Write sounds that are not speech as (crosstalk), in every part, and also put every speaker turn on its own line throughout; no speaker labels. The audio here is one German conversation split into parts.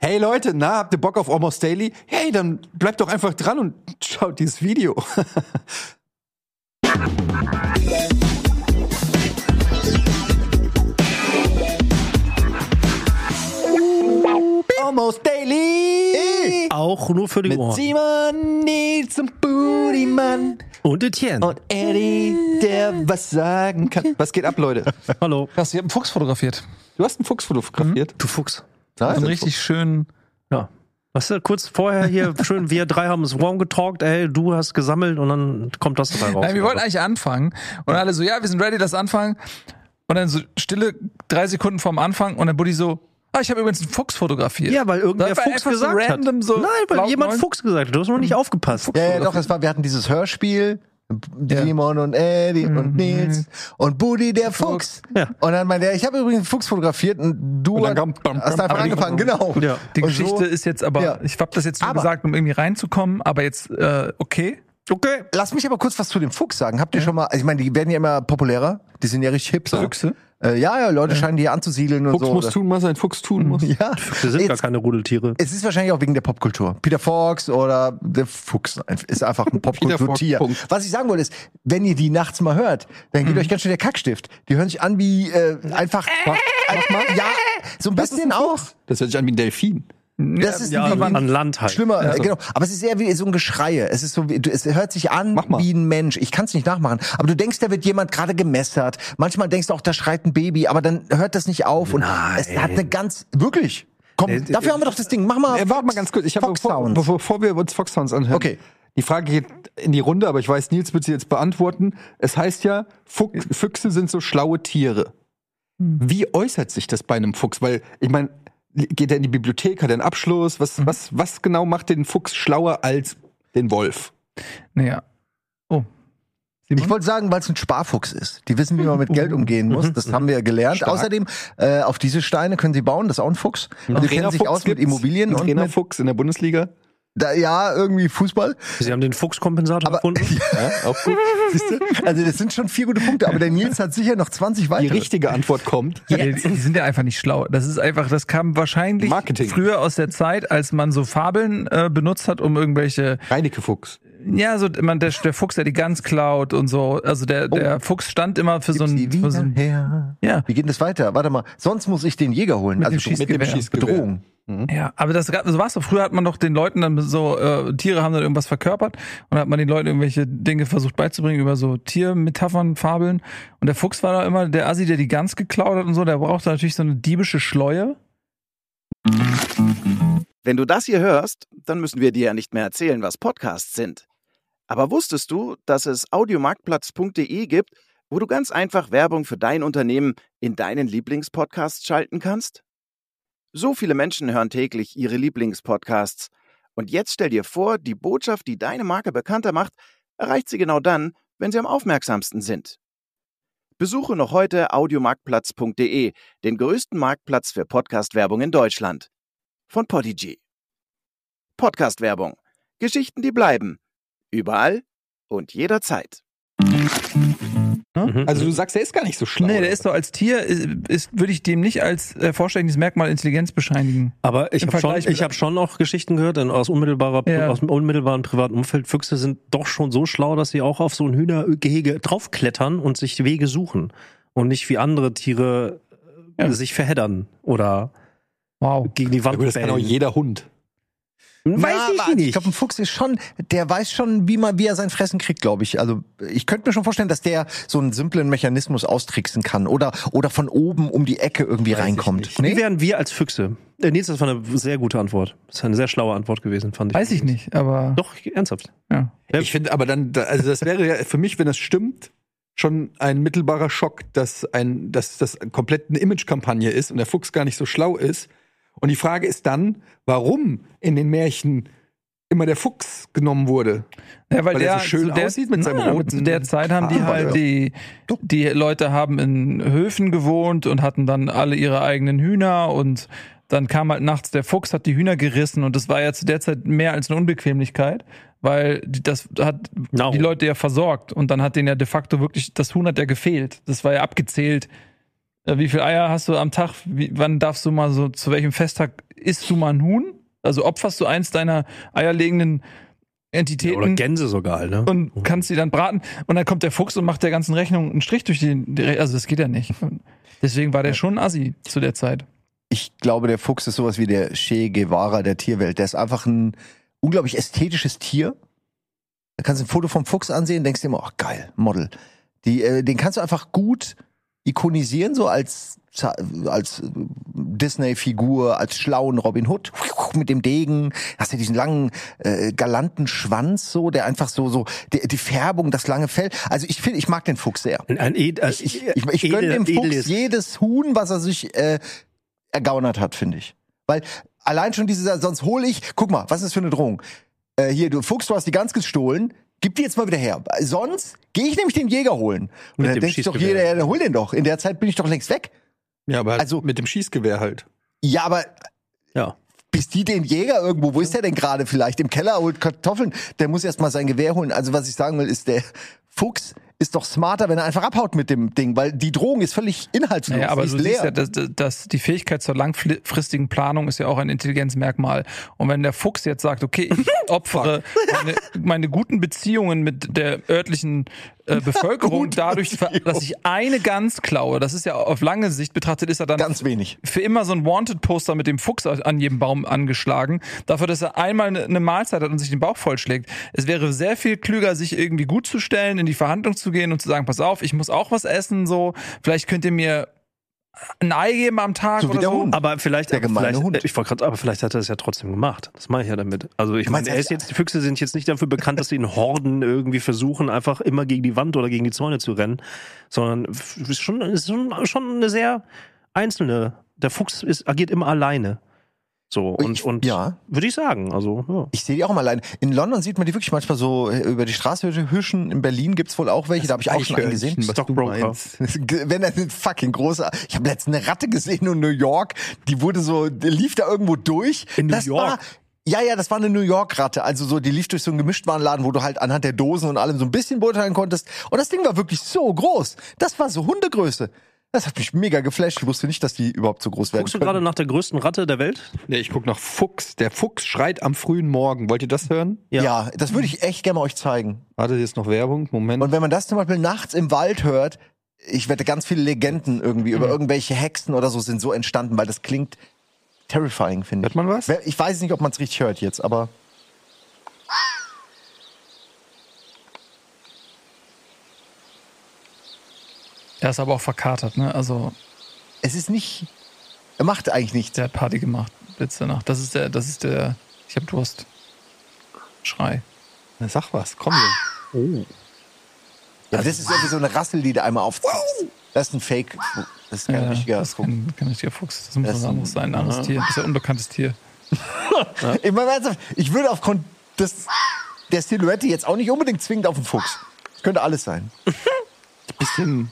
hey Leute, na, habt ihr Bock auf Almost Daily? Hey, dann bleibt doch einfach dran und schaut dieses Video. (laughs) Almost Daily!
Auch nur für die
Mit
Ohren.
Simon Nils und Budiman
Und Etienne.
und Eddie, der was sagen kann. Was geht ab, Leute?
Hallo.
Krass, ihr habt einen Fuchs fotografiert.
Du hast einen Fuchs fotografiert.
Du Fuchs.
Nein,
Einen richtig schönen.
Ja. Weißt du, kurz vorher
(laughs)
hier, schön, wir drei haben es warm getalkt, ey, du hast gesammelt und dann kommt das dabei raus.
Nein, wir wollten eigentlich anfangen. Und alle so, ja, wir sind ready, lass anfangen. Und dann so stille drei Sekunden vorm Anfang und dann Buddy so, ah, ich habe übrigens einen Fuchs fotografiert.
ja, weil irgendwer
Das war
Fuchs
einfach so
gesagt
random
hat.
so
Nein, weil
laut Mhm.
jemand
neun-
Fuchs gesagt hat. Du hast noch nicht aufgepasst.
Ja, ja, doch, es war, wir hatten dieses Hörspiel. Simon und Eddie und Nils und Budi der Fuchs.
Ja.
Und dann meinte er, ich habe übrigens einen Fuchs fotografiert und du
Und dann
hast-
kam bam,
hast
bam,
einfach
bam,
angefangen, genau.
Ja.
Die
Und
Geschichte
so,
ist jetzt aber,
Ja.
ich hab das jetzt nur
Aber-
gesagt, um irgendwie reinzukommen, aber jetzt, äh, okay.
Okay.
Lass mich aber kurz was zu dem Fuchs sagen. Habt ihr schon mal, also ich meine, die werden ja immer populärer. Die sind ja richtig hipster.
Füchse?
Äh, ja, ja, Leute scheinen die ja anzusiedeln
Fuchs
und
muss
so.
tun, was ein Fuchs tun muss.
(laughs) ja.
Wir sind gar
Jetzt,
keine Rudeltiere.
es ist wahrscheinlich auch wegen der Popkultur. Peter Fox oder der Fuchs ist einfach ein Popkulturtier.
Fox, Punkt.
Was ich sagen wollte ist, wenn ihr die nachts mal hört, dann geht euch ganz schnell der Kackstift. Die hören sich an wie äh, einfach, einfach ja, so ein bisschen auch.
Das hört sich an wie ein Delfin.
Das ist
Ja,
wie, wie-
an Land halt.
Schlimmer, äh, genau. Aber es ist eher wie so ein Geschreie. Es ist so, wie, du- es hört sich an
Mach mal.
wie ein Mensch. Ich kann es nicht nachmachen. Aber du denkst, da wird jemand gerade gemessert. Manchmal denkst du auch, da schreit ein Baby. Aber dann hört das nicht auf. Und es hat eine ganz, wirklich. Komm, dafmal haben wir doch das Ding. Mach mal.
Äh, warte mal ganz kurz. Ich habe
Fox
bevor,
Sounds.
bevor, bevor wir uns Foxhounds anhören.
Okay.
Die Frage geht in die Runde, aber ich weiß, Nils wird sie jetzt beantworten. Es heißt ja, Fuch, Füchse sind so schlaue Tiere.
Hm.
Wie äußert sich das bei einem Fuchs? Weil, ich meine, geht er in die Bibliothek, hat er einen Abschluss? Was,
Mhm.
was, was genau macht den Fuchs schlauer als den Wolf?
Naja. Oh.
Ich wollte sagen, weil es ein Sparfuchs ist. Die wissen, wie man mit Geld umgehen muss. Das haben wir gelernt. Außerdem, äh, auf diese Steine können sie bauen. Das ist auch ein Fuchs. Die kennen sich
Trainerfuchs
aus mit
gibt's?
Immobilien
Einen
und mit,
Trainerfuchs in der Bundesliga.
da, ja, irgendwie Fußball.
Sie haben den Fuchskompensator
Aber-
gefunden.
(laughs)
Ja, auch gut.
Siehst du? Also das sind schon vier gute Punkte. Aber der Nils hat sicher noch 20 (laughs)
Die
weitere.
richtige Antwort kommt.
Die, die sind ja einfach nicht schlau. Das ist einfach, das kam wahrscheinlich
Marketing.
früher aus der Zeit, als man so Fabeln äh, benutzt hat, um irgendwelche
Reinecke Fuchs.
Ja, so man, der, der Fuchs, der die Gans klaut und so. Also der, der Fuchs stand immer für so ein.
Sie
Für
wieder
so ein
her.
ja.
Wie geht denn das weiter? Warte mal, sonst muss ich den Jäger holen.
Mit dem
also
Schießgewehr.
Schießgewehr.
Bedrohung.
ja, aber das gab- so war's doch. Früher hat man doch den Leuten dann so, äh, Tiere haben dann irgendwas verkörpert und hat man den Leuten irgendwelche Dinge versucht beizubringen über so Tiermetaphern, Fabeln. Und der Fuchs war da immer der Assi, der die Gans geklaut hat und so. Der brauchte natürlich so eine diebische Schleue.
Wenn du das hier hörst, dann müssen wir dir ja nicht mehr erzählen, was Podcasts sind. Aber wusstest du, dass es audiomarktplatz.de gibt, wo du ganz einfach Werbung für dein Unternehmen in deinen Lieblingspodcasts schalten kannst? So viele Menschen hören täglich ihre Lieblingspodcasts. Und jetzt stell dir vor, die Botschaft, die deine Marke bekannter macht, erreicht sie genau dann, wenn sie am aufmerksamsten sind. Besuche noch heute audiomarktplatz.de, den größten Marktplatz für Podcast-Werbung in Deutschland von Podigy. Podcast-Werbung. Geschichten, die bleiben. Überall und jederzeit.
Mhm.
Also du sagst, der ist gar nicht so schlau.
Nee,
oder
der ist so als Tier, ist, ist, würde ich dem nicht als äh, vorstellendes Merkmal Intelligenz bescheinigen.
Aber ich
Im
habe schon,
Vergleich mit-
ich hab schon auch Geschichten gehört in, aus, unmittelbarer,
Ja.
aus dem unmittelbaren privaten Umfeld. Füchse sind doch schon so schlau, dass sie auch auf so ein Hühnergehege draufklettern und sich Wege suchen. Und nicht wie andere Tiere äh,
Ja.
sich verheddern oder
Wow.
gegen die
Ja,
Wand
gut, das kann auch
bellen.
jeder Hund.
Weiß
Ja, aber
ich
Ich
nicht.
glaube, ein Fuchs ist schon, der weiß schon, wie man, wie er sein Fressen kriegt, glaube ich. Also ich könnte mir schon vorstellen, dass der so einen simplen Mechanismus austricksen kann oder oder von oben um die Ecke irgendwie reinkommt.
Wie
Nee?
wären wir als Füchse? Äh, Nils, das war eine sehr gute Antwort. Das ist eine sehr schlaue Antwort gewesen, fand ich.
Weiß ich nicht, aber.
Doch, ernsthaft.
Ja.
Ja.
Ich finde, aber dann, da- also das wäre ja für mich, wenn das stimmt, schon ein mittelbarer Schock, dass ein, dass das komplett eine Imagekampagne ist und der Fuchs gar nicht so schlau ist. Und die Frage ist dann, warum in den Märchen immer der Fuchs genommen wurde.
Ja, weil,
Weil er
der,
so schön
zu der,
aussieht mit seinem
Nein, aber
roten
Zu der Zeit haben die
Haar, ja.
halt die, die Leute haben in Höfen gewohnt und hatten dann alle ihre eigenen Hühner und dann kam halt nachts der Fuchs, hat die Hühner gerissen und das war ja zu der Zeit mehr als eine Unbequemlichkeit, weil die- das hat
Nahrung.
die Leute ja versorgt und dann hat denen ja de facto wirklich, das Huhn hat ja gefehlt. Das war ja abgezählt. Äh, Wie viele Eier hast du am Tag? Wie, wann darfst du mal so zu welchem Festtag isst du mal ein Huhn, also opferst du eins deiner eierlegenden Entitäten
Oder Gänse sogar, ne?
und
Oh.
kannst die dann braten. Und dann kommt der Fuchs und macht der ganzen Rechnung einen Strich durch die. die Re- Also das geht ja nicht. Und Deswegen war der schon ein Assi zu der Zeit.
Ich glaube, der Fuchs ist sowas wie der Che Guevara der Tierwelt. Der ist einfach ein unglaublich ästhetisches Tier. Da kannst du ein Foto vom Fuchs ansehen, denkst dir immer, ach geil, Model. Die, äh, den kannst du einfach gut ikonisieren, so als, Za- als äh, Disney-Figur, als schlauen Robin Hood mit dem Degen. Hast du diesen langen, äh, galanten Schwanz, so, der einfach so, so, die, die Färbung, das lange Fell. Also ich finde, ich mag den Fuchs sehr.
Ein, ein Ed, also
Ich, ich, ich gönne dem Fuchs jedes Huhn, was er sich äh, ergaunert hat, finde ich. Weil allein schon diese, sonst hole ich, guck mal, was ist das für eine Drohung? Äh, hier, du Fuchs, du hast die Gans gestohlen, gib die jetzt mal wieder her. Sonst gehe ich nämlich den Jäger holen. Und
Mit
dann
dem
denkt sich doch
Schießgewehr.
jeder, ja, dann hol den doch. In der Zeit bin ich doch längst weg.
Ja, aber
Also-
also, mit dem Schießgewehr halt.
Ja, aber
Ja.
bis die den Jäger irgendwo, wo ist der denn gerade vielleicht? Im Keller holt Kartoffeln, der muss erst mal sein Gewehr holen. Also was ich sagen will, ist der Fuchs ist doch smarter, wenn er einfach abhaut mit dem Ding, weil die Drohung ist völlig inhaltslos.
Naja, aber
die ist
du siehst ja, dass, dass die Fähigkeit zur langfristigen Planung ist ja auch ein Intelligenzmerkmal. Und wenn der Fuchs jetzt sagt, okay,
(laughs)
ich opfere meine, meine guten Beziehungen mit der örtlichen
(laughs)
äh, Bevölkerung dadurch, ver- dass ich eine Gans klaue, das ist ja auf lange Sicht betrachtet, ist er dann
Ganz wenig.
für immer so ein Wanted-Poster mit dem Fuchs an jedem Baum angeschlagen, dafür, dass er einmal ne, eine eine Mahlzeit hat und sich den Bauch vollschlägt. Es wäre sehr viel klüger, sich irgendwie gut zu stellen, in die Verhandlung zu gehen und zu sagen, pass auf, ich muss auch was essen, so, vielleicht könnt ihr mir ein Ei geben am Tag
So wie
oder
der
so.
Hund.
Aber vielleicht,
Der
aber
gemeine
vielleicht äh,
Hund.
ich wollte gerade, aber vielleicht hat er es ja trotzdem gemacht. Das mache ich ja damit. Also ich
Du meinst,
meine, er ist jetzt, die Füchse sind jetzt nicht dafür bekannt, dass sie in Horden irgendwie versuchen, einfach immer gegen die Wand oder gegen die Zäune zu rennen, sondern f- ist schon, ist schon, schon eine sehr einzelne. Der Fuchs ist, agiert immer alleine. So und,
Ich-
und
ja.
würde ich sagen. Also ja.
Ich sehe die auch mal allein. In London sieht man die wirklich manchmal so äh, über die Straße hüschen. In Berlin gibt's wohl auch welche, da habe ich auch schon einen gesehen.
was du
Stockbroker.
meinst.
(laughs) Wenn er eine fucking große. Ich habe letztens eine Ratte gesehen in New York, die wurde so, die lief da irgendwo durch.
In New
das
York?
War, ja, ja, das war eine New York-Ratte. Also so, die lief durch so einen Gemischtwarenladen, wo du halt anhand der Dosen und allem so ein bisschen beurteilen konntest. Und das Ding war wirklich so groß. Das war so Hundegröße. Das hat mich mega geflasht. Ich wusste nicht, dass die überhaupt so groß werden
guckst du gerade
können.
nach der größten Ratte der Welt?
Nee, ich guck nach Fuchs. Der Fuchs schreit am frühen Morgen. Wollt ihr das hören?
Ja. ja, das würde ich echt gerne mal euch zeigen.
Warte, hier ist noch Werbung. Moment.
Und wenn man das zum Beispiel nachts im Wald hört, ich wette, ganz viele Legenden irgendwie über
Mhm.
irgendwelche Hexen oder so sind so entstanden, weil das klingt terrifying, finde
Hört
ich.
man was?
Wer- Ich weiß nicht, ob man es richtig hört jetzt, aber
Er ist aber auch verkatert, ne? Also,
es ist nicht. Er macht eigentlich nichts.
der hat Party gemacht letzte Nacht. Das ist der, das ist der, ich hab Durst. Schrei.
Na, Sag was, komm hier.
Aber das ist irgendwie so eine Rassel, die da einmal aufzieht. Das ist ein Fake. Das ist kein
Ja,
richtiger.
das ist kein, kein richtiger Fuchs. Das muss
Das
was
ist ein-
anderes sein, ein anderes Tier. Das ist ja ein unbekanntes Tier.
Ich, meine, ernsthaft, ich würde aufgrund des, der Silhouette jetzt auch nicht unbedingt zwingend auf den Fuchs. Das könnte alles sein.
(laughs) Bisschen.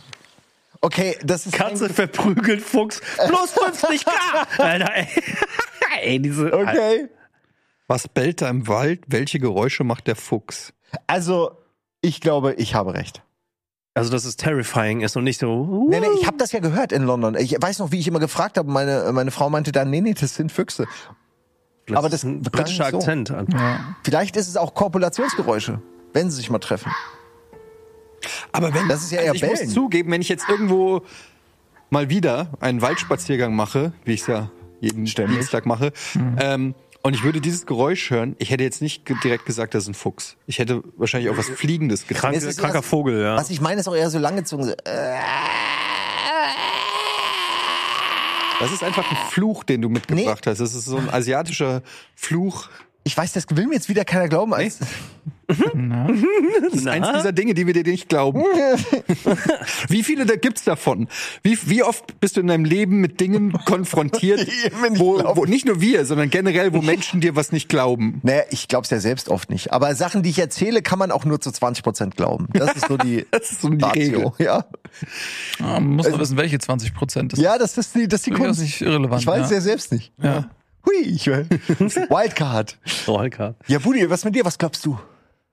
Okay, das ist.
Katze verprügelt
(laughs)
Fuchs plus 50 K. Alter, ey. (laughs) ey diese,
Okay.
Was bellt da im Wald? Welche Geräusche macht der Fuchs?
Also, ich glaube, ich habe recht.
Also, dass es terrifying ist und nicht so. uh,
Nee, nee, ich habe das ja gehört in London. Ich weiß noch, wie ich immer gefragt habe. Meine, meine Frau meinte dann, nee, nee, das sind Füchse.
Vielleicht
aber
ist
das
es ein
klang
britischer
so.
Akzent.
Vielleicht ist es auch Korpulationsgeräusche, wenn sie sich mal treffen.
Aber wenn
Das ist ja
also
eher
ich
bellen.
muss zugeben, wenn ich jetzt irgendwo mal wieder einen Waldspaziergang mache, wie ich es ja jeden
Ständig. Mhm.
Dienstag mache, ähm, und ich würde dieses Geräusch hören, ich hätte jetzt nicht ge- direkt gesagt, das ist ein Fuchs. Ich hätte wahrscheinlich auch was
Äh,
Fliegendes gesagt.
Krank,
Es ist so,
kranker
dass-
Vogel, ja.
Was ich meine, ist auch eher so langgezogen. so, Äh,
Das ist einfach ein Fluch, den du mitgebracht hast. Das ist so ein asiatischer Fluch.
ich weiß, das will mir jetzt wieder keiner glauben. Also, Als,
Das ist eins dieser Dinge, die wir dir nicht
(laughs)
glauben. wie viele da gibt's davon? Wie, wie oft bist du in deinem Leben mit Dingen
(laughs)
konfrontiert, wo, wo nicht nur wir, sondern generell, wo Menschen dir was nicht glauben?
Naja, ich glaube es ja selbst oft nicht. Aber Sachen, die ich erzähle, kann man auch nur zu 20 Prozent glauben. Das ist so die,
Das ist so die Regel.
Ja,
Ja, Ah, man muss nur wissen, welche 20 Prozent das
ja das, ist die, das ist die
Durchaus
Kunst.
nicht irrelevant,
ich weiß
ja.
ja selbst nicht.
Ja.
Hui, ich will. Wildcard.
Trollka.
Ja, Budi, was mit dir? Was glaubst du?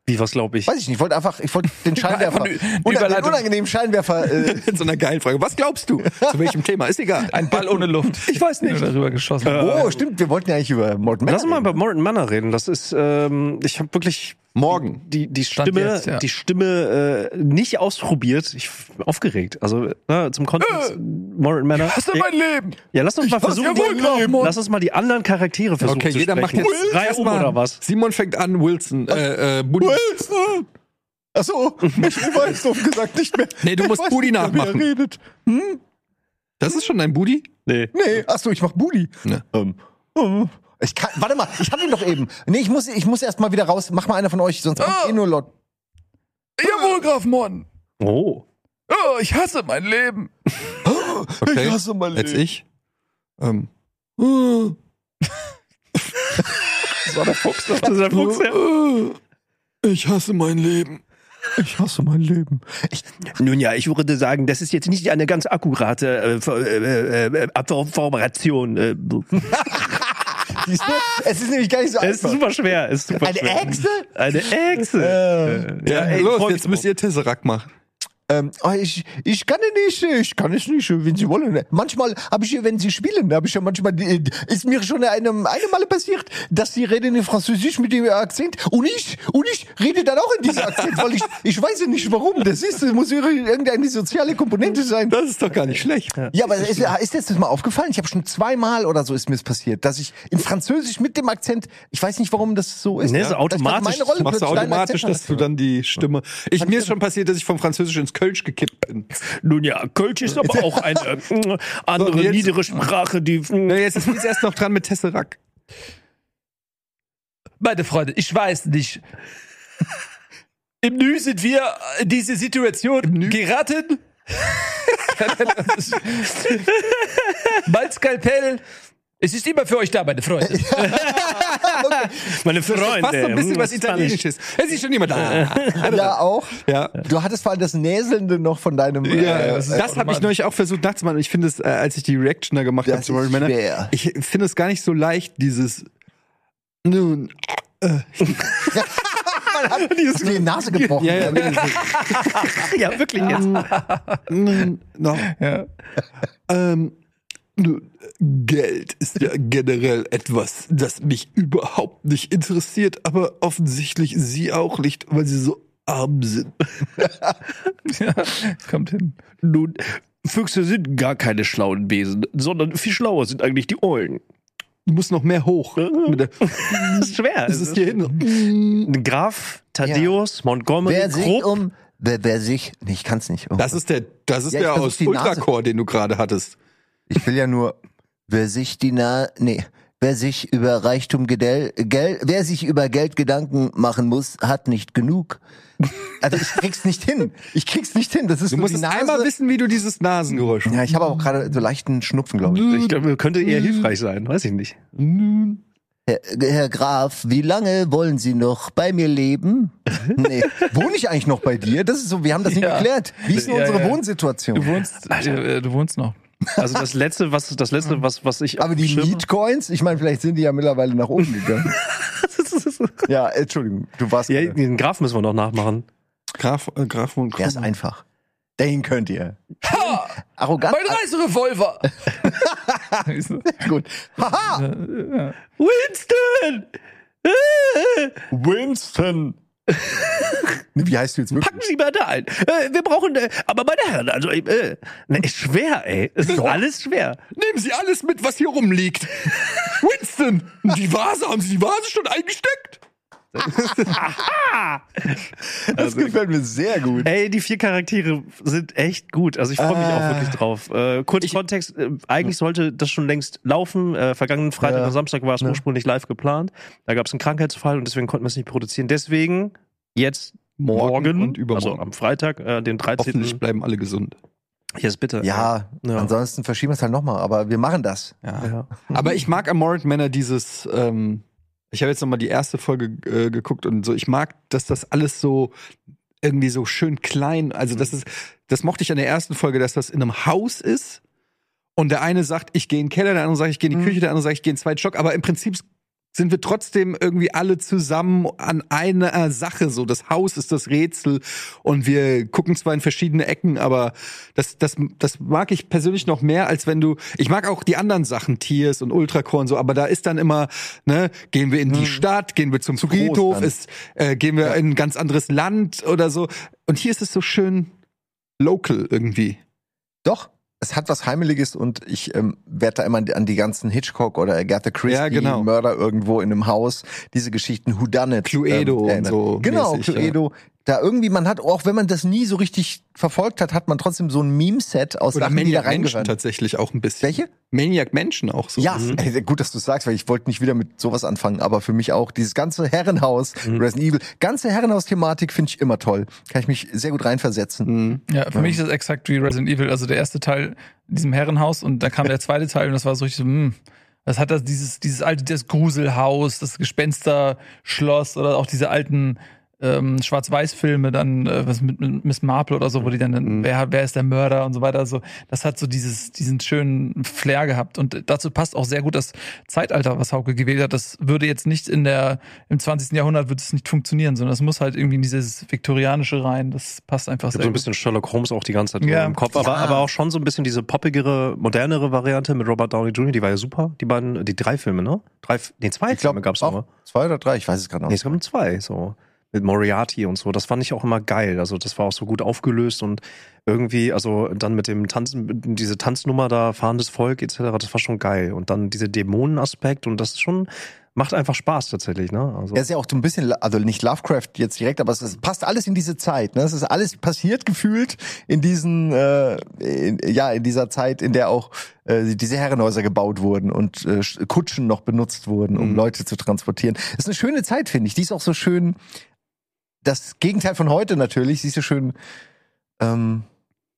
Wie, was glaube ich?
Weiß ich nicht, ich wollte einfach, ich wollte den Scheinwerfer,
die- die
unang den
Überleitung.
unangenehmen Scheinwerfer,
(laughs)
äh,
Mit so einer geilen Frage. Was glaubst du? Zu welchem Thema? Ist egal.
Ein Ball ohne Luft. (laughs) Ich weiß nicht. Darüber geschossen.
oh, stimmt, wir wollten ja eigentlich über Mord
Lass uns mal über Morton Manor reden. Das ist, ähm, ich habe wirklich
Morgen.
die, die
Stand
Stimme,
jetzt, ja.
die Stimme äh, nicht ausprobiert. Ich bin aufgeregt. Also ne, zum Kontext, Morton Manor.
Hast du
ja,
mein Leben?
ja, lass uns mal versuchen.
ja wohl glauben, Morton.
Lass uns mal die anderen Charaktere versuchen.
Okay,
zu
jeder macht
sprechen.
jetzt
drei um
erstmal-
oder was?
Simon fängt an, Wilson. Äh, äh, Budi.
Wilson! Achso, ich weiß doof gesagt nicht mehr.
Nee, du
Ich
musst
weiß
Budi
nicht mehr, wer
nachmachen.
redet.
Das ist schon dein Budi?
Nee.
Nee, achso, ich mach Budi.
Ne.
Ähm, äh, ich kann, warte mal, ich hab ihn doch eben. Nee, ich muss, ich muss erst mal wieder raus. Mach mal einer von euch, sonst kommt eh nur Lot.
Jawohl, Graf Morten.
Oh.
Oh, ich hasse mein Leben.
Okay.
Ich hasse mein
Jetzt
Leben.
ich. Ähm. äh,
Das war der Fuchs. Das ist der Fuchs, ja.
äh, Ich hasse mein Leben.
Ich hasse mein Leben. Ich,
Nun ja, ich würde sagen, das ist jetzt nicht eine ganz akkurate äh, Ver- äh, äh, äh, Abformation. Äh,
siehst du? Es ist nämlich gar nicht so
es ist
einfach.
super schwer. Es Ist super
Eine
schwer.
Echse?
Eine Echse. Äh,
Ja,
ey,
los,
freu mich
jetzt müsst
drauf.
ihr Tesseract machen.
Ähm, oh, ich, ich kann es nicht, ich kann es nicht, wenn Sie wollen. Manchmal habe ich, wenn Sie spielen, habe ich ja manchmal, äh, ist mir schon eine, eine Male passiert, dass Sie reden in Französisch mit dem Akzent und ich, und ich rede dann auch in diesem Akzent, weil ich, ich weiß ja nicht warum. Das ist, das muss ihre- irgendeine soziale Komponente sein.
Das ist doch gar nicht schlecht.
Ja, aber ist, ist jetzt das mal aufgefallen? Ich habe schon zweimal oder so ist mir es passiert, dass ich in Französisch mit dem Akzent, ich weiß nicht, warum das so ist.
Nee, ist
Dass ich
automatisch.
meine Rolle
Machst du
plötzlich einen
automatisch,
Akzent
dass
(laughs)
du dann die Stimme. Ich, mir ist schon passiert, dass ich vom Französisch ins Kölsch gekippt bin.
Nun ja, Kölsch ist aber auch eine (laughs) äh, andere
So, jetzt-
niedere Sprache, die. hm,
Na, jetzt ist es erst noch dran mit Tesseract.
Meine Freunde, ich weiß nicht. Im Nu sind wir in diese Situation geraten. (laughs) mein Skalpell, es ist immer für euch da, meine Freunde.
Meine
Das ist
Freunde. hm,
fast so ein bisschen was
das fand ich-
Italienisches. Es ist schon jemand da.
habe. Ja, auch.
Ja.
Du hattest vor allem das Näselnde noch von deinem.
Ja,
äh,
das, habe ich neulich auch versucht nachzumachen. Ich finde es, äh, als ich die Reaction da gemacht
Das
habe zu
ist
Rory Manor,
schwer.
ich finde es gar nicht so leicht, dieses nun,
Hast du die Nase gebrochen?
ja, (laughs) ja, nee,
Ja, wirklich jetzt.
so, nun, noch,
(laughs) Ja.
ähm, nun, Geld ist ja generell etwas, das mich überhaupt nicht interessiert, aber offensichtlich sie auch nicht, weil sie so arm sind.
ja, kommt hin.
Nun, Füchse sind gar keine schlauen Wesen, sondern viel schlauer sind eigentlich die Eulen.
Du musst noch mehr
(laughs)
hoch. Mit der,
Das ist schwer.
das ist hier hin.
Graf Thaddeus Montgomery
Wer sich
Krupp.
um. Wer, wer sich. Nee, ich kann's nicht. Oh.
Das ist der, das ist
Ja, ich
der
versuch
aus
die Nase-
Ultracore, den du gerade hattest.
ich will ja nur. Wer sich die Na. Nee. Wer sich über Reichtum gedell, Geld, wer sich über Geld Gedanken machen muss, hat nicht genug. Also ich krieg's nicht hin. Ich krieg's nicht hin. Das ist
Du
nur
musst
die
es
Nase.
einmal wissen, wie du dieses Nasengeräusch machst.
Ja, ich habe auch gerade so leichten Schnupfen, glaube ich.
Ich glaube, könnte eher hilfreich sein, weiß ich nicht.
Herr, Herr Graf, wie lange wollen Sie noch bei
(laughs)
mir leben? Nee. Wohne ich eigentlich noch bei dir? Das ist so, wir haben das nicht
Ja.
geklärt. Wie ist denn
Ja,
unsere
ja. Du
Wohnsituation?
wohnst, äh, du wohnst noch.
Also das letzte, was das letzte, was was ich
Aber die
Schirm-
Mietcoins, ich meine, vielleicht sind die ja mittlerweile nach oben
(laughs)
gegangen. ja, Entschuldigung, du warst. äh,
ja,
gerade-
den Graf müssen wir noch nachmachen.
Graf, äh, Graf und
Der ist einfach. Den könnt ihr. Arrogant.
Mein Reiserevolver!
(laughs) Gut.
Äh,
Haha!
Winston!
Winston! Nee, Wie heißt du jetzt wirklich?
Packen Sie mal da ein. Äh, wir brauchen, äh, aber meine Herren, also äh, ne, ist schwer, ey. Es ist alles schwer.
Nehmen Sie alles mit, was hier rumliegt. Winston, die Vase, haben Sie die Vase schon eingesteckt?
Das
Also
gefällt mir sehr gut.
Ey, die vier Charaktere sind echt gut. Also ich freue mich auch wirklich drauf. Äh, kurz Kontext, äh, eigentlich sollte das schon längst laufen. Äh, vergangenen Freitag und Samstag war es ursprünglich live geplant. Da gab es einen Krankheitsfall und deswegen konnten wir es nicht produzieren. Deswegen jetzt morgen,
und übermorgen.
also am Freitag, äh, den 13.
Hoffentlich bleiben alle gesund.
Yes, bitte.
Ja,
Ja.
ansonsten verschieben wir es halt nochmal, aber wir machen das.
äh, Ja.
Aber ich mag am Morant Manor dieses, ähm, ich habe jetzt nochmal die erste Folge äh, geguckt und so, ich mag, dass das alles so irgendwie so schön klein, also das ist, das mochte ich an der ersten Folge, dass das in einem Haus ist und der eine sagt, ich gehe in den Keller, der andere sagt, ich gehe in die Küche, der andere sagt, ich gehe in den zweiten Stock, aber im Prinzip sind wir trotzdem irgendwie alle zusammen an einer Sache. So, das Haus ist das Rätsel und wir gucken zwar in verschiedene Ecken, aber das, das, das mag ich persönlich noch mehr, als wenn du. Ich mag auch die anderen Sachen, Tiers und Ultrakorn, so, aber da ist dann immer, ne, gehen wir in die Stadt, gehen wir zum Friedhof,
dann.
ist, äh, gehen wir in ein ganz anderes Land oder so. Und hier ist es so schön local irgendwie.
Doch, es hat was Heimeliges und ich ähm, werde da immer an die- an die ganzen Hitchcock oder Agatha Christie
Ja, genau.
Mörder irgendwo in einem Haus, diese Geschichten Whodunit.
Cluedo und Ähm, äh,
erinnert.
so
Genau,
mäßig,
Cluedo. Da irgendwie, man hat, auch wenn man das nie so richtig verfolgt hat, hat man trotzdem so ein Meme-Set aus Sachen, die da
Menschen
reingehören.
tatsächlich auch ein bisschen.
Welche?
Maniac Menschen auch so.
Ja, ey, gut, dass du sagst, weil ich wollte nicht wieder mit sowas anfangen, aber für mich auch dieses ganze Herrenhaus,
Mhm.
Resident Evil, ganze Herrenhaus-Thematik finde ich immer toll. Kann ich mich sehr gut reinversetzen.
Mhm.
Ja, für mich ist das exakt wie Resident Evil. Also der erste Teil in diesem Herrenhaus und dann kam der zweite Teil und das war so richtig so, hm, das hat das, dieses, dieses alte, das Gruselhaus, das Gespensterschloss oder auch diese alten ähm, Schwarz-Weiß-Filme dann, äh, was mit, mit Miss Marple oder so, wo die dann,
Mhm.
wer, wer ist der Mörder und so weiter, so, das hat so dieses, diesen schönen Flair gehabt. Und dazu passt auch sehr gut das Zeitalter, was Hauke gewählt hat. Das würde jetzt nicht in der, im 20. Jahrhundert würde es nicht funktionieren, sondern das muss halt irgendwie in dieses Viktorianische rein. Das passt einfach
Ich
sehr
habe so ein
gut.
bisschen Sherlock Holmes auch die ganze Zeit
Ja.
im Kopf, aber, aber auch schon so ein bisschen diese poppigere, modernere Variante mit Robert Downey Jr., die war ja super. Die beiden, die drei Filme, ne? Drei, nee, zwei
glaub,
Filme gab's
auch
nur.
Zwei oder drei, ich weiß es gerade noch.
Nee, es gab nur zwei, so. Mit Moriarty und so. Das fand ich auch immer geil. Also, das war auch so gut aufgelöst und irgendwie, also dann mit dem Tanzen, mit diese Tanznummer da, fahrendes Volk etc., das war schon geil. Und dann dieser Dämonenaspekt und das ist schon, macht einfach Spaß tatsächlich, ne? Also,
Er ist ja auch so ein bisschen, also nicht Lovecraft jetzt direkt, aber es ist, passt alles in diese Zeit. Ne? Es ist alles passiert gefühlt in diesen, äh, in, ja, in dieser Zeit, in der auch äh, diese Herrenhäuser gebaut wurden und äh, Kutschen noch benutzt wurden, um Leute zu transportieren. Das ist eine schöne Zeit, finde ich. Die ist auch so schön. Das Gegenteil von heute natürlich. Sie ist so schön. Ähm,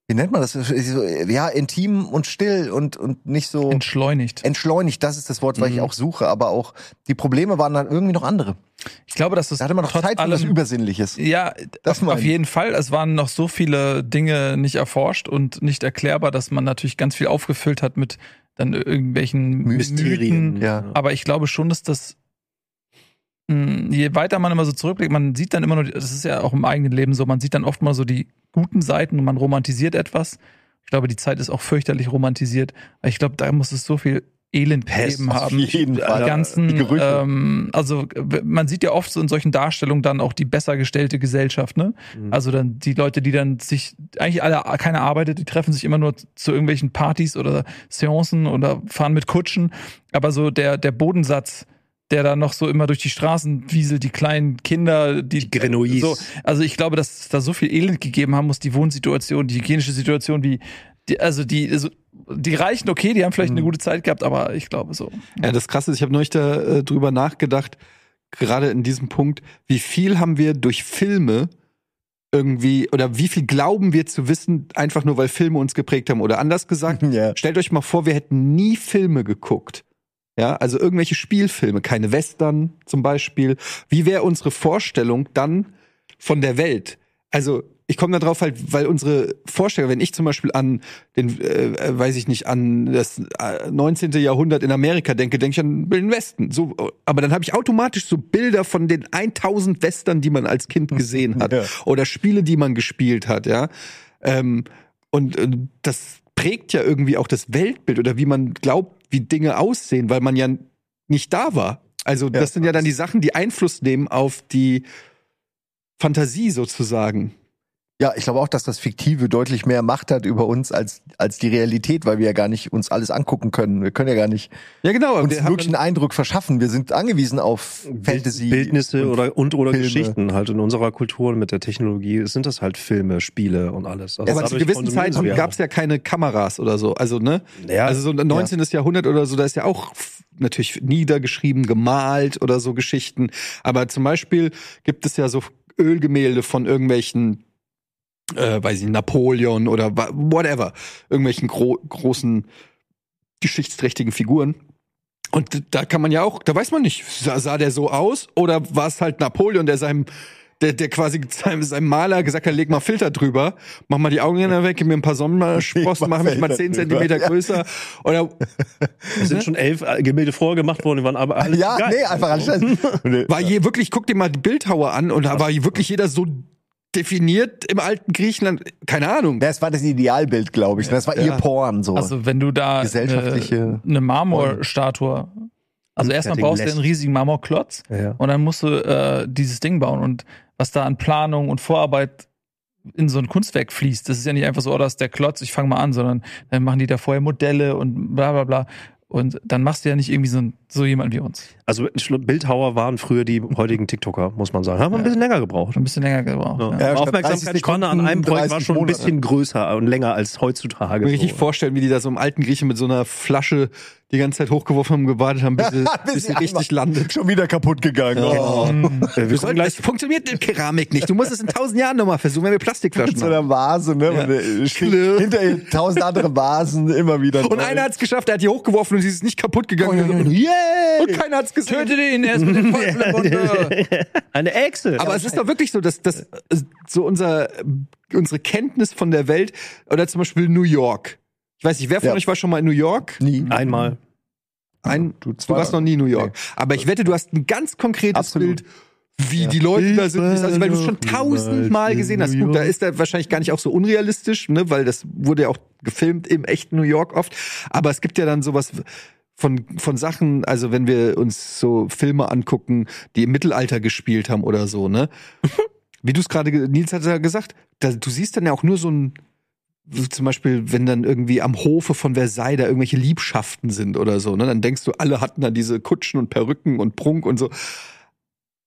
wie nennt man das? Sie ist so, Ja, intim und still und und nicht so
entschleunigt.
entschleunigt. Das ist das Wort, was ich auch suche. Aber auch die Probleme waren dann irgendwie noch andere.
Ich glaube, dass das
Da hatte man noch
trotz
Zeit für was
allem-
Übersinnliches.
Ja,
Das
auf,
meine
auf
ich.
jeden Fall. Es waren noch so viele Dinge nicht erforscht und nicht erklärbar, dass man natürlich ganz viel aufgefüllt hat mit dann irgendwelchen Mysterien. Mythen.
ja.
Aber ich glaube schon, dass das mh, je weiter man immer so zurückblickt, man sieht dann immer nur, die- das ist ja auch im eigenen Leben so, man sieht dann oft mal so die guten Seiten und man romantisiert etwas. Ich glaube, die Zeit ist auch fürchterlich romantisiert. Aber Ich glaube, da muss es so viel Elend
Pest
gegeben
Auf
haben.
jeden
die ganzen,
Die Gerüche.
ähm, also w- man sieht ja oft so in solchen Darstellungen dann auch die besser gestellte Gesellschaft, ne?
Mhm.
Also dann die Leute, die dann sich eigentlich alle keine arbeitet, die treffen sich immer nur zu irgendwelchen Partys oder Seancen oder fahren mit Kutschen, aber so der der Bodensatz der da noch so immer durch die Straßen wieselt, die kleinen Kinder,
Die
die,
Grenouilles.
So, also ich glaube, dass es da so viel Elend gegeben haben muss, die Wohnsituation, die hygienische Situation, wie, die, also die, also die Reichen, okay, die haben vielleicht eine gute Zeit gehabt, aber ich glaube so.
Ja, das Krasse ist, ich habe neulich da, äh, drüber nachgedacht, gerade in diesem Punkt, wie viel haben wir durch Filme irgendwie, oder wie viel glauben wir zu wissen, einfach nur weil Filme uns geprägt haben. Oder anders gesagt,
Ja.
stellt euch mal vor, wir hätten nie Filme geguckt. Ja, also irgendwelche Spielfilme, keine Western zum Beispiel. Wie wäre unsere Vorstellung dann von der Welt? Also ich komme da drauf halt, weil unsere Vorstellung, wenn ich zum Beispiel an den, äh, äh, weiß ich nicht, an das äh, 19. Jahrhundert in Amerika denke, denke ich an den Westen. So, aber dann habe ich automatisch so Bilder von den 1000 Western, die man als Kind gesehen hat
Ja.
oder Spiele, die man gespielt hat, ja. Ähm, und äh, das prägt ja irgendwie auch das Weltbild oder wie man glaubt, wie Dinge aussehen, weil man ja nicht da war. Also das sind ja dann die Sachen, die Einfluss nehmen auf die Fantasie sozusagen.
ja, ich glaube auch, dass das Fiktive deutlich mehr Macht hat über uns als, als die Realität, weil wir ja gar nicht uns alles angucken können. Wir können ja gar nicht
Ja, genau. aber
uns
wir haben
wirklich einen Eindruck verschaffen. Wir sind angewiesen auf Fantasy.
Bildnisse
(laughs) und-
oder, und oder
Filme.
Geschichten halt in unserer Kultur und mit der Technologie sind das halt Filme, Spiele und alles. Also
dann, aber zu
dadurch
gewissen
konsumieren
Zeiten
wir
gab es ja keine Kameras oder so. Also, ne?
Ja.
also so ein 19. Jahrhundert oder so, da ist ja auch f- natürlich niedergeschrieben, gemalt oder so Geschichten. Aber zum Beispiel gibt es ja so Ölgemälde von irgendwelchen, äh, weiß ich, nicht, Napoleon oder wa- whatever, irgendwelchen gro großen geschichtsträchtigen Figuren. Und d- da kann man ja auch, da weiß man nicht, sah, sah der so aus oder war es halt Napoleon, der seinem der, der quasi (laughs) seinem, seinem Maler gesagt hat, leg mal Filter drüber, mach mal die Augenränder weg, gib mir ein paar
(laughs)
Sonnensprossen, mach mich mal
Filter
10
drüber,
Zentimeter
ja.
größer. Oder
Es sind schon elf äh, Gemälde vorher gemacht worden, die waren aber alle
ne? Ja,
geil.
nee, einfach alles (laughs) scheiße.
war je wirklich, guck dir mal die Bildhauer an und da war je wirklich jeder so definiert im alten Griechenland. Keine Ahnung.
Das war das Idealbild, glaube ich. Das war ihr Porn so.
Also wenn du da
Gesellschaftliche-
eine, eine Marmorstatue, also erstmal
Fertigen
brauchst du
lässt.
einen riesigen Marmorklotz
Ja.
und dann musst du äh, dieses Ding bauen und was da an Planung und Vorarbeit in so ein Kunstwerk fließt, das ist ja nicht einfach so, oh, das ist der Klotz, ich fange mal an, sondern dann machen die da vorher Modelle und bla bla bla und dann machst du ja nicht irgendwie so, ein- so jemand wie uns.
Also Schlu- Bildhauer waren früher die heutigen TikToker, muss man sagen. Haben wir ein bisschen länger gebraucht.
Schon ein bisschen länger gebraucht.
Ja.
Ja.
Ja, statt 30 Sekunden,
Aufmerksamkeitsspanne an einem Projekt war
30
schon ein
Monate.
bisschen größer und länger als heutzutage.
Ich kann mir richtig
So.
vorstellen, wie die da so im alten Griechen mit so einer Flasche die ganze Zeit hochgeworfen haben, gewartet haben, bis sie,
(laughs)
bis
Bis sie
sie richtig
einmal-
landet.
Schon wieder kaputt gegangen. Oh.
Äh, wir
Wir
kommen
sollten,
gleich
das funktioniert in Keramik nicht. Du musst es in tausend Jahren nochmal versuchen, wenn wir
Mit
Plastikflaschen
so
haben.
einer Vase, ne? Wenn du- steht Hinter ihr tausend andere Vasen immer wieder.
Und
drin.
einer hat es geschafft, er hat die hochgeworfen und sie ist nicht kaputt gegangen.
Oh, ja, ja,
und,
yeah!
und keiner hat es gesehen.
Tötet ihn, er ist mit dem Teufel im Bunde.
eine Echse.
Aber es ist doch wirklich so, dass, dass äh, so unser, unsere Kenntnis von der Welt, oder zum Beispiel New York. Ich weiß nicht, wer von
Ja.
euch war schon mal in New York?
nie.
einmal.
Ein,
Du
du,
zweimal.
warst noch nie in New York. Aber ich wette, du hast ein ganz konkretes Bild,
Absolut.
wie die Leute da sind. Also, weil du es schon
Überall
tausendmal
in
gesehen hast.
New
Gut, da
York.
ist er wahrscheinlich gar nicht auch so unrealistisch, ne? weil das wurde ja auch gefilmt im echten New York oft. Aber es gibt ja dann sowas von, von Sachen, also wenn wir uns so Filme angucken, die im Mittelalter gespielt haben oder so,
(laughs)
ne? Wie du es gerade, ge- Nils hat ja gesagt, da, du siehst dann ja auch nur so ein, so zum Beispiel, wenn dann irgendwie am Hofe von Versailles da irgendwelche Liebschaften sind oder so, ne, dann denkst du, alle hatten dann diese Kutschen und Perücken und Prunk und so.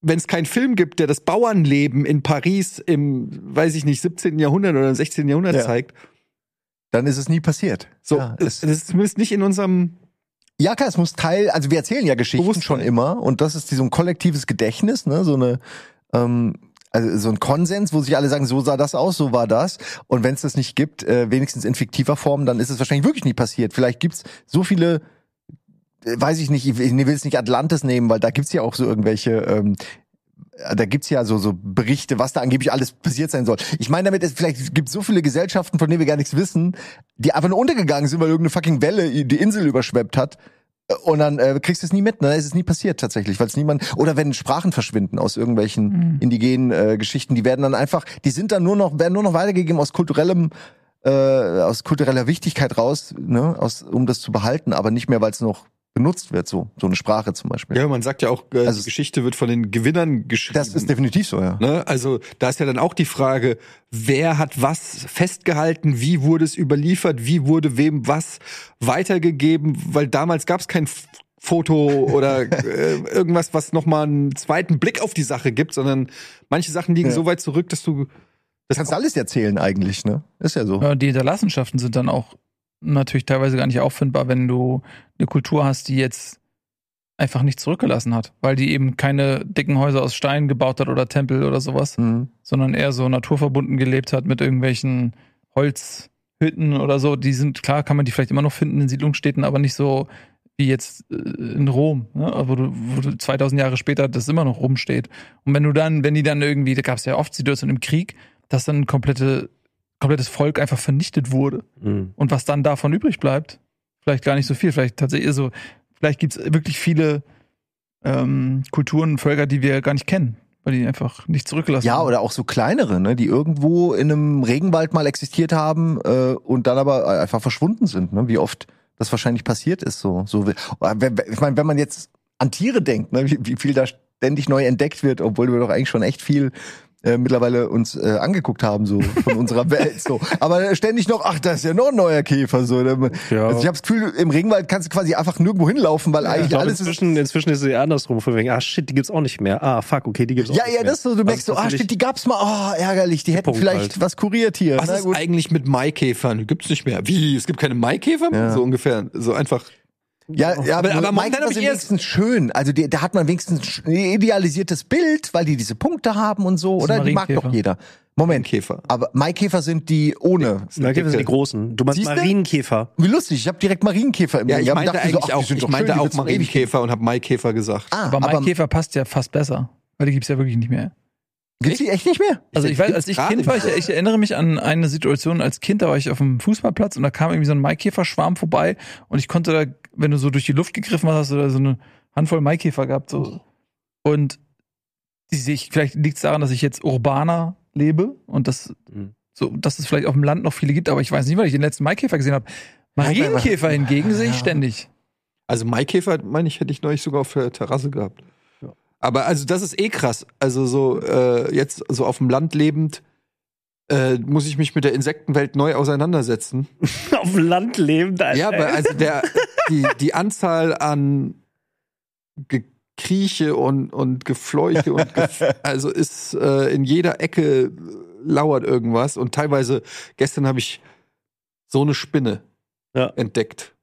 Wenn es keinen Film gibt, der das Bauernleben in Paris im, weiß ich nicht, 17. Jahrhundert oder 16. Jahrhundert
Ja.
zeigt,
Dann ist es nie passiert.
so,
Ja,
das ist zumindest nicht in unserem,
Ja, klar, es muss Teil, also wir erzählen ja Geschichten
Bewusstsein.
schon immer und das ist die- so ein kollektives Gedächtnis, ne, so eine ähm, also so ein Konsens, wo sich alle sagen, so sah das aus, so war das. Und wenn es das nicht gibt, äh, wenigstens in fiktiver Form, dann ist es wahrscheinlich wirklich nie passiert. Vielleicht gibt's so viele, äh, weiß ich nicht, ich will ich will jetzt nicht Atlantis nehmen, weil da gibt's ja auch so irgendwelche ähm, da gibt's ja so, so Berichte, was da angeblich alles passiert sein soll. Ich meine damit, es vielleicht gibt so viele Gesellschaften, von denen wir gar nichts wissen, die einfach nur untergegangen sind, weil irgendeine fucking Welle die Insel überschwemmt hat. Und dann äh, kriegst du es nie mit, ne? Es ist nie passiert tatsächlich, weil es niemand. Oder wenn Sprachen verschwinden aus irgendwelchen indigenen äh, Geschichten, die werden dann einfach, die sind dann nur noch, werden nur noch weitergegeben aus kulturellem, äh, aus kultureller Wichtigkeit raus, ne, aus, um das zu behalten, aber nicht mehr, weil es noch benutzt wird, so, so eine Sprache zum Beispiel.
ja, man sagt ja auch, äh,
Also-
die Geschichte wird von den Gewinnern geschrieben.
das ist definitiv so, ja.
Ne? Also da ist ja dann auch die Frage, wer hat was festgehalten, wie wurde es überliefert, wie wurde wem was weitergegeben, weil damals gab es kein F- Foto
(laughs)
oder äh, irgendwas, was nochmal einen zweiten Blick auf die Sache gibt, sondern manche Sachen liegen
Ja.
so weit zurück, dass du
Das kannst du alles erzählen eigentlich, ne? Ist ja so.
Ja, die Hinterlassenschaften sind dann auch natürlich teilweise gar nicht auffindbar, wenn du eine Kultur hast, die jetzt einfach nichts zurückgelassen hat, weil die eben keine dicken Häuser aus Stein gebaut hat oder Tempel oder sowas,
Mhm.
sondern eher so naturverbunden gelebt hat mit irgendwelchen Holzhütten oder so. Die sind, klar, kann man die vielleicht immer noch finden in Siedlungsstädten, aber nicht so wie jetzt äh, in Rom, ne? wo, du, wo du 2000 Jahre später das immer noch rumsteht. Und wenn du dann, wenn die dann irgendwie, da gab es ja oft Situationen im Krieg, dass dann komplette, komplettes Volk einfach vernichtet wurde
Mhm.
und was dann davon übrig bleibt, vielleicht gar nicht so viel. Vielleicht tatsächlich so, vielleicht gibt es wirklich viele ähm, Kulturen, Völker, die wir gar nicht kennen, weil die einfach nicht zurückgelassen
Ja,
haben.
oder auch so kleinere, ne, die irgendwo in einem Regenwald mal existiert haben äh, und dann aber einfach verschwunden sind, ne? wie oft das wahrscheinlich passiert ist. So, so will- Wenn- wenn- Ich meine, wenn man jetzt an Tiere denkt, ne? wie, wie viel da ständig neu entdeckt wird, obwohl wir doch eigentlich schon echt viel äh, mittlerweile uns äh, angeguckt haben, so von unserer (laughs) Welt. So. Aber ständig noch, ach, da ist ja noch ein neuer Käfer. So. ne?
Ja.
Also ich habe das Gefühl, im Regenwald kannst du quasi einfach nirgendwo hinlaufen, weil
Ich
eigentlich
glaube,
alles ist
inzwischen, inzwischen ist es ja andersrum, von wegen, ah shit, die gibt's auch nicht mehr. Ah, fuck, okay, die gibt's auch
Ja,
nicht
ja,
mehr.
das so, du merkst so, ah,
tatsächlich-
shit, die gab's mal, oh, ärgerlich, die hätten
Punkt
vielleicht
halt.
was kuriert hier.
was
Na
ist
gut.
eigentlich mit Maikäfern? Gibt's nicht mehr. Wie? Es gibt keine Maikäfer mehr?
Ja.
So ungefähr. So einfach.
Ja, ja, aber,
Aber- aber
Mike
momentan
war
hab
sie
ich erst-
wenigstens schön. Also die, da hat man wenigstens ein sch- ein idealisiertes Bild, weil die diese Punkte haben und so,
Das
oder?
sind
Die mag
Marienkäfer.
doch jeder. Moment.
Maikäfer.
Aber Maikäfer sind die ohne.
Marienkäfer sind die
Dicke.
großen. Du meinst
Siehste?
Marienkäfer.
Wie lustig, ich habe direkt Marienkäfer im
Ja, ich
Mund
meinte
gehabt, dachte so,
eigentlich
ach,
auch,
die sind
ich
doch
meinte
schön, die
auch
wird's doch ewig geben.
Marienkäfer und habe Maikäfer gesagt.
Ah,
aber
aber,
mein Käfer passt ja fast besser, weil die gibt es ja wirklich nicht mehr.
Gibt's die echt nicht mehr?
Also ich weiß, als ich
Gibt's
Kind
gerade
war, ich, ich erinnere mich an eine Situation als Kind, da war ich auf dem Fußballplatz und da kam irgendwie so ein Maikäferschwarm vorbei und ich konnte da, wenn du so durch die Luft gegriffen hast, hast du da so eine Handvoll Maikäfer gehabt. So. Und die sich, vielleicht liegt es daran, dass ich jetzt urbaner lebe und das,
Mhm.
so, dass es vielleicht auf dem Land noch viele gibt, aber ich weiß nicht, weil ich den letzten Maikäfer gesehen habe. Marienkäfer hingegen sehe ich ständig.
Also Maikäfer, meine ich, hätte ich neulich sogar auf der Terrasse gehabt.
Ja.
Aber also das ist eh krass. Also so äh, jetzt so auf dem Land lebend äh, muss ich mich mit der Insektenwelt neu auseinandersetzen.
(laughs) Auf dem Land lebend, Alter.
Ja,
Äh,
aber also der, die, die Anzahl an Gekrieche und, und Gefleuche und
(laughs)
Gef also ist äh, in jeder Ecke lauert irgendwas und teilweise gestern habe ich so eine Spinne
Ja.
entdeckt.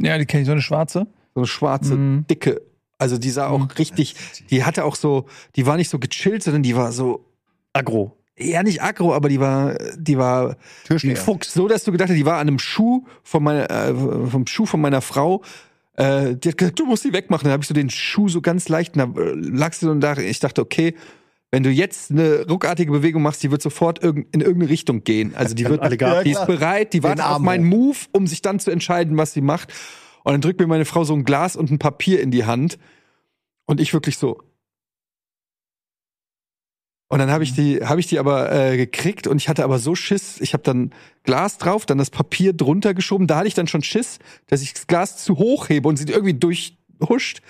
Ja, die kenne ich, so eine schwarze.
So eine schwarze,
Mhm.
dicke. Also die sah auch
Mhm.
richtig, die hatte auch so, die war nicht so gechillt, sondern die war so,
Agro.
ja nicht aggro, aber die war, die war
Türsteher.
Fuchs. So, dass du gedacht hast, die war an einem Schuh von meiner, äh, vom Schuh von meiner Frau. Äh, die hat gesagt, du musst die wegmachen. Dann habe ich so den Schuh so ganz leicht, und da äh, lag sie so und dachte, ich dachte, okay, wenn du jetzt eine ruckartige Bewegung machst, die wird sofort irg in irgendeine Richtung gehen. Also die wird,
Alligator.
die ist bereit, die wartet auf
Arm
meinen
hoch.
Move, um sich dann zu entscheiden, was sie macht. Und dann drückt mir meine Frau so ein Glas und ein Papier in die Hand und ich wirklich so. Und dann habe ich die, habe ich die aber äh, gekriegt und ich hatte aber so Schiss. Ich habe dann Glas drauf, dann das Papier drunter geschoben. Da hatte ich dann schon Schiss, dass ich das Glas zu hoch hebe und sie irgendwie durchhuscht.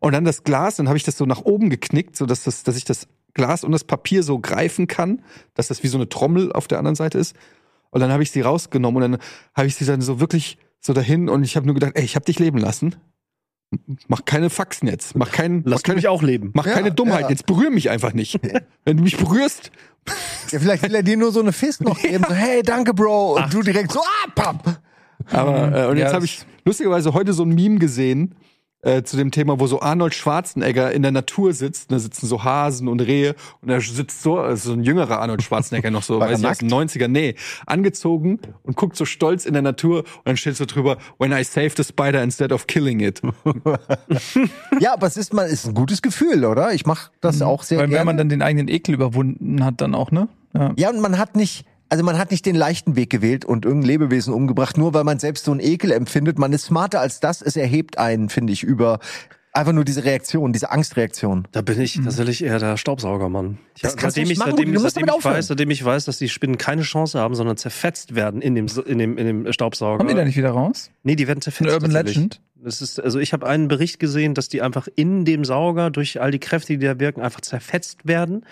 Und dann das Glas, dann habe ich das so nach oben geknickt, so dass das, dass ich das Glas und das Papier so greifen kann, dass das wie so eine Trommel auf der anderen Seite ist. Und dann habe ich sie rausgenommen und dann habe ich sie dann so wirklich so dahin und ich habe nur gedacht, ey, ich habe dich leben lassen. Mach keine Faxen jetzt, mach keinen, mach
Lass
keine,
mich auch leben.
mach
Ja,
keine Dummheit
ja.
jetzt, berühr mich einfach
(laughs)
nicht. Wenn du mich berührst,
Ja, vielleicht will er dir nur so eine Fist noch geben. So, hey, danke, Bro. Und du direkt so, ah, papp.
Aber äh, und jetzt
Ja, das-
habe ich lustigerweise heute so ein Meme gesehen äh, zu dem Thema, wo so Arnold Schwarzenegger in der Natur sitzt. Und da sitzen so Hasen und Rehe und er sitzt so, also so ein jüngerer Arnold Schwarzenegger noch so,
War er
weiß ich, aus den 90ern, nee, angezogen und guckt so stolz in der Natur und dann steht so drüber, when I save the spider instead of killing it.
Ja, aber es ist mal, ist ein gutes Gefühl, oder? Ich mach das auch sehr
Mhm. Weil
gerne.
wenn man dann den eigenen Ekel überwunden hat, dann auch, ne? Ja.
ja, und man hat nicht, also man hat nicht den leichten Weg gewählt und irgendein Lebewesen umgebracht, nur weil man selbst so einen Ekel empfindet. Man ist smarter als das. Es erhebt einen, finde ich, über einfach nur diese Reaktion, diese Angstreaktion.
Da bin ich tatsächlich eher der Staubsaugermann. Ich
Das
hab-
kannst du nicht
ich,
machen,
seitdem,
du musst
seitdem
damit
ich
aufhören.
weiß, seitdem ich weiß, dass die Spinnen keine Chance haben, sondern zerfetzt werden in dem, in dem, in dem Staubsauger.
Kommen die da nicht wieder raus?
Nee, die werden
Eine
zerfetzt.
Urban
tatsächlich.
Legend?
Das ist, also ich habe einen Bericht gesehen, dass die einfach in dem Sauger durch all die Kräfte, die da wirken, einfach zerfetzt werden.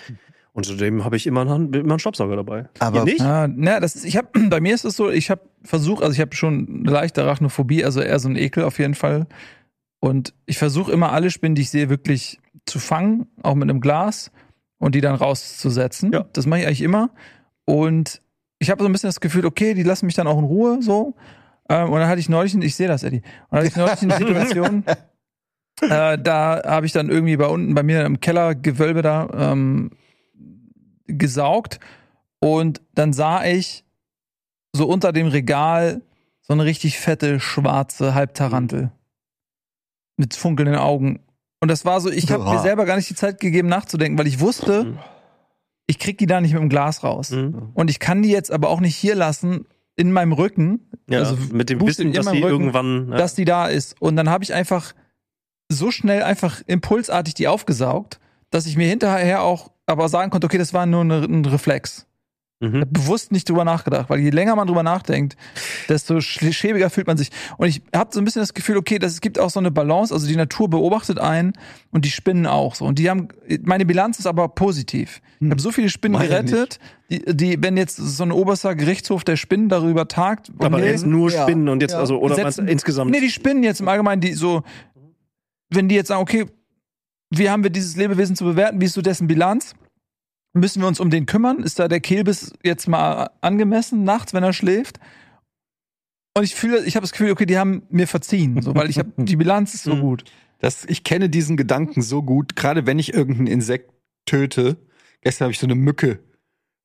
Und zudem habe ich immer einen, Hand- immer einen Staubsauger dabei.
Aber-
Ihr nicht?
Ah, na, das ist, ich habe, (clears throat) bei mir ist es so, ich habe versucht, also ich habe schon eine leichte Arachnophobie, also eher so ein Ekel auf jeden Fall. Und ich versuche immer alle Spinnen, die ich sehe, wirklich zu fangen, auch mit einem Glas und die dann rauszusetzen.
Ja.
Das mache ich eigentlich immer. Und ich habe so ein bisschen das Gefühl, okay, die lassen mich dann auch in Ruhe, so. Ähm, und dann hatte ich neulich, ich sehe das, Eddie, und dann hatte ich neulich eine Situation, äh, da habe ich dann irgendwie bei unten bei mir im Kellergewölbe da ähm, gesaugt und dann sah ich so unter dem Regal so eine richtig fette schwarze Halbtarantel mit funkelnden Augen. Und das war so, ich habe
Boah.
mir selber gar nicht die Zeit gegeben nachzudenken, weil ich wusste,
Mhm.
ich krieg die da nicht mit dem Glas raus.
Mhm.
Und ich kann die jetzt aber auch nicht hier lassen in meinem Rücken,
Ja,
Also,
mit dem
Busen
Wissen,
in
dass
meinem
die
Rücken,
irgendwann. Ja.
dass die da ist. Und dann habe ich einfach so schnell einfach impulsartig die aufgesaugt, dass ich mir hinterher auch aber sagen konnte, okay, das war nur ne- ein Reflex. Ich
mhm.
hab bewusst nicht drüber nachgedacht, weil je länger man drüber nachdenkt, desto schl- schäbiger fühlt man sich. Und ich habe so ein bisschen das Gefühl, okay, das, es gibt auch so eine Balance, also die Natur beobachtet einen und die Spinnen auch so. Und die haben, meine Bilanz ist aber positiv.
Hm.
Ich habe so viele Spinnen
Meine
gerettet, die, die, wenn jetzt so ein oberster Gerichtshof der Spinnen darüber tagt,
Aber
nee,
jetzt nur
Ja.
Spinnen und jetzt,
Ja.
also, oder meinst
Setzen-
du insgesamt?
Nee, die Spinnen jetzt im Allgemeinen, die so, wenn die jetzt sagen, okay, wie haben wir dieses Lebewesen zu bewerten, wie ist so dessen Bilanz? Müssen wir uns um den kümmern? Ist da der Kehlbiss jetzt mal angemessen nachts, wenn er schläft? Und ich fühle, ich habe das Gefühl, okay, die haben mir verziehen, so, weil ich (laughs) habe die Bilanz ist so
Mhm.
gut.
Das, ich kenne diesen Gedanken so gut, gerade wenn ich irgendein Insekt töte. Gestern habe ich so eine Mücke.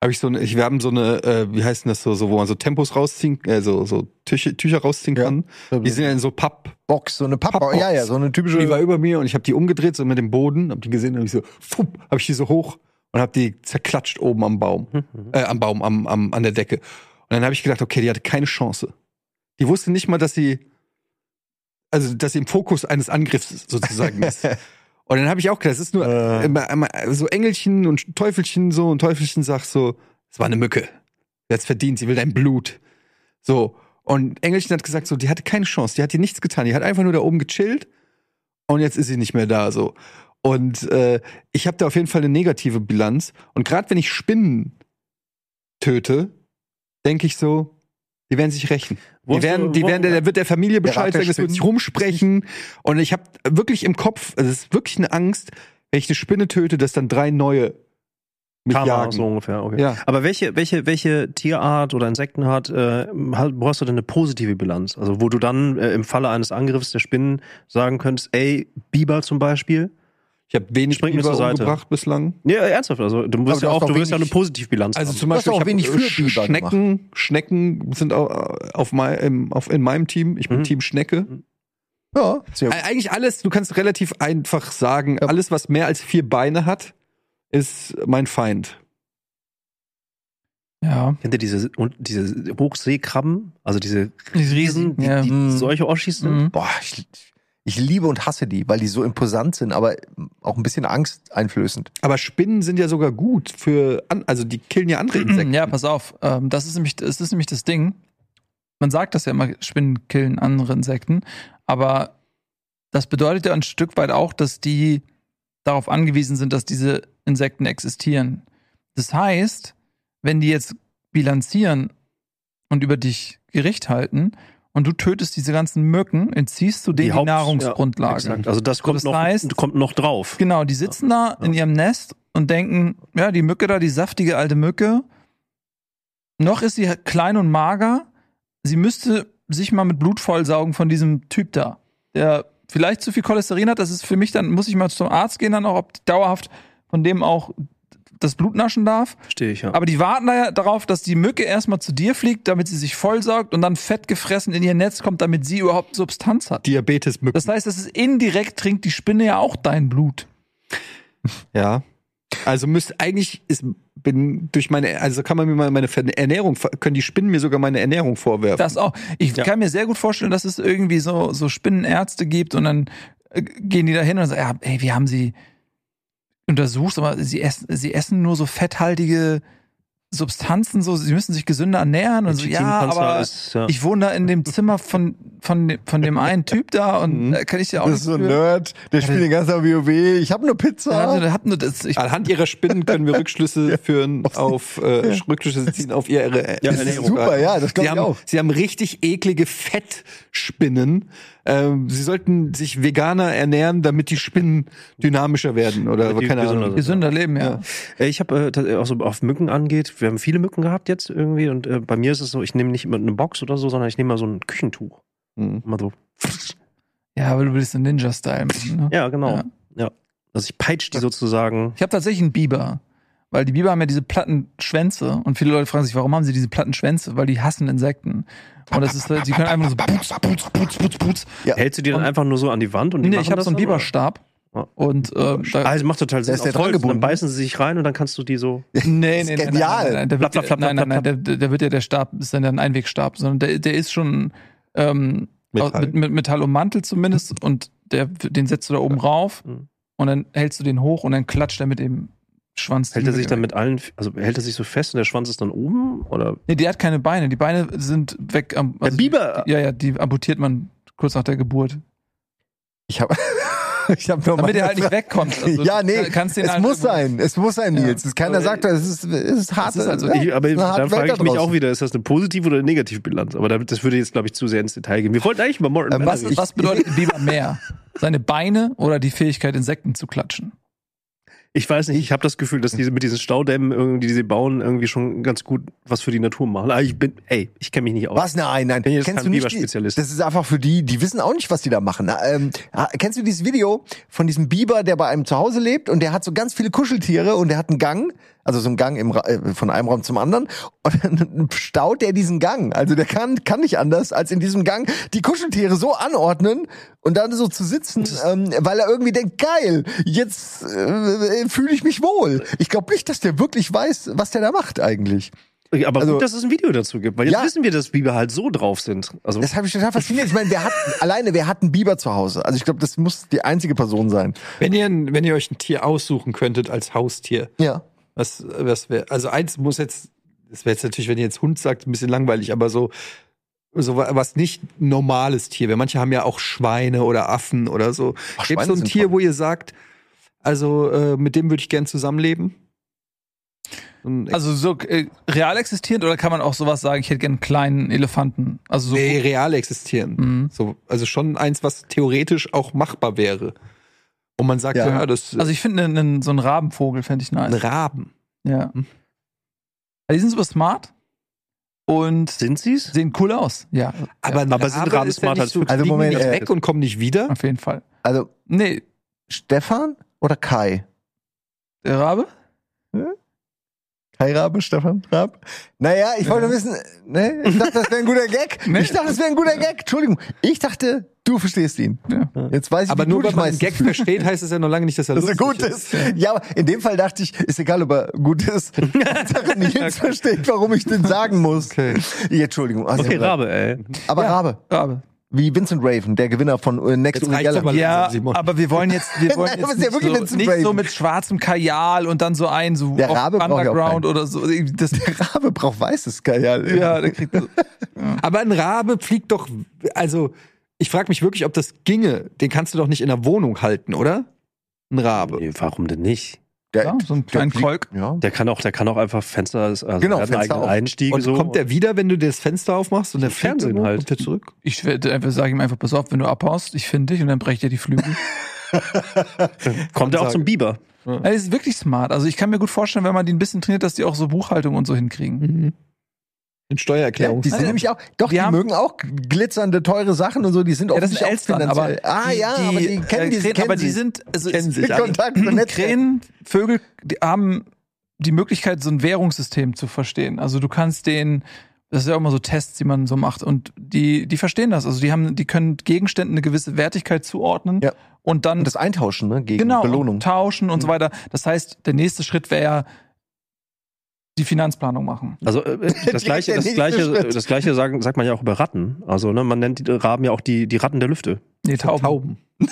Habe ich so eine, ich, wir haben so eine, äh, wie heißt denn das so, so, wo man so Tempos rausziehen, äh, so, so Tücher, Tücher rausziehen
Ja.
kann. Die sind ja in so Papp,
Box, so eine Pappe.
Pappbox.
Ja, ja, so eine
Die war
(laughs) typische.
über mir und ich habe die umgedreht, so mit dem Boden, habe die gesehen, habe ich so, fupp, habe ich die so hoch und habe die zerklatscht oben am Baum,
Hm,
äh, am Baum, am, am, an der Decke. Und dann habe ich gedacht, okay, die hatte keine Chance. Die wusste nicht mal, dass sie, also dass sie im Fokus eines Angriffs
(laughs)
sozusagen ist. Und Oh, dann habe ich auch gedacht, es ist nur
Äh.
immer, immer so Engelchen und Teufelchen so und Teufelchen sagt so, es war eine Mücke. Jetzt verdient, sie will dein Blut. So. Und Engelchen hat gesagt, so, die hatte keine Chance, die hat dir nichts getan, die hat einfach nur da oben gechillt und jetzt ist sie nicht mehr da so. Und äh, ich habe da auf jeden Fall eine negative Bilanz. Und gerade wenn ich Spinnen töte, denke ich so, die werden sich rächen. Die
Wusstest
werden,
du-
die werden, der, der wird der Familie
Der Rat
Bescheid
der
sagen, das wird nicht
Spinnen.
rumsprechen. Und ich habe wirklich im Kopf, also es ist wirklich eine Angst, wenn ich eine Spinne töte, dass dann drei neue mich
Karma,
jagen.
so ungefähr, okay.
Ja.
Aber welche, welche, welche Tierart oder Insektenart äh, halt- brauchst du denn eine positive Bilanz? Also wo du dann äh, im Falle eines Angriffs der Spinnen sagen könntest, ey, Biber zum Beispiel.
Ich habe wenig
Springt mir
Biber
zur Seite.
umgebracht bislang.
Nee, ernsthaft, also du
Aber
wirst
du
ja
hast
auch,
doch
du wirst ja eine
wenig-
Positivbilanz
Also
haben.
zum
Du hast
Beispiel
auch
ich hab,
wenig
äh,
für
Sch-
Biber
Schnecken, Schnecken sind auch äh, auf mein, im, auf, in meinem Team. Ich bin
Mhm.
Team Schnecke.
Ja, sehr
Äh, Eigentlich alles, du kannst relativ einfach sagen, alles, was mehr als vier Beine hat, ist mein Feind.
Ja.
Kennt ihr diese, und diese Hochseekrabben? Also diese
Diese
Riesen, die,
ja.
die
Mhm.
solche Oschis sind?
Mhm.
Boah, ich, ich liebe und hasse die, weil die so imposant sind, aber auch ein bisschen angsteinflößend.
Aber Spinnen sind ja sogar gut für, an, also die killen ja andere Insekten.
Ja, pass auf. Ähm, das, ist nämlich, das ist nämlich das Ding. Man sagt das ja immer, Spinnen killen andere Insekten. Aber das bedeutet ja ein Stück weit auch, dass die darauf angewiesen sind, dass diese Insekten existieren. Das heißt, wenn die jetzt bilanzieren und über dich Gericht halten und du tötest diese ganzen Mücken, entziehst du denen die,
Haupt- Ja,
Nahrungsgrundlage.
exakt. also das kommt,
das
noch,
heißt-
kommt noch drauf.
Genau, die sitzen da in ihrem Nest und denken, ja, die Mücke da, die saftige alte Mücke, noch ist sie halt klein und mager, sie müsste sich mal mit Blut vollsaugen von diesem Typ da, der vielleicht zu viel Cholesterin hat, das ist für mich, dann muss ich mal zum Arzt gehen, dann auch, ob die dauerhaft von dem auch das Blut naschen darf.
Verstehe ich, ja.
Aber die warten da ja darauf, dass die Mücke erstmal zu dir fliegt, damit sie sich vollsaugt und dann fett gefressen in ihr Netz kommt, damit sie überhaupt Substanz hat.
Diabetesmücken.
Das heißt, es ist indirekt trinkt die Spinne ja auch dein Blut.
Ja. Also müsste eigentlich ist bin durch meine also kann man mir mal meine Ver- Ernährung ver- können die Spinnen mir sogar meine Ernährung vorwerfen.
Das auch. Ich
Ja.
kann mir sehr gut vorstellen, dass es irgendwie so, so Spinnenärzte gibt und dann äh, gehen die da hin und sagen, ja, ey, wir haben sie untersucht, aber sie essen, sie essen nur so fetthaltige Substanzen, so, sie müssen sich gesünder ernähren und so, ja,
Chitinpanzer
aber
ist, ja.
ich wohne da in dem Zimmer von, von, dem- von dem einen Typ da
Mhm.
und da kann ich ja auch nicht für.
Nerd, der spielt den ganzen Tag WoW. Ich habe nur
Dann haben sie-
Pizza.
dann hatten wir das, ich,
Anhand ihrer Spinnen können
(laughs)
wir Rückschlüsse führen auf äh, Rückschlüsse ziehen auf ihre äh,
Ja,
Das ist super, ja, das glaub
sie
ich
haben,
auch.
Sie haben richtig eklige Fettspinnen. Ähm, sie sollten sich veganer ernähren, damit die Spinnen dynamischer werden oder
Die
keine
gesünder
Ahnung.
sind.
gesünder leben, ja.
Äh, Ich habe äh, tats- auch so auf Mücken angeht. Wir haben viele Mücken gehabt jetzt irgendwie und äh, bei mir ist es so, ich nehme nicht immer eine Box oder so, sondern ich nehme mal so ein Küchentuch.
Mhm.
Mal so.
Ja, aber du bist ein Ninja-Style. Ne?
Ja, genau.
Ja.
Ja. Also ich peitsche die sozusagen.
Ich habe tatsächlich einen Biber. Weil die Biber haben ja diese platten Schwänze und viele Leute fragen sich, warum haben sie diese platten Schwänze? Weil die hassen Insekten. Und das ist, halt- die können einfach nur so putz, putz, putz, putz, putz.
Ja.
Hältst du die dann
Und-
einfach nur so an die Wand und die
(laughs) Nee,
machen
ich habe
das
so einen
dann, oder?
Biberstab
Ja.
und äh, da,
Also macht total Sinn.
ist der
Auf Holz,
drangebunden.
ne?
Dann beißen sie sich rein und dann kannst du die
(laughs)
so.
nee, nee,
ist
nee, Nein,
genial.
nein, nein, der wird,
Flapp, flapp,
nein,
flapp,
nein, nein, der, der wird ja der Stab ist dann ja ein Einwegstab, sondern der, der ist schon ähm, aus-
Metall.
mit, mit Metall ummantelt zumindest und der, den setzt du da oben rauf
Mhm.
und dann hältst du den hoch und dann klatscht er mit dem Schwanz.
Hält
genau. die
er sich
Mücke
dann
weg.
mit allen, also hält er sich so fest und der Schwanz ist dann oben? Oder?
Nee, die hat keine Beine. Die Beine sind weg. am-
Der
also
Biber!
Die,
Äh,
ja, ja, die amputiert man kurz nach der Geburt.
Ich habe (laughs) ich hab nur
Damit
meine
er halt nicht
Frage.
wegkommt. Also,
Oh (laughs) ja, nee,
du kannst den
es
halt
muss
irgendwo-
sein, es muss sein,
Ja.
Nils.
Aber,
Keiner
halt
sagt, das ist, es ist hart.
ist also-
ja,
Ich, aber
es ist eine harte
dann frage
Welt
ich
da
mich
draußen.
auch wieder, ist das eine positive oder eine negative Bilanz? Aber damit- das würde jetzt, glaube ich, zu sehr ins Detail gehen. Wir wollten eigentlich über Morton
Ähm,
ähm,
Was,
reden.
Ich-
Also, was bedeutet ein Biber mehr? Seine Beine oder die Fähigkeit, Insekten zu klatschen?
Ich weiß nicht, ich habe das Gefühl, dass diese mit diesen Staudämmen, irgendwie, die sie bauen, irgendwie schon ganz gut was für die Natur machen. Aber ich bin, ey, ich kenne mich nicht aus.
Was? Nein, nein.
bin jetzt kein
Kennst du nicht? Die,
Biber-Spezialist.
das ist einfach für die, die wissen auch nicht, was die da machen. Na, Ähm, ha- kennst du dieses Video von diesem Biber, der bei einem zu Hause lebt und der hat so ganz viele Kuscheltiere und der hat einen Gang Also so ein Gang im Ra äh, von einem Raum zum anderen. (laughs) Und dann staut der diesen Gang. Also der kann, kann nicht anders, als in diesem Gang die Kuscheltiere so anordnen und dann so zu sitzen, ähm, weil er irgendwie denkt, geil, jetzt äh, fühle ich mich wohl. Ich glaube nicht, dass der wirklich weiß, was der da macht eigentlich.
Aber
Also-
gut, dass es ein Video dazu gibt, weil jetzt
Ja.
wissen wir, dass Biber halt so drauf sind. Also
Das habe ich total fasziniert. Ich meine, wer hat alleine, wer hat einen Biber zu Hause? Also ich glaube, das muss die einzige Person sein.
Wenn ihr, ein- wenn ihr euch ein Tier aussuchen könntet als Haustier,
Ja.
was, was wäre. Also eins muss jetzt, das wäre jetzt natürlich, wenn ihr jetzt Hund sagt, ein bisschen langweilig, aber so, so wa- was nicht normales Tier wäre. Manche haben ja auch Schweine oder Affen oder so.
Ach,
Gibt es
Schweine
so ein
sind
Tier,
toll.
wo ihr sagt, also äh, mit dem würde ich gern zusammenleben? So ein
Also so äh, real existierend oder kann man auch sowas sagen, ich hätte gerne einen kleinen Elefanten? Also so
nee, real existieren.
Mhm.
So, also schon eins, was theoretisch auch machbar wäre. Und man sagt,
Ja.
ja, das ist
Also ich finde einen- einen- so einen Rabenvogel fände ich
ein
nice.
Raben.
Ja. Also
Hm.
Die sind super smart und
sind sie's?
sehen cool aus. Ja,
Aber, ein
Aber sind
Rabe
Raben
ist ja
smarter
nicht
als
so,
Füchse?
also Moment,
Moment,
nicht
äh,
weg und kommen nicht wieder?
auf jeden Fall.
Also
Nee,
Stefan oder Kai?
der Rabe?
Kai Rabe, Stefan Raab? Naja, ich wollte wissen, ne? Ich dachte, das wäre ein guter (laughs) Gag.
Nee.
Ich dachte, das wäre ein guter Gag. Entschuldigung. Ich dachte, du verstehst ihn.
Ja.
Jetzt weiß ich,
Aber
wie
nur
du
weil man einen
dich (laughs) meistens
Gag
fühlst.
versteht, heißt es ja noch lange nicht, dass er
Dass er
lustig
gut ist. Ja, aber in dem Fall dachte ich, ist egal, ob er gut (laughs) ist. Hauptsache, Nils versteht, warum ich den sagen muss.
Okay.
Ja, Entschuldigung. Also,
Okay, Rabe, ey.
Aber Rabe,
Rabe.
wie Vincent Raven, der Gewinner von äh, Next
Jetzt reicht's
Uri
aber.
Ja,
Simon.
aber wir wollen jetzt,
(laughs)
wir wollen
Nein, aber
jetzt
ist ja
nicht,
wirklich mit
so,
zum
nicht so
Raven.
mit schwarzem Kajal und dann so ein so
Der
auf
Rabe braucht ja auch
Underground
keinen.
oder so.
(laughs)
Das,
Rabe braucht weißes Kajal.
ja, der kriegt so.
Aber ein Rabe fliegt doch, also ich frage mich wirklich, ob das ginge. Den kannst du doch nicht in der Wohnung halten, oder? Ein Rabe.
Nee, warum denn nicht?
Der,
Ja, so einen
der
kleinen
fliegt-
Kolk.
Ja.
Der kann auch, der kann auch einfach Fenster, also
Genau,
der hat einen
Fenster
eigenen
auf.
Einstieg
Und
so.
kommt der wieder, wenn du das Fenster aufmachst und der fliegt
Fernsehen
irgendwo,
halt.
kommt der zurück?
Ich werde einfach sage ihm einfach, pass auf, wenn du abhaust, ich finde dich und dann brecht er die
(laughs)
Flügel.
kommt der auch
Ansage.
zum Biber?
Er ist wirklich smart. Also ich kann mir gut vorstellen, wenn man die ein bisschen trainiert, dass die auch so Buchhaltung und so hinkriegen.
Mhm. In
Ja,
Steuererklärung.
die sind nämlich auch, doch,
Wir
die
haben-
mögen auch glitzernde, teure Sachen und so, die sind
Ja, das sind äh,
offensichtlich auch
Elstern, aber
finanziell. ah, ja, aber die kennen die,
äh,
kennen
Krähen, aber die
sie.
sind also
kennen sich alle.
Kontakt und Netzwerk.
Krähen, Vögel die haben die Möglichkeit, so ein Währungssystem zu verstehen. Also du kannst denen, das ist ja auch immer so Tests, die man so macht, und die, die verstehen das. Also die haben, die können Gegenständen eine gewisse Wertigkeit zuordnen
Ja.
und dann
Und das Eintauschen, ne, gegen
genau,
Belohnung.
Und tauschen und so weiter. Das heißt, der nächste Schritt wäre ja die Finanzplanung machen.
Also äh, das gleiche,
der
das
nächste
gleiche,
Schritt.
das gleiche sagen, sagt man ja auch über Ratten. Also ne, man nennt die Raben ja auch die, die Ratten der Lüfte.
Nee, Tauben.
Tauben.
(laughs)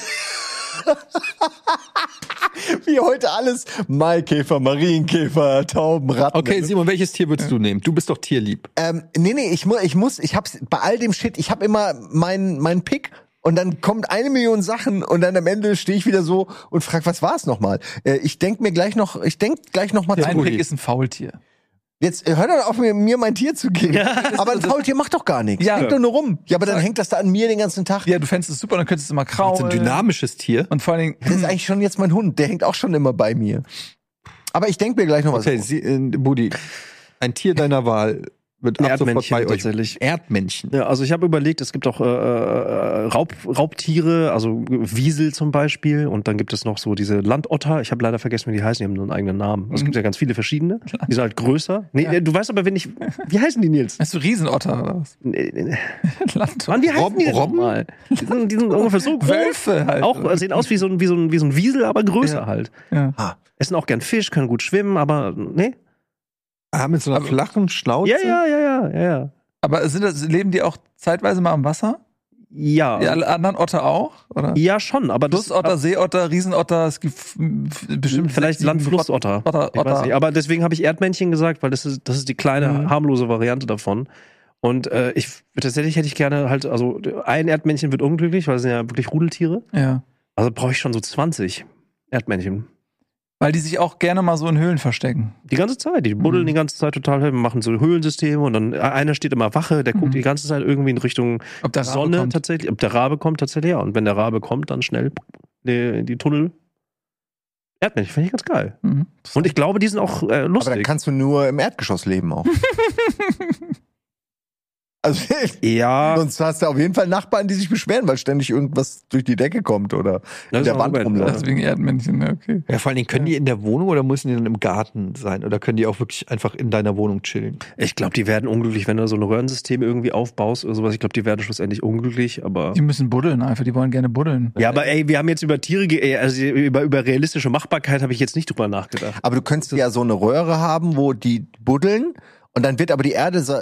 Wie heute alles. Maikäfer, Marienkäfer, Tauben, Ratten.
Also,
Okay, Simon, welches Tier würdest du nehmen? Du bist doch tierlieb.
Ähm, nee, nee, ich, mu ich muss, ich hab's, bei all dem Shit, ich hab immer meinen meinen Pick und dann kommt eine Million Sachen und dann am Ende stehe ich wieder so und frag, was war's nochmal? Äh, ich denk mir gleich noch, ich denk gleich nochmal zu.
Ein
Uli.
Pick ist ein Faultier.
Jetzt äh, hör doch auf, mir, mir mein Tier zu geben. aber ein Faultier macht doch gar nichts.
Ja.
Hängt doch nur rum. Ja, aber dann hängt das da an mir den ganzen Tag.
Ja, du fändest es super, dann könntest du es immer
Das ist ein
äh,
kraulen.
dynamisches Tier.
Und vor allen
Das
Dingen,
ist eigentlich schon jetzt mein Hund. Der hängt auch schon immer bei mir. Aber ich denk mir gleich noch was.
Okay,
aus.
sie, äh, Budi, ein Tier deiner Wahl wird ab sofort
Erdmännchen
bei euch.
tatsächlich.
Erdmännchen.
Ja, also ich habe überlegt, es gibt auch äh, äh, Raub, Raubtiere, also Wiesel zum Beispiel, und dann gibt es noch so diese Landotter. Ich habe leider vergessen, wie die heißen. Die haben nur einen eigenen Namen. Also, Es
Mhm.
gibt ja ganz viele verschiedene. Die sind halt größer. Nee, äh, du weißt aber, wenn ich, wie heißen die Nils?
hast du Riesenotter oder was? (laughs)
Nee, nee, nee.
Landtor.
Mann, wie heißen
Robben-
die denn
Robben?
nochmal? Die sind, die sind ungefähr so groß.
Wölfe halt.
Auch äh, sehen aus wie so ein, wie so ein, wie so ein Wiesel, aber größer
Ja.
halt.
Ja.
Essen auch gern Fisch, können gut schwimmen, aber nee.
Ah, mit
Also
so einer flachen Schnauze.
Ja, ja, ja, ja, ja, ja.
Aber sind das, leben die auch zeitweise mal am Wasser?
Ja,
Die alle anderen Otter auch? Oder?
ja schon, aber das-
Flussotter, Seeotter, Riesenotter, es gibt f- f- bestimmt.
vielleicht
sechs, sieben
Landflussotter.
Otter,
Ich weiß nicht,
Otter.
aber deswegen habe ich Erdmännchen gesagt, weil das ist, das ist die kleine,
Mhm.
harmlose Variante davon. Und äh, ich tatsächlich hätte ich gerne halt, also ein Erdmännchen wird unglücklich, weil es sind ja wirklich Rudeltiere.
Ja.
Also brauche ich schon so 20 Erdmännchen.
Weil die sich auch gerne mal so in Höhlen verstecken.
Die ganze Zeit, die buddeln
Mhm.
die ganze Zeit total, wir machen so Höhlensysteme und dann äh, einer steht immer Wache, der guckt
Mhm.
die ganze Zeit irgendwie in Richtung
Ob der Rabe
Sonne
kommt.
tatsächlich, ob der Rabe kommt tatsächlich, ja. Und wenn der Rabe kommt, dann schnell die, die Tunnel. Erdmännchen, finde ich ganz geil.
Mhm.
Und ich glaube, die sind auch äh,
Aber dann
lustig.
(laughs)
kannst du nur im Erdgeschoss leben auch. Also, (laughs)
Ja,
sonst hast du auf jeden Fall Nachbarn, die sich beschweren, weil ständig irgendwas durch die Decke kommt oder
Das
in
ist
der
ein
Wand
Argument,
rumläuft.
Deswegen Erdmännchen, ja, okay.
Ja, vor allen Dingen, können die in der Wohnung oder müssen die dann im Garten sein? Oder können die auch wirklich einfach in deiner Wohnung chillen?
ich glaube, die werden unglücklich, wenn du so ein Röhrensystem irgendwie aufbaust oder sowas. Ich glaube, die werden schlussendlich unglücklich, aber.
Die müssen buddeln einfach, die wollen gerne buddeln.
Ja, aber ey, wir haben jetzt über Tiere, ge- ey, also über, über realistische Machbarkeit habe ich jetzt nicht drüber nachgedacht.
Aber du könntest ja so eine Röhre haben, wo die buddeln und dann wird aber die Erde so-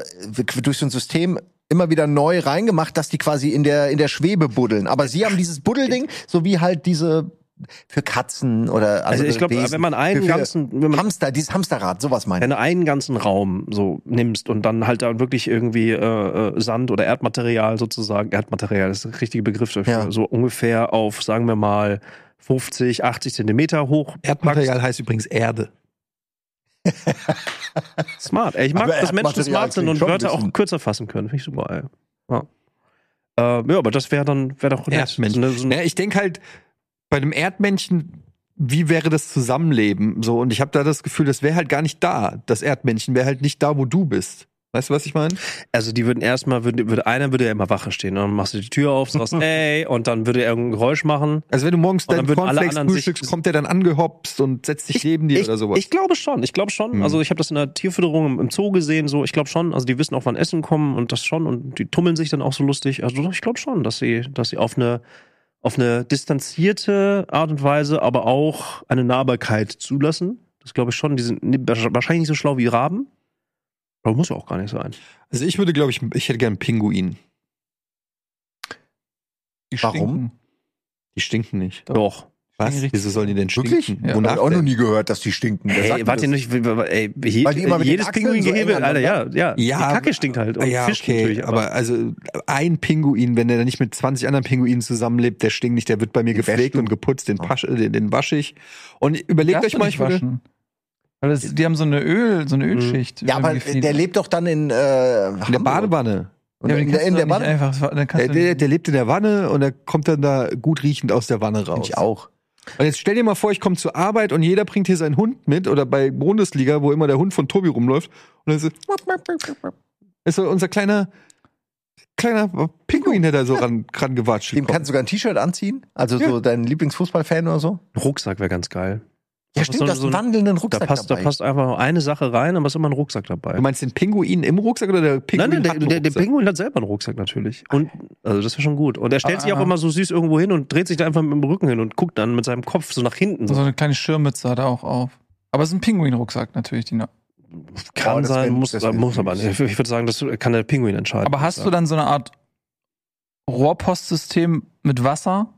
durch so ein System immer wieder neu reingemacht, dass die quasi in der, in der Schwebe buddeln. Aber sie haben dieses Buddelding, so wie halt diese für Katzen oder
Also ich glaube,
Wesen.
wenn man
Für
einen
viele
ganzen, wenn man
Hamster, dieses Hamsterrad, sowas meine
wenn
ich.
du einen ganzen Raum so nimmst und dann halt dann wirklich irgendwie äh, äh, Sand oder Erdmaterial sozusagen, Erdmaterial ist der richtige Begriff dafür,
Ja.
so ungefähr auf, sagen wir mal, 50, 80 Zentimeter hoch.
Erdmaterial heißt übrigens Erde.
Smart. Ey, ich mag,
Aber
dass Menschen
Erdmaterial
smart sind
klingt
und
schon ein
Wörter auch
bisschen-
kürzer fassen können. Finde ich super, ey. Ja. Äh, ja, aber das wäre dann, wäre doch nett.
Erdmännchen.
So eine, so eine,
Ja, ich denke halt, bei einem Erdmännchen, wie wäre das Zusammenleben? So, und ich habe da das Gefühl, das wäre halt gar nicht da. Das Erdmännchen wäre halt nicht da, wo du bist. Weißt du, was ich meine?
Also die würden erstmal, würde, würde, einer würde ja immer Wache stehen. Und dann machst du die Tür
(laughs)
auf, sagst, ey, und dann würde er irgendein Geräusch machen.
Also wenn du morgens
Und dann
deinen
würden alle
Cornflakes
anderen sich-
frühstückst, kommt der dann angehopst und setzt dich neben dir
ich,
oder sowas.
Ich glaube schon, ich glaube schon.
Mhm.
Also ich habe das in der Tierfütterung im, im Zoo gesehen, so ich glaube schon. Also die wissen auch, wann Essen kommen und das schon und die tummeln sich dann auch so lustig. Also ich glaube schon, dass sie, dass sie auf eine auf eine distanzierte Art und Weise, aber auch eine Nahbarkeit zulassen. Das glaube ich schon. Die sind ne- wahrscheinlich nicht so schlau wie Raben. Aber muss ja auch gar nicht sein.
also ich würde, glaube ich, ich hätte gern einen Pinguin.
Die
Warum?
stinken.
Die stinken nicht.
Doch.
Was?
richtig-
Wieso sollen die denn stinken?
Wirklich?
Ja.
Hab ich
Wonach
auch noch
denn?
nie gehört, dass die stinken. Wer sagt
Ey,
denn
warte
das?
nicht, ey, je,
Weil die immer mit den
jedes
Achseln
Pinguingehebe,
so eng
Alter, ja, ja.
Ja,
die Kacke stinkt halt. Und
Ah ja,
Fisch
okay,
natürlich.
aber, also ein Pinguin, wenn der nicht mit 20 anderen Pinguinen zusammenlebt, der stinkt nicht, der wird bei mir
Den wäschst
gepflegt
du.
und geputzt, den, pasch, den, den wasche ich. Und überlegt
Darfst
euch
du
mal,
nicht
ich würde,
waschen. Weil das, die haben so eine Öl, so eine
Mhm.
Ölschicht.
Ja, aber
irgendwie
der lebt doch dann in,
in
äh,
der
Hamburg.
Badewanne.
Und
Ja, aber
in,
den
der-
kannst
in
du
der
doch nicht
Badewanne.
einfach, dann kannst
Äh,
Der,
du
der, der lebt in der Wanne und er kommt dann da gut riechend aus der Wanne raus.
Ich auch.
Und jetzt stell dir mal vor, ich komme zur Arbeit und jeder bringt hier seinen Hund mit oder bei Bundesliga, wo immer der Hund von Tobi rumläuft. Und dann ist, ist so unser kleiner, kleiner Pinguin, der da so ran, ran gewatscht
Dem
kommt.
kannst du sogar ein T-Shirt anziehen. Also so dein Lieblingsfußballfan oder so.
Ein Rucksack wäre ganz geil.
Ja,
Aber
stimmt,
so-
du hast
so
einen
ein-
wandelnden
Da
Rucksack
passt, da
dabei.
passt einfach nur eine Sache rein, aber es ist immer ein Rucksack dabei.
Du meinst den Pinguin im Rucksack oder der Pinguin?
Nein, nein, der,
hat einen
der, der
Rucksack?
Pinguin hat selber einen Rucksack natürlich. Und also das wäre schon gut. Und er stellt sich auch
Ah.
immer so süß irgendwo hin und dreht sich da einfach mit dem Rücken hin und guckt dann mit seinem Kopf so nach hinten.
Mhm.
so
Mhm.
So.
eine kleine Schirmmütze hat er auch auf. Aber es ist ein Pinguin-Rucksack natürlich. Die noch.
Boah,
Kann
das
sein,
wär-
muss,
das wär
muss aber
süß.
nicht. Ich würde sagen, das kann der Pinguin entscheiden.
Aber hast du dann so eine Art Rohrpostsystem mit Wasser,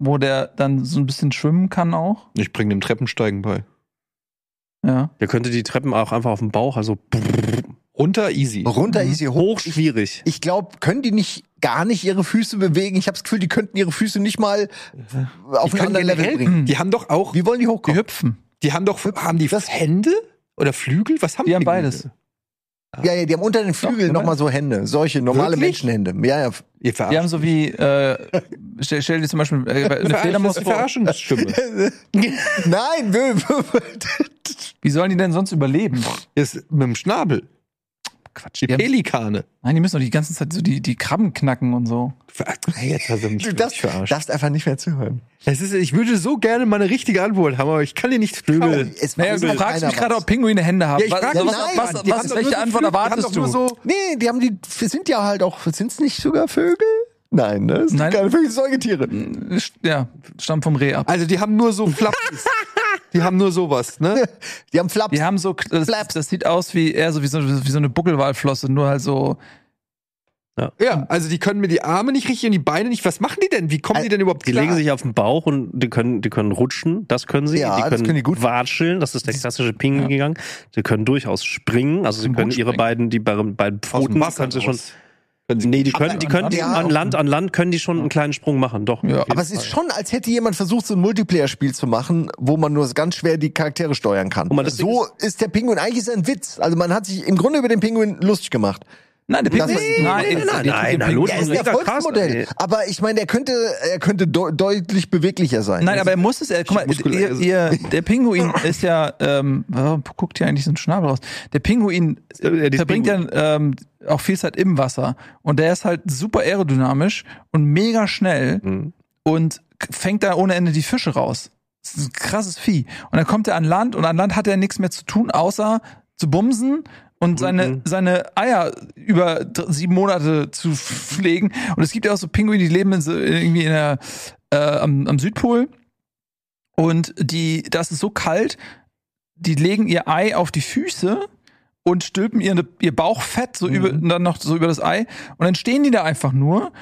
wo der dann so ein bisschen schwimmen kann auch?
Ich bringe dem Treppensteigen bei.
Ja.
Der könnte die Treppen auch einfach auf dem Bauch, also
Runter easy.
Runter
Mhm.
easy hoch.
hoch schwierig.
Ich glaube, können die nicht gar nicht ihre Füße bewegen? Ich habe das Gefühl, die könnten ihre Füße nicht mal auf
Die
ein
können
anderes Level
generell-
bringen.
Die haben doch auch,
Wie wollen die
Die
hochkommen?
hüpfen.
die haben doch, haben die
Das-
Hände oder Flügel? Was haben
Die haben
Pinguine?
beides.
Ja, ja, die haben unter den Flügeln
Doch,
nochmal so Hände. Solche normale
Wirklich?
Menschenhände. Ja, ja.
Ihr
Die
verarscht.
haben so wie, äh, stell, stell dir zum Beispiel
(laughs)
äh, eine Fledermaus vor.
Verarschungsstimme.
Nein, wö- wö-
Wie sollen die denn sonst überleben?
Ist mit dem Schnabel.
Quatsch.
Die
Die haben,
Pelikane.
nein, die müssen doch die ganze Zeit so die, die Krabben knacken und so.
Ver- Jetzt hast du mich
du darfst,
wirklich verarscht.
darfst einfach nicht mehr zuhören.
Das ist, ich würde so gerne mal eine richtige Antwort haben, aber ich kann dir nicht trauen.
Oh, Es
Naja, du
weiß
fragst
keiner
mich gerade,
was.
ob Pinguine Hände haben.
Ja, ich
Was-
frage
was,
nein,
was,
die
was,
haben doch
so
welche
nur
Antwort
Flügel, die haben
erwartest
doch
du?
nur so-
Nee, die haben die sind ja halt auch, sind's nicht sogar Vögel? Nein, ne? Es sind
Nein.
keine Vögel, Säugetiere.
Ja, stammt vom Reh ab.
Also, die haben nur so
(laughs)
Flapsis. die haben nur sowas, ne?
Die haben Flaps.
Die haben so, das,
Flaps.
das sieht aus wie eher so wie so, wie so eine Buckelwalflosse, nur halt so.
Ja, also die können mir die Arme nicht richtig und die Beine nicht. Was machen die denn? Wie kommen die denn überhaupt
Die
klar?
legen sich auf den Bauch und die können, die können rutschen, das können sie.
Ja,
die
das
können,
können die gut.
watscheln, das ist der klassische Pinguingang. Die können durchaus springen, also sie
Zum
können
Boot
ihre
springen.
beiden, die beiden, beiden
aus
Pfoten,
dem
können
Wasser
sie schon.
raus. Können sie-
Nee, die können, die können die
Ja,
an
auch.
Land, an Land können die schon einen kleinen Sprung machen, doch.
Ja.
Aber es ist schon, als hätte jemand versucht, so ein Multiplayer-Spiel zu machen, wo man nur ganz schwer die Charaktere steuern kann.
Guck mal, das
so ist der Pinguin, eigentlich ist er ein Witz. Also man hat sich im Grunde über den Pinguin lustig gemacht.
Nein, der
Dass
Pinguin.
man- Nee,
nein,
nee,
nein,
nein, nein,
der
hallo,
Pinguin-
Er ist ein
Mega krass,
Erfolgsmodell.
ey.
Aber ich meine, er könnte, er könnte deu- deutlich beweglicher sein.
Nein, aber er muss es. Er, guck mal,
Muskulär
ihr,
ist
(laughs)
ihr, der Pinguin ist ja. Ähm, warum guckt hier eigentlich so ein Schnabel raus? Der Pinguin
Ja, äh, die ist
verbringt ja
Pinguin.
ähm, auch viel Zeit im Wasser und der ist halt super aerodynamisch und mega schnell
Hm.
und k- fängt da ohne Ende die Fische raus. Das ist ein krasses Vieh. Und dann kommt er an Land und an Land hat er nichts mehr zu tun, außer zu bumsen und seine, seine Eier über dr- sieben Monate zu pflegen. Und es gibt ja auch so Pinguine, die leben in so, irgendwie in der, äh, am, am Südpol. Und die, das ist so kalt, die legen ihr Ei auf die Füße und stülpen ihr, ihr Bauchfett so über, dann noch so über das Ei. Und dann stehen die da einfach nur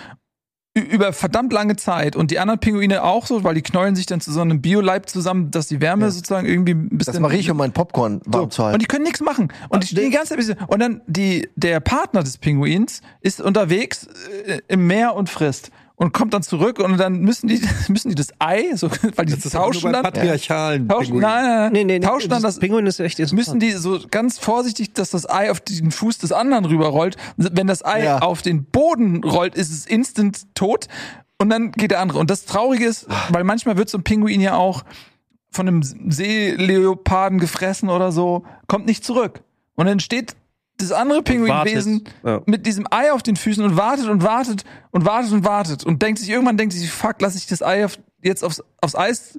ü- über verdammt lange Zeit und die anderen Pinguine auch so, weil die knäulen sich dann zu so einem Bioleib zusammen, dass die Wärme sozusagen irgendwie ein bisschen
das mache ich, um mein Popcorn warm zu
so. Und
halten.
die können nichts machen. Und die stehen die ganze Zeit. Und dann die, der Partner des Pinguins ist unterwegs äh, im Meer und frisst. Und kommt dann zurück und dann müssen die, (laughs) müssen die das Ei, so, (laughs) weil die
Das ist aber nur
tauschen
bei
dann.
patriarchalen
Tauschen,
Pinguinen.
nein, nein, nein,
Nee, nee, nee,
tauschen dann das.
Pinguin ist echt
Müssen
interessant.
die so ganz vorsichtig, dass das Ei auf den Fuß des anderen rüberrollt. Wenn das Ei
Ja.
auf den Boden rollt, ist es instant tot und dann geht der andere. Und das Traurige ist, weil manchmal wird so ein Pinguin ja auch von einem Seeleoparden gefressen oder so, kommt nicht zurück. Und dann steht das andere Pinguinwesen
Ja.
mit diesem Ei auf den Füßen und wartet und wartet und wartet und wartet und denkt sich, irgendwann denkt sich, fuck, lass ich das Ei auf, jetzt aufs, aufs Eis.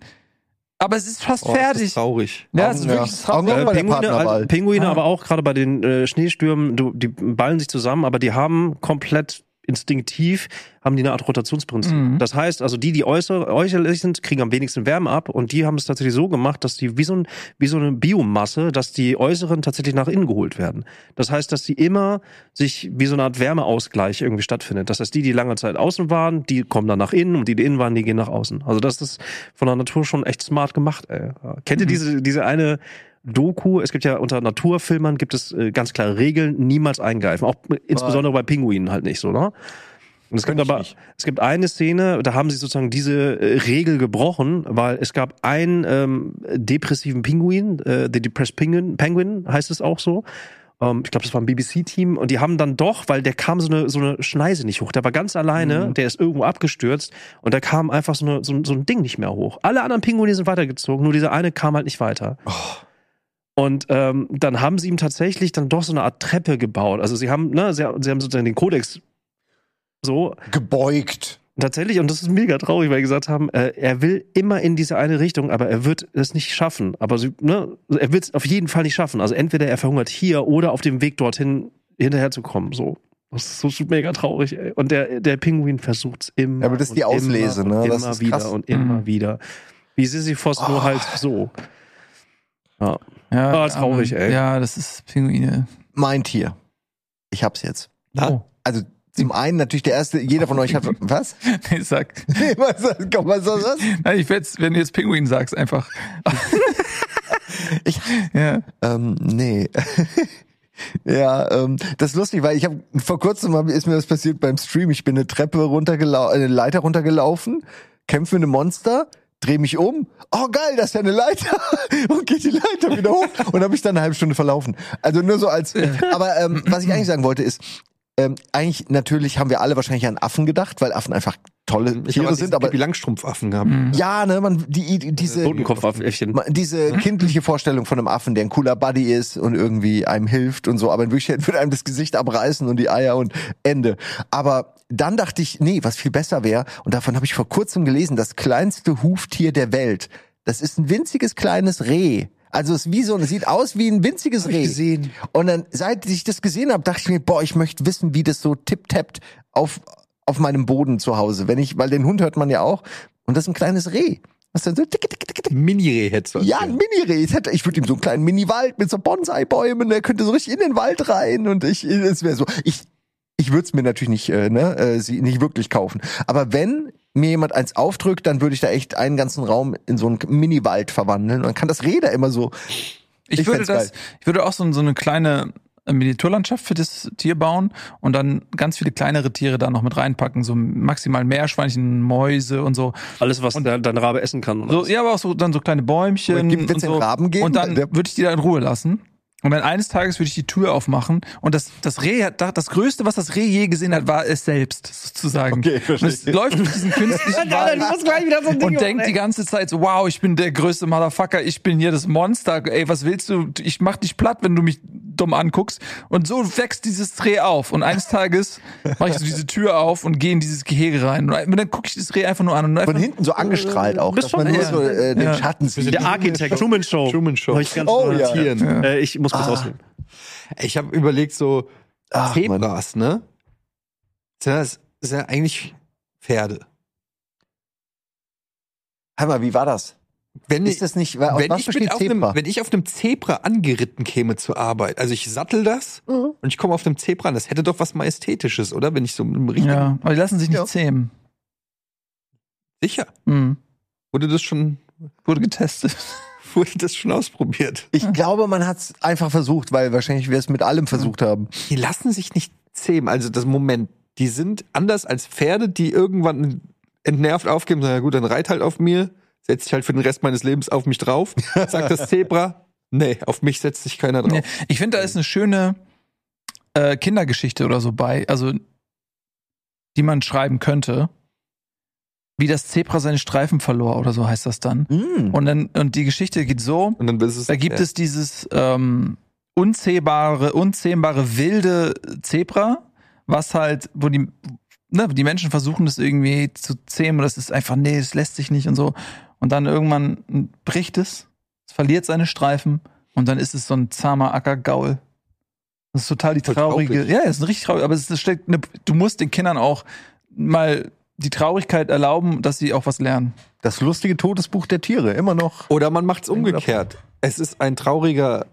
Aber es ist
Oh,
fast
Oh, Das
fertig.
ist traurig.
Ja, es ist
Ja.
wirklich traurig.
Augen-
Äh,
Bei der
Pinguine,
Partnerwahl.
also Pinguine aber auch gerade bei den äh, Schneestürmen, du, die ballen sich zusammen, aber die haben komplett instinktiv haben die eine Art Rotationsprinzip. Das heißt, also die, die äußer, äußerlich sind, kriegen am wenigsten Wärme ab und die haben es tatsächlich so gemacht, dass die wie so, ein, wie so eine Biomasse, dass die Äußeren tatsächlich nach innen geholt werden. Das heißt, dass die immer sich wie so eine Art Wärmeausgleich irgendwie stattfindet. Das heißt, die, die lange Zeit außen waren, die kommen dann nach innen und die, die innen waren, die gehen nach außen. Also das ist von der Natur schon echt smart gemacht, ey. Ja. Kennt ihr diese, diese eine Doku, es gibt ja unter Naturfilmern gibt es äh, ganz klare Regeln, niemals eingreifen. Auch äh, insbesondere bei Pinguinen halt nicht so, ne? Und es gibt aber, es gibt eine Szene, da haben sie sozusagen diese äh, Regel gebrochen, weil es gab einen ähm, depressiven Pinguin, äh, The Depressed Penguin, Penguin heißt es auch so. Ähm, ich glaube, das war ein BBC-Team und die haben dann doch, weil der kam so eine, so eine Schneise nicht hoch. Der war ganz alleine, der ist irgendwo abgestürzt und da kam einfach so, eine, so, ein- so ein Ding nicht mehr hoch. Alle anderen Pinguine sind weitergezogen, nur dieser eine kam halt nicht weiter.
Oh,
Und ähm, dann haben sie ihm tatsächlich dann doch so eine Art Treppe gebaut. Also sie haben, ne, sie, sie haben sozusagen den Kodex so
Gebeugt.
Tatsächlich, und das ist mega traurig, weil die gesagt haben, äh, er will immer in diese eine Richtung, aber er wird es nicht schaffen. Aber sie, ne, er wird es auf jeden Fall nicht schaffen. Also entweder er verhungert hier oder auf dem Weg dorthin hinterherzukommen. So. Das ist so so mega traurig. Ey. Und der, der Pinguin versucht es immer.
Ja, aber das ist
und
die Auslese,
immer,
ne?
Und
Das
immer
ist
wieder
krass. Oh.
und immer wieder. Wie Sisyphos nur halt
(laughs)
so. Ja.
Ja,
Ah, traurig,
ähm,
ey.
Ja, das ist Pinguine.
Mein Tier. Ich hab's jetzt.
Oh. (laughs)
Also zum einen natürlich der erste, jeder von (laughs) euch hat. Was?
Ich sag,
was, komm, was, was, was?
nein, ich werd's, wenn du jetzt Pinguin sagst, einfach.
Ich-
ja.
Ähm, nee. (laughs) ja, ähm, das ist lustig, weil ich habe vor kurzem hab, ist mir das passiert beim Stream. Ich bin eine Treppe runtergelaufen, eine Leiter runtergelaufen, kämpfe mit einem Monster, drehe mich um. Oh geil, das ist ja eine Leiter (laughs) und geht die Leiter wieder hoch und habe ich dann eine halbe Stunde verlaufen. Also nur so als. Aber ähm, was ich eigentlich sagen wollte ist. Ähm, eigentlich, natürlich haben wir alle wahrscheinlich an Affen gedacht, weil Affen einfach tolle
Ich
Tiere
habe
sind, aber
die Langstrumpfaffen gehabt.
ja, ne, man, die, die diese,
Totenkopfäffchen.
Ma- Diese kindliche Vorstellung von einem Affen, der ein cooler Buddy ist und irgendwie einem hilft und so, aber in Wirklichkeit würde einem das Gesicht abreißen und die Eier und Ende. Aber dann dachte ich, nee, was viel besser wäre, und davon habe ich vor kurzem gelesen, das kleinste Huftier der Welt, das ist ein winziges kleines Reh. Also es ist wie so, es sieht aus wie ein winziges Reh.
gesehen.
Und dann, seit ich das gesehen habe, dachte ich mir, boah, ich möchte wissen, wie das so tipptappt auf, auf meinem Boden zu Hause. Wenn ich, weil den Hund hört man ja auch. Und das ist ein kleines Reh. Was dann so tick, tick, tick, tick,
Mini-Reh hättest du. als
ja,
Tier.
ein Mini-Reh. Ich hätte- Ich würde ihm so einen kleinen Mini-Wald mit so Bonsai-Bäumen, der könnte so richtig in den Wald rein und ich, es wäre so. Ich, ich würde es mir natürlich nicht, äh, ne, äh, sie nicht wirklich kaufen. Aber wenn mir jemand eins aufdrückt, dann würde ich da echt einen ganzen Raum in so einen Mini-Wald verwandeln. Und dann kann das Reh da immer so.
Ich,
Ich
würde
fänd's
das,
geil.
ich würde auch so, so eine kleine Miniaturlandschaft für das Tier bauen und dann ganz viele kleinere Tiere da noch mit reinpacken, so maximal Meerschweinchen, Mäuse und so.
Alles, was dein, dein Rabe essen kann. oder
So,
was?
ja, aber auch so dann so kleine Bäumchen.
Gibt- wird's
und so.
den Raben geben?
Und dann
Der-
würde ich die da in Ruhe lassen. Und wenn eines Tages würde ich die Tür aufmachen und das, das Reh hat, das Größte, was das Reh je gesehen hat, war es selbst, sozusagen.
Okay,
und
verstehe.
es läuft durch diesen
(laughs)
künstlichen Wald und denkt die ganze Zeit so, wow, ich bin der größte Motherfucker, ich bin hier das Monster, ey, was willst du, ich mach dich platt, wenn du mich dumm anguckst. Und so wächst dieses Reh auf und eines Tages mache ich so diese Tür auf und gehe in dieses Gehege rein. Und dann gucke ich das Reh einfach nur an und einfach,
Von hinten so angestrahlt auch,
Bist
dass
schon-
man nur
ja.
so äh, den
Ja.
Schatten sieht.
Der Architekt, Truman Show.
Truman Show.
Hab Ich ganz
Oh,
oh,
ja.
ja.
Tieren.
Äh, ich muss kurz rausgehen.
Ich habe überlegt, so
Ach, Mann.
Zebras, ne? Sind das sind ja eigentlich Pferde.
Hör mal, wie war das?
Wenn
Ist das nicht, weil aus
wenn
was
ich, mit
besteht
auf einem,
Zebra?
wenn ich auf einem Zebra angeritten käme zur Arbeit, also ich sattel das und ich komme auf dem Zebra an, das hätte doch was Majestätisches, oder? Wenn ich so mit einem richtigen
ja, aber die lassen sich nicht
Ja.
zähmen.
sicher.
Hm.
Wurde das schon, (laughs)
Wurde getestet.
wurde das schon ausprobiert?
Ich glaube, man hat es einfach versucht, weil wahrscheinlich wir es mit allem versucht haben.
Die lassen sich nicht zähmen. Also das Moment, die sind anders als Pferde, die irgendwann entnervt aufgeben, sagen, ja gut, dann reit halt auf mir, setz dich halt für den Rest meines Lebens auf mich drauf. Sagt das Zebra, (laughs) nee, auf mich setzt sich keiner drauf.
Nee, (laughs) ich finde, da ist eine schöne äh, Kindergeschichte oder so bei, also die man schreiben könnte. Wie das Zebra seine Streifen verlor oder so heißt das dann.
Hm.
Mm.
Und dann, und die Geschichte geht so:
Und dann ist es, äh,
Da gibt
ja.
es dieses ähm, unzähbare, unzähmbare wilde Zebra, was halt, wo die, ne, die Menschen versuchen, das irgendwie zu zähmen und das ist einfach, nee, es lässt sich nicht und so. Und dann irgendwann bricht es, es verliert seine Streifen und dann ist es so ein zahmer Ackergaul. Das ist total die
Voll
traurige.
traurig.
Ja, es ist richtig traurig, aber es ist- es steckt eine, du musst den Kindern auch mal die Traurigkeit erlauben, dass sie auch was lernen.
Das lustige Todesbuch der Tiere, immer noch.
Oder man macht es umgekehrt. Es ist ein trauriger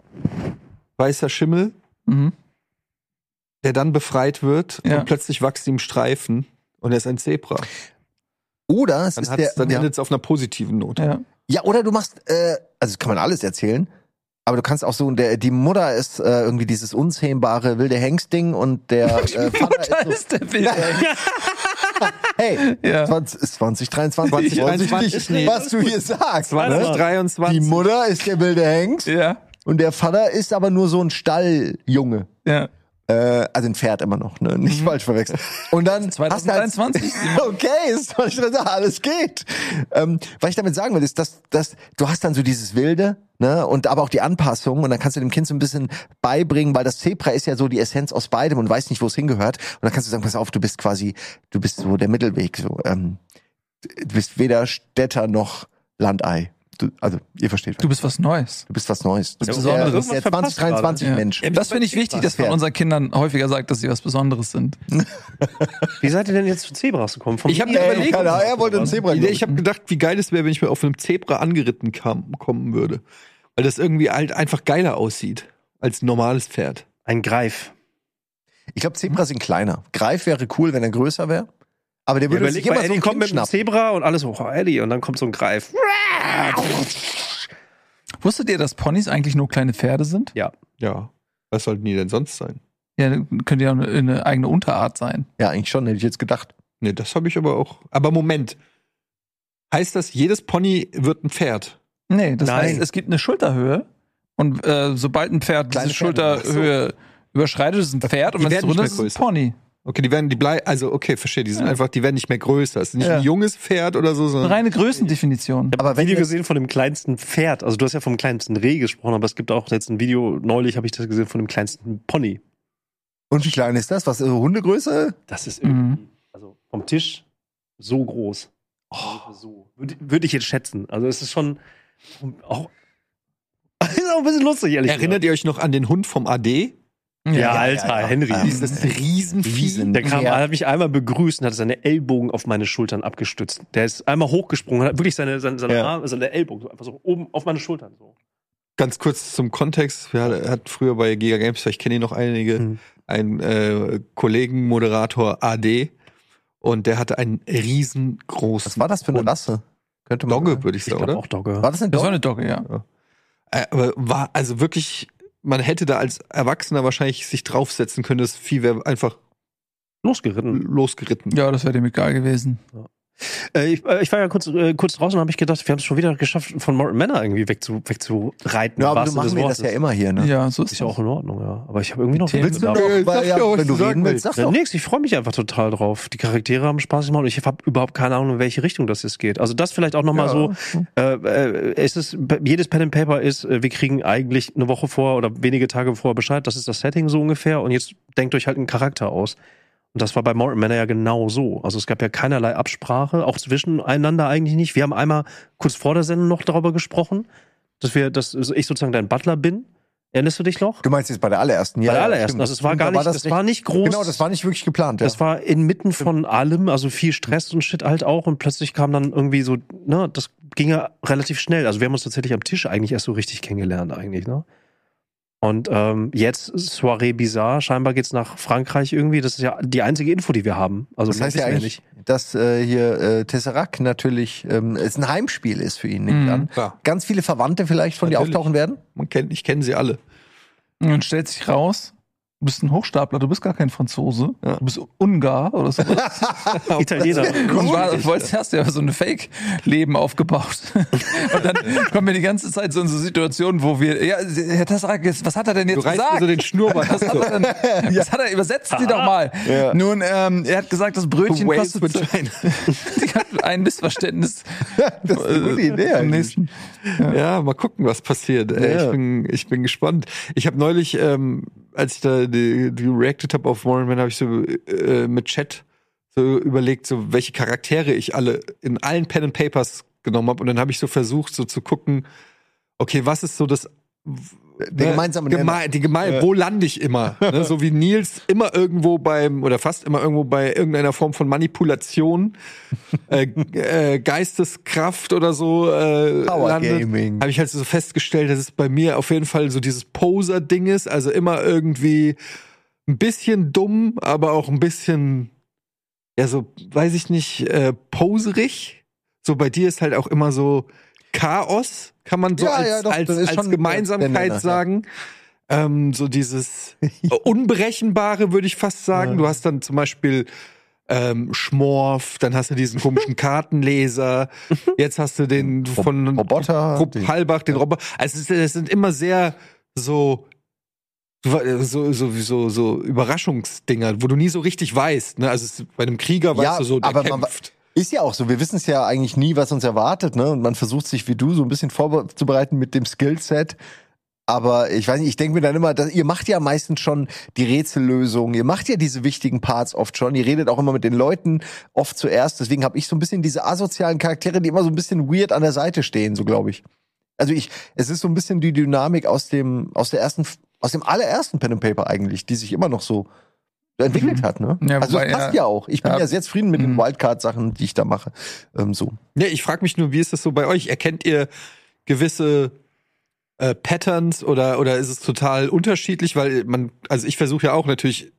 weißer Schimmel,
Mhm.
der dann befreit wird
Ja.
und plötzlich wächst ihm Streifen und er ist ein Zebra.
Oder es
Dann,
ist
hat's-
der.
dann
ja.
endet es auf einer positiven Note.
Ja.
Ja, oder du machst, äh, also das kann man alles erzählen, aber du kannst auch so, der, die Mutter ist äh, irgendwie dieses unzähmbare wilde Hengst-Ding und der
(laughs)
äh, Vater
Da
ist so,
ist
(laughs)
der Wilde.
hey,
Ja.
20, 2023,
2023, nee,
was du hier sagst. ne?
23.
Die Mutter ist der wilde Hengst
Ja,
und der Vater ist aber nur so ein Stalljunge.
ja.
Äh, also ein Pferd immer noch, ne? Nicht falsch verwechseln. Und dann hast du halt-
2023.
(laughs) Okay, ist doch nicht drin, alles geht. Ähm, was ich damit sagen will, ist, dass, dass du hast dann so dieses Wilde, ne, und aber auch die Anpassung und dann kannst du dem Kind so ein bisschen beibringen, weil das Zebra ist ja so die Essenz aus beidem und weiß nicht, wo es hingehört. Und dann kannst du sagen, pass auf, du bist quasi, du bist so der Mittelweg, so, ähm, du bist weder Städter noch Landei. Du, also, ihr versteht, was-
Du bist was Neues.
du bist was Neues. Du bist
Besonderes.
der,
Irgendwas
der
verpasst
2023
gerade. Ja.
Mensch.
Das finde ich wichtig, dass man unseren Kindern häufiger sagt, dass sie was Besonderes sind.
Wie seid ihr denn jetzt zu Zebras gekommen? Vom
Ich hab
Tier-
mir überlegt-
Keine Ahnung, er wollte ein Zebra.
Idee, ich habe gedacht, wie geil es wäre, wenn ich mir auf einem Zebra angeritten kam, kommen würde. Weil das irgendwie halt einfach geiler aussieht als ein normales Pferd.
Ein Greif.
Ich glaube, Zebras sind kleiner. Greif wäre cool, wenn er größer wäre. Aber der würde sich
mal,
immer so
Eddie
ein
kommt
Kind
mit einem
schnappen.
Zebra und alles hoch. Oh, Eddie, und dann kommt so ein Greif.
Wusstet ihr, dass Ponys eigentlich nur kleine Pferde sind?
Ja. Was sollten die denn sonst sein?
Ja, dann könnte ja eine, eine eigene Unterart sein.
Ja, eigentlich schon, hätte ich jetzt gedacht.
Nee, das habe ich aber auch. Aber Moment. Heißt das, jedes Pony wird ein Pferd?
Nee, das
Nein.
heißt, es gibt eine Schulterhöhe und äh, sobald ein Pferd
Kleine
diese
Pferde.
Schulterhöhe überschreitet, ist es ein Pferd und
Die
wenn es
werden
drunter
nicht
ist,
mehr
ist es ein Pony.
Okay, die werden, die bleiben, also okay, verstehe, die sind
Ja.
einfach, die werden nicht mehr größer. Es ist nicht
Ja.
ein junges Pferd oder so,
Eine
sondern
reine Größendefinition.
Aber wenn
Video
jetzt,
gesehen von dem kleinsten Pferd. Also du hast ja vom kleinsten Reh gesprochen, aber es gibt auch jetzt ein Video, neulich habe ich das gesehen, von dem kleinsten Pony.
und wie klein ist das? Was, also Hundegröße?
Das ist
Mhm.
irgendwie, also vom Tisch so groß. Ungefähr So. Würde, würde ich jetzt schätzen. Also es ist schon auch, (laughs) ist auch ein bisschen lustig, ehrlich
erinnert ihr euch noch an den Hund vom AD?
gesagt. Ja, Alter,
ja, ja.
Henry.
Ähm,
Dieses Riesenvieh.
Riesen.
Der kam,
Ja.
hat mich einmal begrüßt und hat seine Ellbogen auf meine Schultern abgestützt. Der ist einmal hochgesprungen, hat wirklich seine, seine, seine,
Ja.
Arme, seine Ellbogen so einfach so oben auf meine Schultern. So.
Ganz kurz zum Kontext. Wir hat- hatten früher bei Giga Games, ich kenne ihn noch einige,
Hm.
Mhm.
einen äh, Kollegen, Moderator AD. Und der hatte einen riesengroßen
Was war das für eine
Hund.
Rasse? Könnte man
Dogge, würde ich
Ich
sagen,
glaube
oder?
auch Dogge.
War das eine
Das war
Dogge?
eine Dogge, ja.
Äh, aber war, also wirklich, man hätte da als Erwachsener wahrscheinlich sich draufsetzen können, das Vieh wäre einfach
Hm.
Losgeritten.
losgeritten.
Ja, das wäre dem egal gewesen.
Äh, ich, äh, ich war ja kurz, äh, kurz draußen und habe ich gedacht, wir haben es schon wieder geschafft, von Morton Manor irgendwie wegzu, wegzureiten.
Ja,
im
aber du
wahrsten
machst
des
mir das ja
Wortes.
immer hier, ne?
Ja, so ist
Ist ja
es.
auch in Ordnung, ja. Aber ich habe irgendwie noch...
Themen
Willst du
sind
noch-
Äh, ich
Weil,
sag
ja,
ja, was
wenn
ich
du
sagen
reden willst,
will.
sag
Ja,
doch.
nix, ich freue mich einfach total drauf. Die Charaktere haben Spaß gemacht und ich habe überhaupt keine Ahnung, in welche Richtung das jetzt geht. Also das vielleicht auch nochmal
Ja.
so, äh, äh, es ist, jedes Pen and Paper ist, äh, wir kriegen eigentlich eine Woche vor oder wenige Tage vorher Bescheid, das ist das Setting so ungefähr und jetzt denkt euch halt einen Charakter aus. Und das war bei Morton Manor ja genau so. Also es gab ja keinerlei Absprache, auch zwischeneinander eigentlich nicht. Wir haben einmal kurz vor der Sendung noch darüber gesprochen, dass wir, dass ich sozusagen dein Butler bin. Erinnerst du dich noch?
Du meinst jetzt bei der allerersten,
bei der
ja,
allerersten.
stimmt.
Also es war
Stimmt,
gar
da
nicht,
das
das, war nicht groß.
Genau, das war nicht wirklich geplant. Ja.
Das war inmitten von allem, also viel Stress und Shit halt auch. Und plötzlich kam dann irgendwie so, ne, das ging ja relativ schnell. Also wir haben uns tatsächlich am Tisch eigentlich erst so richtig kennengelernt, eigentlich, ne? Und ähm, jetzt Soirée Bizarre, scheinbar geht's nach Frankreich irgendwie. Das ist ja die einzige Info, die wir haben. Also
das heißt ja
wissen wir
eigentlich, dass äh, hier äh, Tesseract natürlich ähm, es ein Heimspiel ist für ihn, nicht
Mhm.
an.
Klar,
Ganz viele Verwandte vielleicht von dir
Natürlich.
auftauchen werden.
man kennt, ich kenne sie alle.
Und dann stellt sich raus, du bist ein Hochstapler, du bist gar kein Franzose, du bist Ungar oder
(laughs)
so.
Italiener.
Und war, wolltest, hast ja so ein Fake-Leben
(laughs)
aufgebaut. Und dann kommen wir die ganze Zeit so in so Situationen, wo wir, ja, Herr Tassak, jetzt- was hat er denn
Du
jetzt
reißt mir
gesagt?
so
(laughs)
den Schnurrbart ab.
was
(laughs)
hat er denn, was hat er, übersetzen Sie doch mal. Nun, ähm, er hat gesagt, das Brötchen
Wales
kostet,
with
(laughs)
China.
ich hab ein Missverständnis.
(laughs) Das ist eine gute Idee
Am
eigentlich.
nächsten.
Ja, mal gucken, was passiert. Ey,
Ja.
Ich, bin, ich bin gespannt. Ich habe neulich, ähm, als ich da die, die reacted habe auf Warren Man, habe ich so äh, mit Chat so überlegt, so welche Charaktere ich alle in allen Pen and Papers genommen habe. Und dann habe ich so versucht, so zu gucken, okay, was ist so das
Der
ne,
gemeinsame
geme die geme wo lande ich
(laughs)
immer? ne? So wie Nils immer irgendwo beim oder fast immer irgendwo bei irgendeiner Form von Manipulation,
(laughs)
äh, äh, Geisteskraft oder so äh,
Power
landet.
Gaming.
Habe ich halt so festgestellt, dass es bei mir auf jeden Fall so dieses Poser-Ding ist, also immer irgendwie ein bisschen dumm, aber auch ein bisschen, ja, so, weiß ich nicht, äh, poserig. So bei dir ist halt auch immer so Chaos, kann man so
Ja,
als,
ja, doch,
als,
das ist
als
schon
Gemeinsamkeit
der Nenner, ja.
sagen. Ähm, so
(laughs)
dieses Unberechenbare, würde ich fast sagen. Du hast dann zum Beispiel ähm, Schmorf, dann hast du diesen
(laughs)
komischen Kartenleser, jetzt hast du den von
Roboter.
Krupp
die-
Halbach, den Roboter. Also es, ist- es sind immer sehr so so, so, so, so Überraschungsdinger, wo du nie so richtig weißt. Ne? Also es, bei einem Krieger weißt
Ja,
du so, der
aber man-
kämpft.
Ist ja auch so, wir wissen es ja eigentlich nie, was uns erwartet, ne? Und man versucht sich wie du so ein bisschen vorzubereiten mit dem Skillset. Aber ich weiß nicht, ich denke mir dann immer, dass, ihr macht ja meistens schon die Rätsellösung, ihr macht ja diese wichtigen Parts oft schon, ihr redet auch immer mit den Leuten oft zuerst. Deswegen habe ich so ein bisschen diese asozialen Charaktere, die immer so ein bisschen weird an der Seite stehen, so glaube ich. Also ich, es ist so ein bisschen die Dynamik aus dem, aus der ersten, aus dem allerersten Pen and Paper eigentlich, die sich immer noch so entwickelt hat, ne?
Mhm. Ja,
also
wobei
es passt
er-
ja auch. Ich bin
Ja.
ja sehr zufrieden mit den
Mhm.
Wildcard-Sachen, die ich da mache. Ähm, so.
Ne, ich frage mich nur, wie ist das so bei euch? Erkennt ihr gewisse äh, Patterns oder, oder ist es total unterschiedlich? Weil man, also ich versuche ja auch natürlich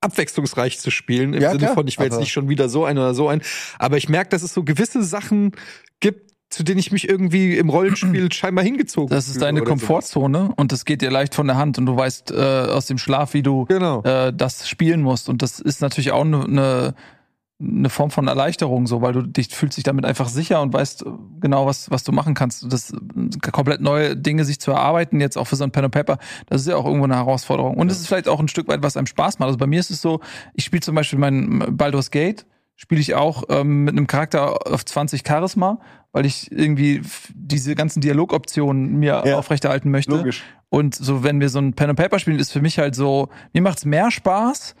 abwechslungsreich zu spielen, im
Ja,
Sinne
klar,
von, ich will jetzt
aber-
nicht schon wieder so ein oder so ein. Aber ich merke, dass es so gewisse Sachen gibt, zu denen ich mich irgendwie im
(clears throat)
Rollenspiel scheinbar hingezogen
Das ist
fühle
deine
oder so.
Komfortzone und das geht dir leicht von der Hand und du weißt äh, aus dem Schlaf, wie du
Genau.
äh, das spielen musst. Und das ist natürlich auch eine ne, ne Form von Erleichterung, so, weil du dich fühlst dich damit einfach sicher und weißt äh, genau, was, was du machen kannst. Das äh, komplett neue Dinge sich zu erarbeiten, jetzt auch für so ein Pen and Paper, das ist ja auch irgendwo eine Herausforderung. Und es ist vielleicht auch ein Stück weit, was einem Spaß macht. Also bei mir ist es so, ich spiele zum Beispiel mein Baldur's Gate, spiele ich auch ähm, mit einem Charakter auf 20 Charisma, weil ich irgendwie f- diese ganzen Dialogoptionen mir
Ja.
aufrechterhalten möchte. Und so, wenn wir so ein Pen and Paper spielen, ist für mich halt so, mir macht's mehr Spaß,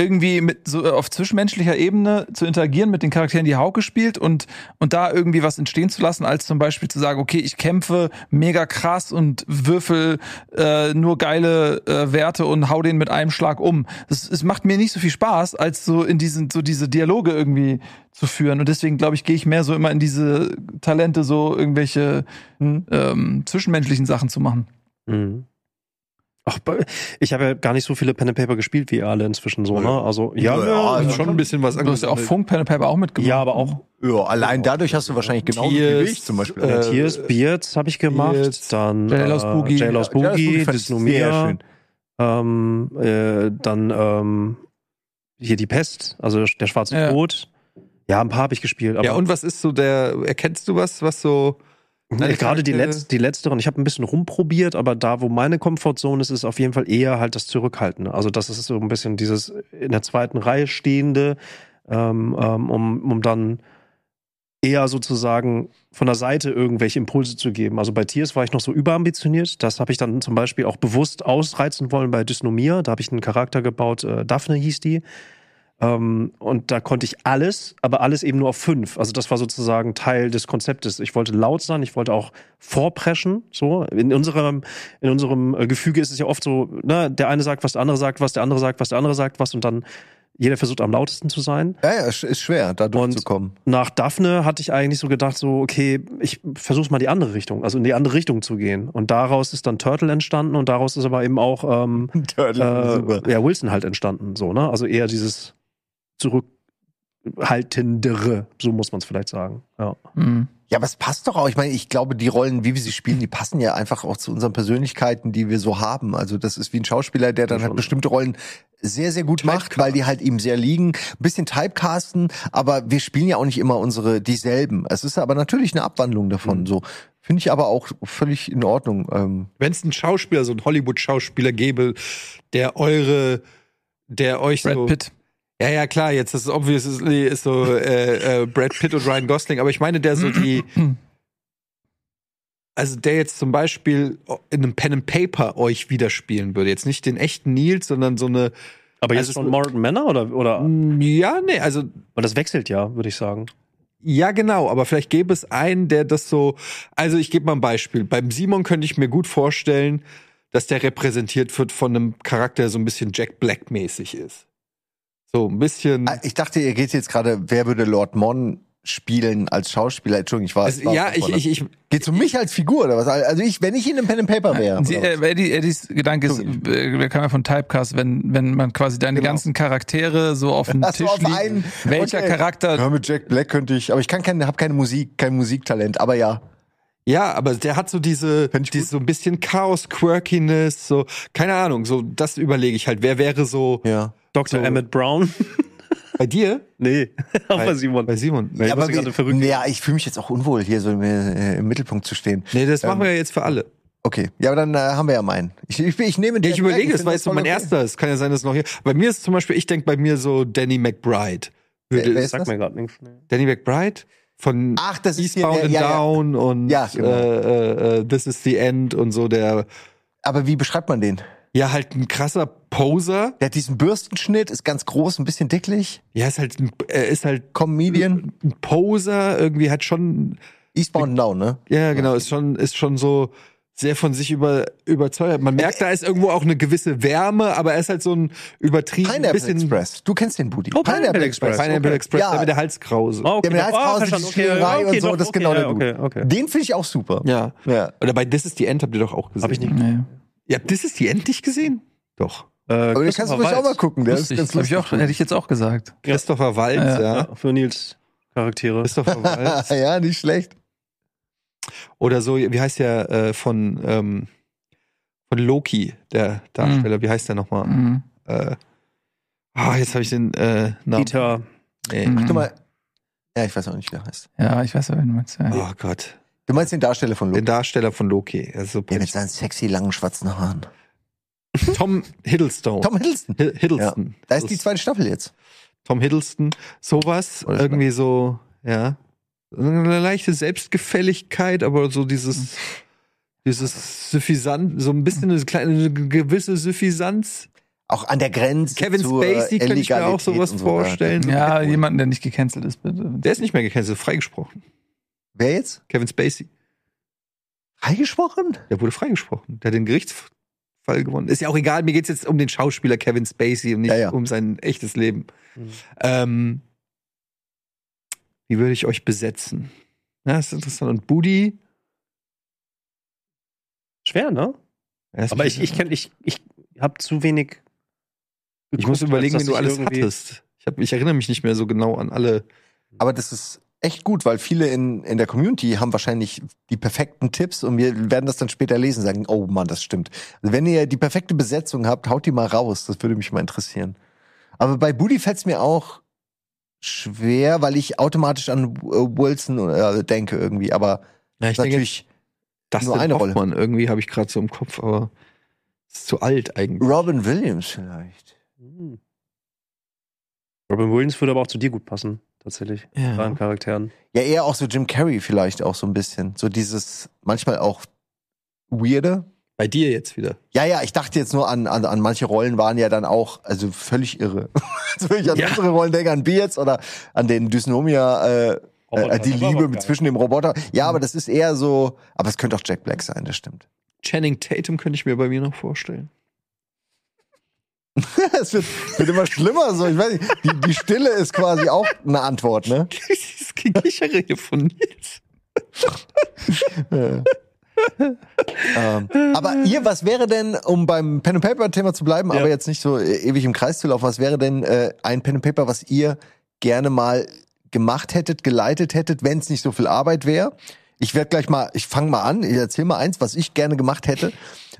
irgendwie mit so äh, auf zwischenmenschlicher Ebene zu interagieren mit den Charakteren, die Hauke spielt und, und da irgendwie was entstehen zu lassen, als zum Beispiel zu sagen, okay, ich kämpfe mega krass und würfel äh, nur geile äh, Werte und hau den mit einem Schlag um. Das, es macht mir nicht so viel Spaß, als so in diesen, so diese Dialoge irgendwie zu führen. Und deswegen, glaube ich, gehe ich mehr so immer in diese Talente, so irgendwelche ähm, zwischenmenschlichen Sachen zu machen.
Mhm. Ach, bei- ich habe ja gar nicht so viele Pen and Paper gespielt wie ihr alle inzwischen so, ne? Also ja,
Ja,
ja,
Also
also
schon ein bisschen was
Du hast ja auch Funk Pen and Paper auch mitgemacht.
ja aber auch
Ja, allein dadurch hast du wahrscheinlich genauso viel wie
Tiers,
ich zum Beispiel. ne?
äh,
Ja, Tears, Beards habe ich gemacht.
Beards,
dann
Jailhouse Boogie.
Jailhouse
Ja, Jailhouse
Boogie,
Boogie fand ich sehr
Dysnomia.
schön.
Ähm, äh, dann ähm, hier die Pest, also der schwarze
Ja.
Tod. Ja, ein paar habe ich gespielt. Aber
ja, und was ist so der, erkennst du was, was so.
Nee, gerade die, Letz-, die letzteren. Ich habe ein bisschen rumprobiert, aber da, wo meine Komfortzone ist, ist auf jeden Fall eher halt das Zurückhaltende. Also das ist so ein bisschen dieses in der zweiten Reihe stehende, ähm, ähm, um, um dann eher sozusagen von der Seite irgendwelche Impulse zu geben. Also bei Tiers war ich noch so überambitioniert. Das habe ich dann zum Beispiel auch bewusst ausreizen wollen bei Dysnomia. Da habe ich einen Charakter gebaut, äh, Daphne hieß die. Ähm, und da konnte ich alles, aber alles eben nur auf fünf. Also das war sozusagen Teil des Konzeptes. Ich wollte laut sein, ich wollte auch vorpreschen. So in unserem in unserem äh, Gefüge ist es ja oft so, ne, der eine sagt was, der andere sagt was, der andere sagt was, der andere sagt was und dann jeder versucht am lautesten zu sein.
Ja, ja, sch- ist schwer, da durchzukommen. (laughs)
Nach Daphne hatte ich eigentlich so gedacht, so, okay, ich versuche mal die andere Richtung, also in die andere Richtung zu gehen. Und daraus ist dann Turtle entstanden und daraus ist aber eben auch ähm,
Turtle,
äh, ja, Wilson halt entstanden, so, ne? Also eher dieses zurückhaltendere, so muss man es vielleicht sagen. Ja.
Mhm.
Ja, aber es passt doch auch. Ich meine, ich glaube, die Rollen, wie wir sie spielen, die passen ja einfach auch zu unseren Persönlichkeiten, die wir so haben. Also das ist wie ein Schauspieler, der dann
Ja,
halt
schon.
bestimmte Rollen sehr, sehr gut macht,
Typecast.
weil die halt ihm sehr liegen. Ein bisschen Typecasten, aber wir spielen ja auch nicht immer unsere dieselben. Es ist aber natürlich eine Abwandlung
Mhm.
davon. So finde ich aber auch völlig in Ordnung. Ähm,
Wenn es einen Schauspieler, so einen Hollywood-Schauspieler gäbe, der eure, der euch
Brad
so.
Pitt.
Ja, ja, klar, jetzt ist es obvious, ist, nee, ist so äh, äh, Brad Pitt und Ryan Gosling, aber ich meine, der so
(clears throat)
die. Also der jetzt zum Beispiel in einem Pen and Paper euch widerspielen würde. Jetzt nicht den echten Nils, sondern so eine.
Aber jetzt
Also es- Hm.
schon Morton Manor oder, oder?
Ähm.
Ja, nee, also
Weil das wechselt ja, würde ich sagen.
Ja, genau, aber vielleicht gäbe es einen, der das so. Also, ich gebe mal ein Beispiel. Beim Simon könnte ich mir gut vorstellen, dass der repräsentiert wird von einem Charakter, der so ein bisschen Jack Black-mäßig ist. So ein bisschen.
ah, ich dachte, ihr geht jetzt gerade, wer würde Lord Mon spielen als Schauspieler? Entschuldigung, ich war.
Also,
war
ja, ich, ich, ich,
Geht um mich als Figur oder was? Also ich, wenn ich in einem Pen and Paper wäre.
Sie,
oder was?
äh, Eddie, Eddies Gedanke ist, äh, der kam ja von Typecast, wenn, wenn man quasi deine ganzen Charaktere so auf
(laughs)
den
Ach so,
Tisch
Genau. Also auf
liegen,
einen.
welcher
Okay.
Charakter
Ja, mit Jack Black könnte ich, aber ich kann keine, habe keine Musik, kein Musiktalent, aber ja.
ja, aber der hat so diese,
Fänd ich
diese so ein bisschen Chaos, Quirkiness, so, keine Ahnung, so, das überlege ich halt. Wer wäre so
Ja.
Dr.
So.
Emmett Brown?
bei dir?
(laughs) nee, auch bei Simon.
Bei Simon.
Ich
ja, aber
musste gerade
wie-
verrückt.
ja, ich fühle mich jetzt auch unwohl, hier so im, äh, im Mittelpunkt zu stehen.
Nee, das machen wir ja jetzt für alle.
Okay, ja, aber dann äh, haben wir ja meinen. Ich, ich, ich nehme
Ja, ich überlege,
das
das war jetzt so mein erster. Es kann ja sein, dass noch hier. Bei mir ist zum Beispiel, ich denke bei mir so Danny McBride.
Wer- wer
Würde,
ist
Sag
das?
mir Ah, gerade nichts. Nee.
Danny McBride von
Ach, das ist hier
Eastbound
der,
and
ja, ja.
Down und
Ja, genau.
äh, äh, äh, This is the End und so der
Aber wie beschreibt man den?
ja halt ein krasser Poser.
Der hat diesen Bürstenschnitt, ist ganz groß, ein bisschen dicklich.
Ja, ist halt ein, er ist halt
Comedian,
ein Poser, irgendwie hat schon
Eastbound and Down, ne?
ja genau, ist schon ist schon so sehr von sich über, überzeugt. Man merkt, da ist irgendwo auch eine gewisse Wärme, aber er ist halt so ein übertrieben
Pineapple
bisschen
Express. Du kennst den Booty.
Oh, Pineapple Express.
Pineapple
okay.
Express,
Ja.
der mit der Halskrause.
Oh, okay.
Ja, mit der
doch.
Halskrause,
verstanden.
die Schlägerei und so,
doch,
das ist genau
ja,
der
okay,
Dude.
okay.
Den finde ich auch super.
Ja.
Ja.
Oder bei This is the End habt ihr doch auch gesehen.
Hab ich nicht.
Nee.
Ihr habt This is the End nicht gesehen? Doch.
Äh,
Aber den kannst
Christopher
du ruhig auch mal
Waltz.
gucken. Der ist
lustig?
ganz
Hab ich
lustig.
auch, hätte ich jetzt auch gesagt.
Christopher Waltz, ja.
Ja, für Nils Charaktere.
Christopher
(laughs)
Waltz.
ja, nicht schlecht.
Oder so, wie heißt der äh, von, ähm, von Loki, der Darsteller, wie heißt der nochmal?
Mhm.
Äh, ah, jetzt habe ich den äh, Namen.
Peter. Mhm.
Nee.
Du mal. Ja, ich weiß auch nicht, wie er heißt.
Hm. Ja, ich weiß, wen du meinst. Ja.
Oh Gott.
Du meinst den Darsteller von Loki?
Den Darsteller von Loki. Also,
Ja, mit seinen sexy langen schwarzen Haaren.
Tom Hiddleston.
Tom Hiddleston.
Hi- Hiddleston.
Da ist die
Das-
zweite Staffel jetzt.
Tom Hiddleston. Sowas,
Oder
irgendwie so, ja. Eine leichte Selbstgefälligkeit, aber so
Hm.
dieses, dieses Suffisant, so ein bisschen eine kleine, eine gewisse Suffisanz.
Auch an der Grenze.
Kevin
zur
Spacey könnte ich mir auch
Illegalität
sowas
und so weiter.
vorstellen.
Ja, jemanden, der nicht gecancelt ist, bitte.
Der ist nicht mehr gecancelt, freigesprochen.
Wer jetzt?
Kevin Spacey.
Freigesprochen?
Der wurde freigesprochen. Der hat den Gerichtsfall gewonnen. Ist ja auch egal, mir geht's jetzt um den Schauspieler Kevin Spacey und nicht
Ja, ja.
um sein echtes Leben.
Mhm.
Ähm, wie würde ich euch besetzen? Ja, das ist interessant. Und Budi?
Schwer, ne?
Ja, das
Aber
ist-
ich, ich kenn, ich, ich hab zu wenig.
ich muss
geguckt,
überlegen, wenn
als dass
du
ich
alles
irgendwie-
hattest. Ich, hab, ich erinnere mich nicht mehr so genau an alle.
Aber das ist echt gut, weil viele in, in der Community haben wahrscheinlich die perfekten Tipps und wir werden das dann später lesen und sagen, oh Mann, das stimmt. Also wenn ihr die perfekte Besetzung habt, haut die mal raus. Das würde mich mal interessieren. Aber bei Booty fällt es mir auch schwer, weil ich automatisch an äh, Wilson äh, denke irgendwie, aber
Ja, ich denke,
natürlich
das
nur
ist eine
eine Rolle.
Hoffmann. Irgendwie habe ich gerade so im Kopf, aber ist zu alt eigentlich.
Robin Williams vielleicht.
Hm. Robin Williams würde aber auch zu dir gut passen, tatsächlich.
Ja.
Bei den Charakteren.
Ja, eher auch so Jim Carrey vielleicht auch so ein bisschen. So dieses manchmal auch weirde.
Bei dir jetzt wieder.
Ja, ja, ich dachte jetzt nur an, an, an manche Rollen waren ja dann auch, also völlig irre. (laughs) also wenn ich an
Ja.
unsere Rollen denke, an Beards oder an den Dysnomia, äh, äh, die Liebe zwischen dem Roboter. Ja, aber das ist eher so, aber es könnte auch Jack Black sein, das stimmt. (laughs)
Channing Tatum könnte ich mir bei mir noch vorstellen. (laughs)
es wird, wird immer schlimmer, so, ich weiß nicht, die, die Stille ist quasi auch eine Antwort, ne?
Dieses Gechere hier von Nils.
Ja. (laughs) ähm, aber ihr, was wäre denn, um beim Pen and Paper Thema zu bleiben, aber jetzt nicht so äh, ewig im Kreis zu laufen, was wäre denn äh, ein Pen and Paper, was ihr gerne mal gemacht hättet, geleitet hättet, wenn es nicht so viel Arbeit wäre? Ich werde gleich mal, ich fange mal an, ich erzähle mal eins, was ich gerne gemacht hätte.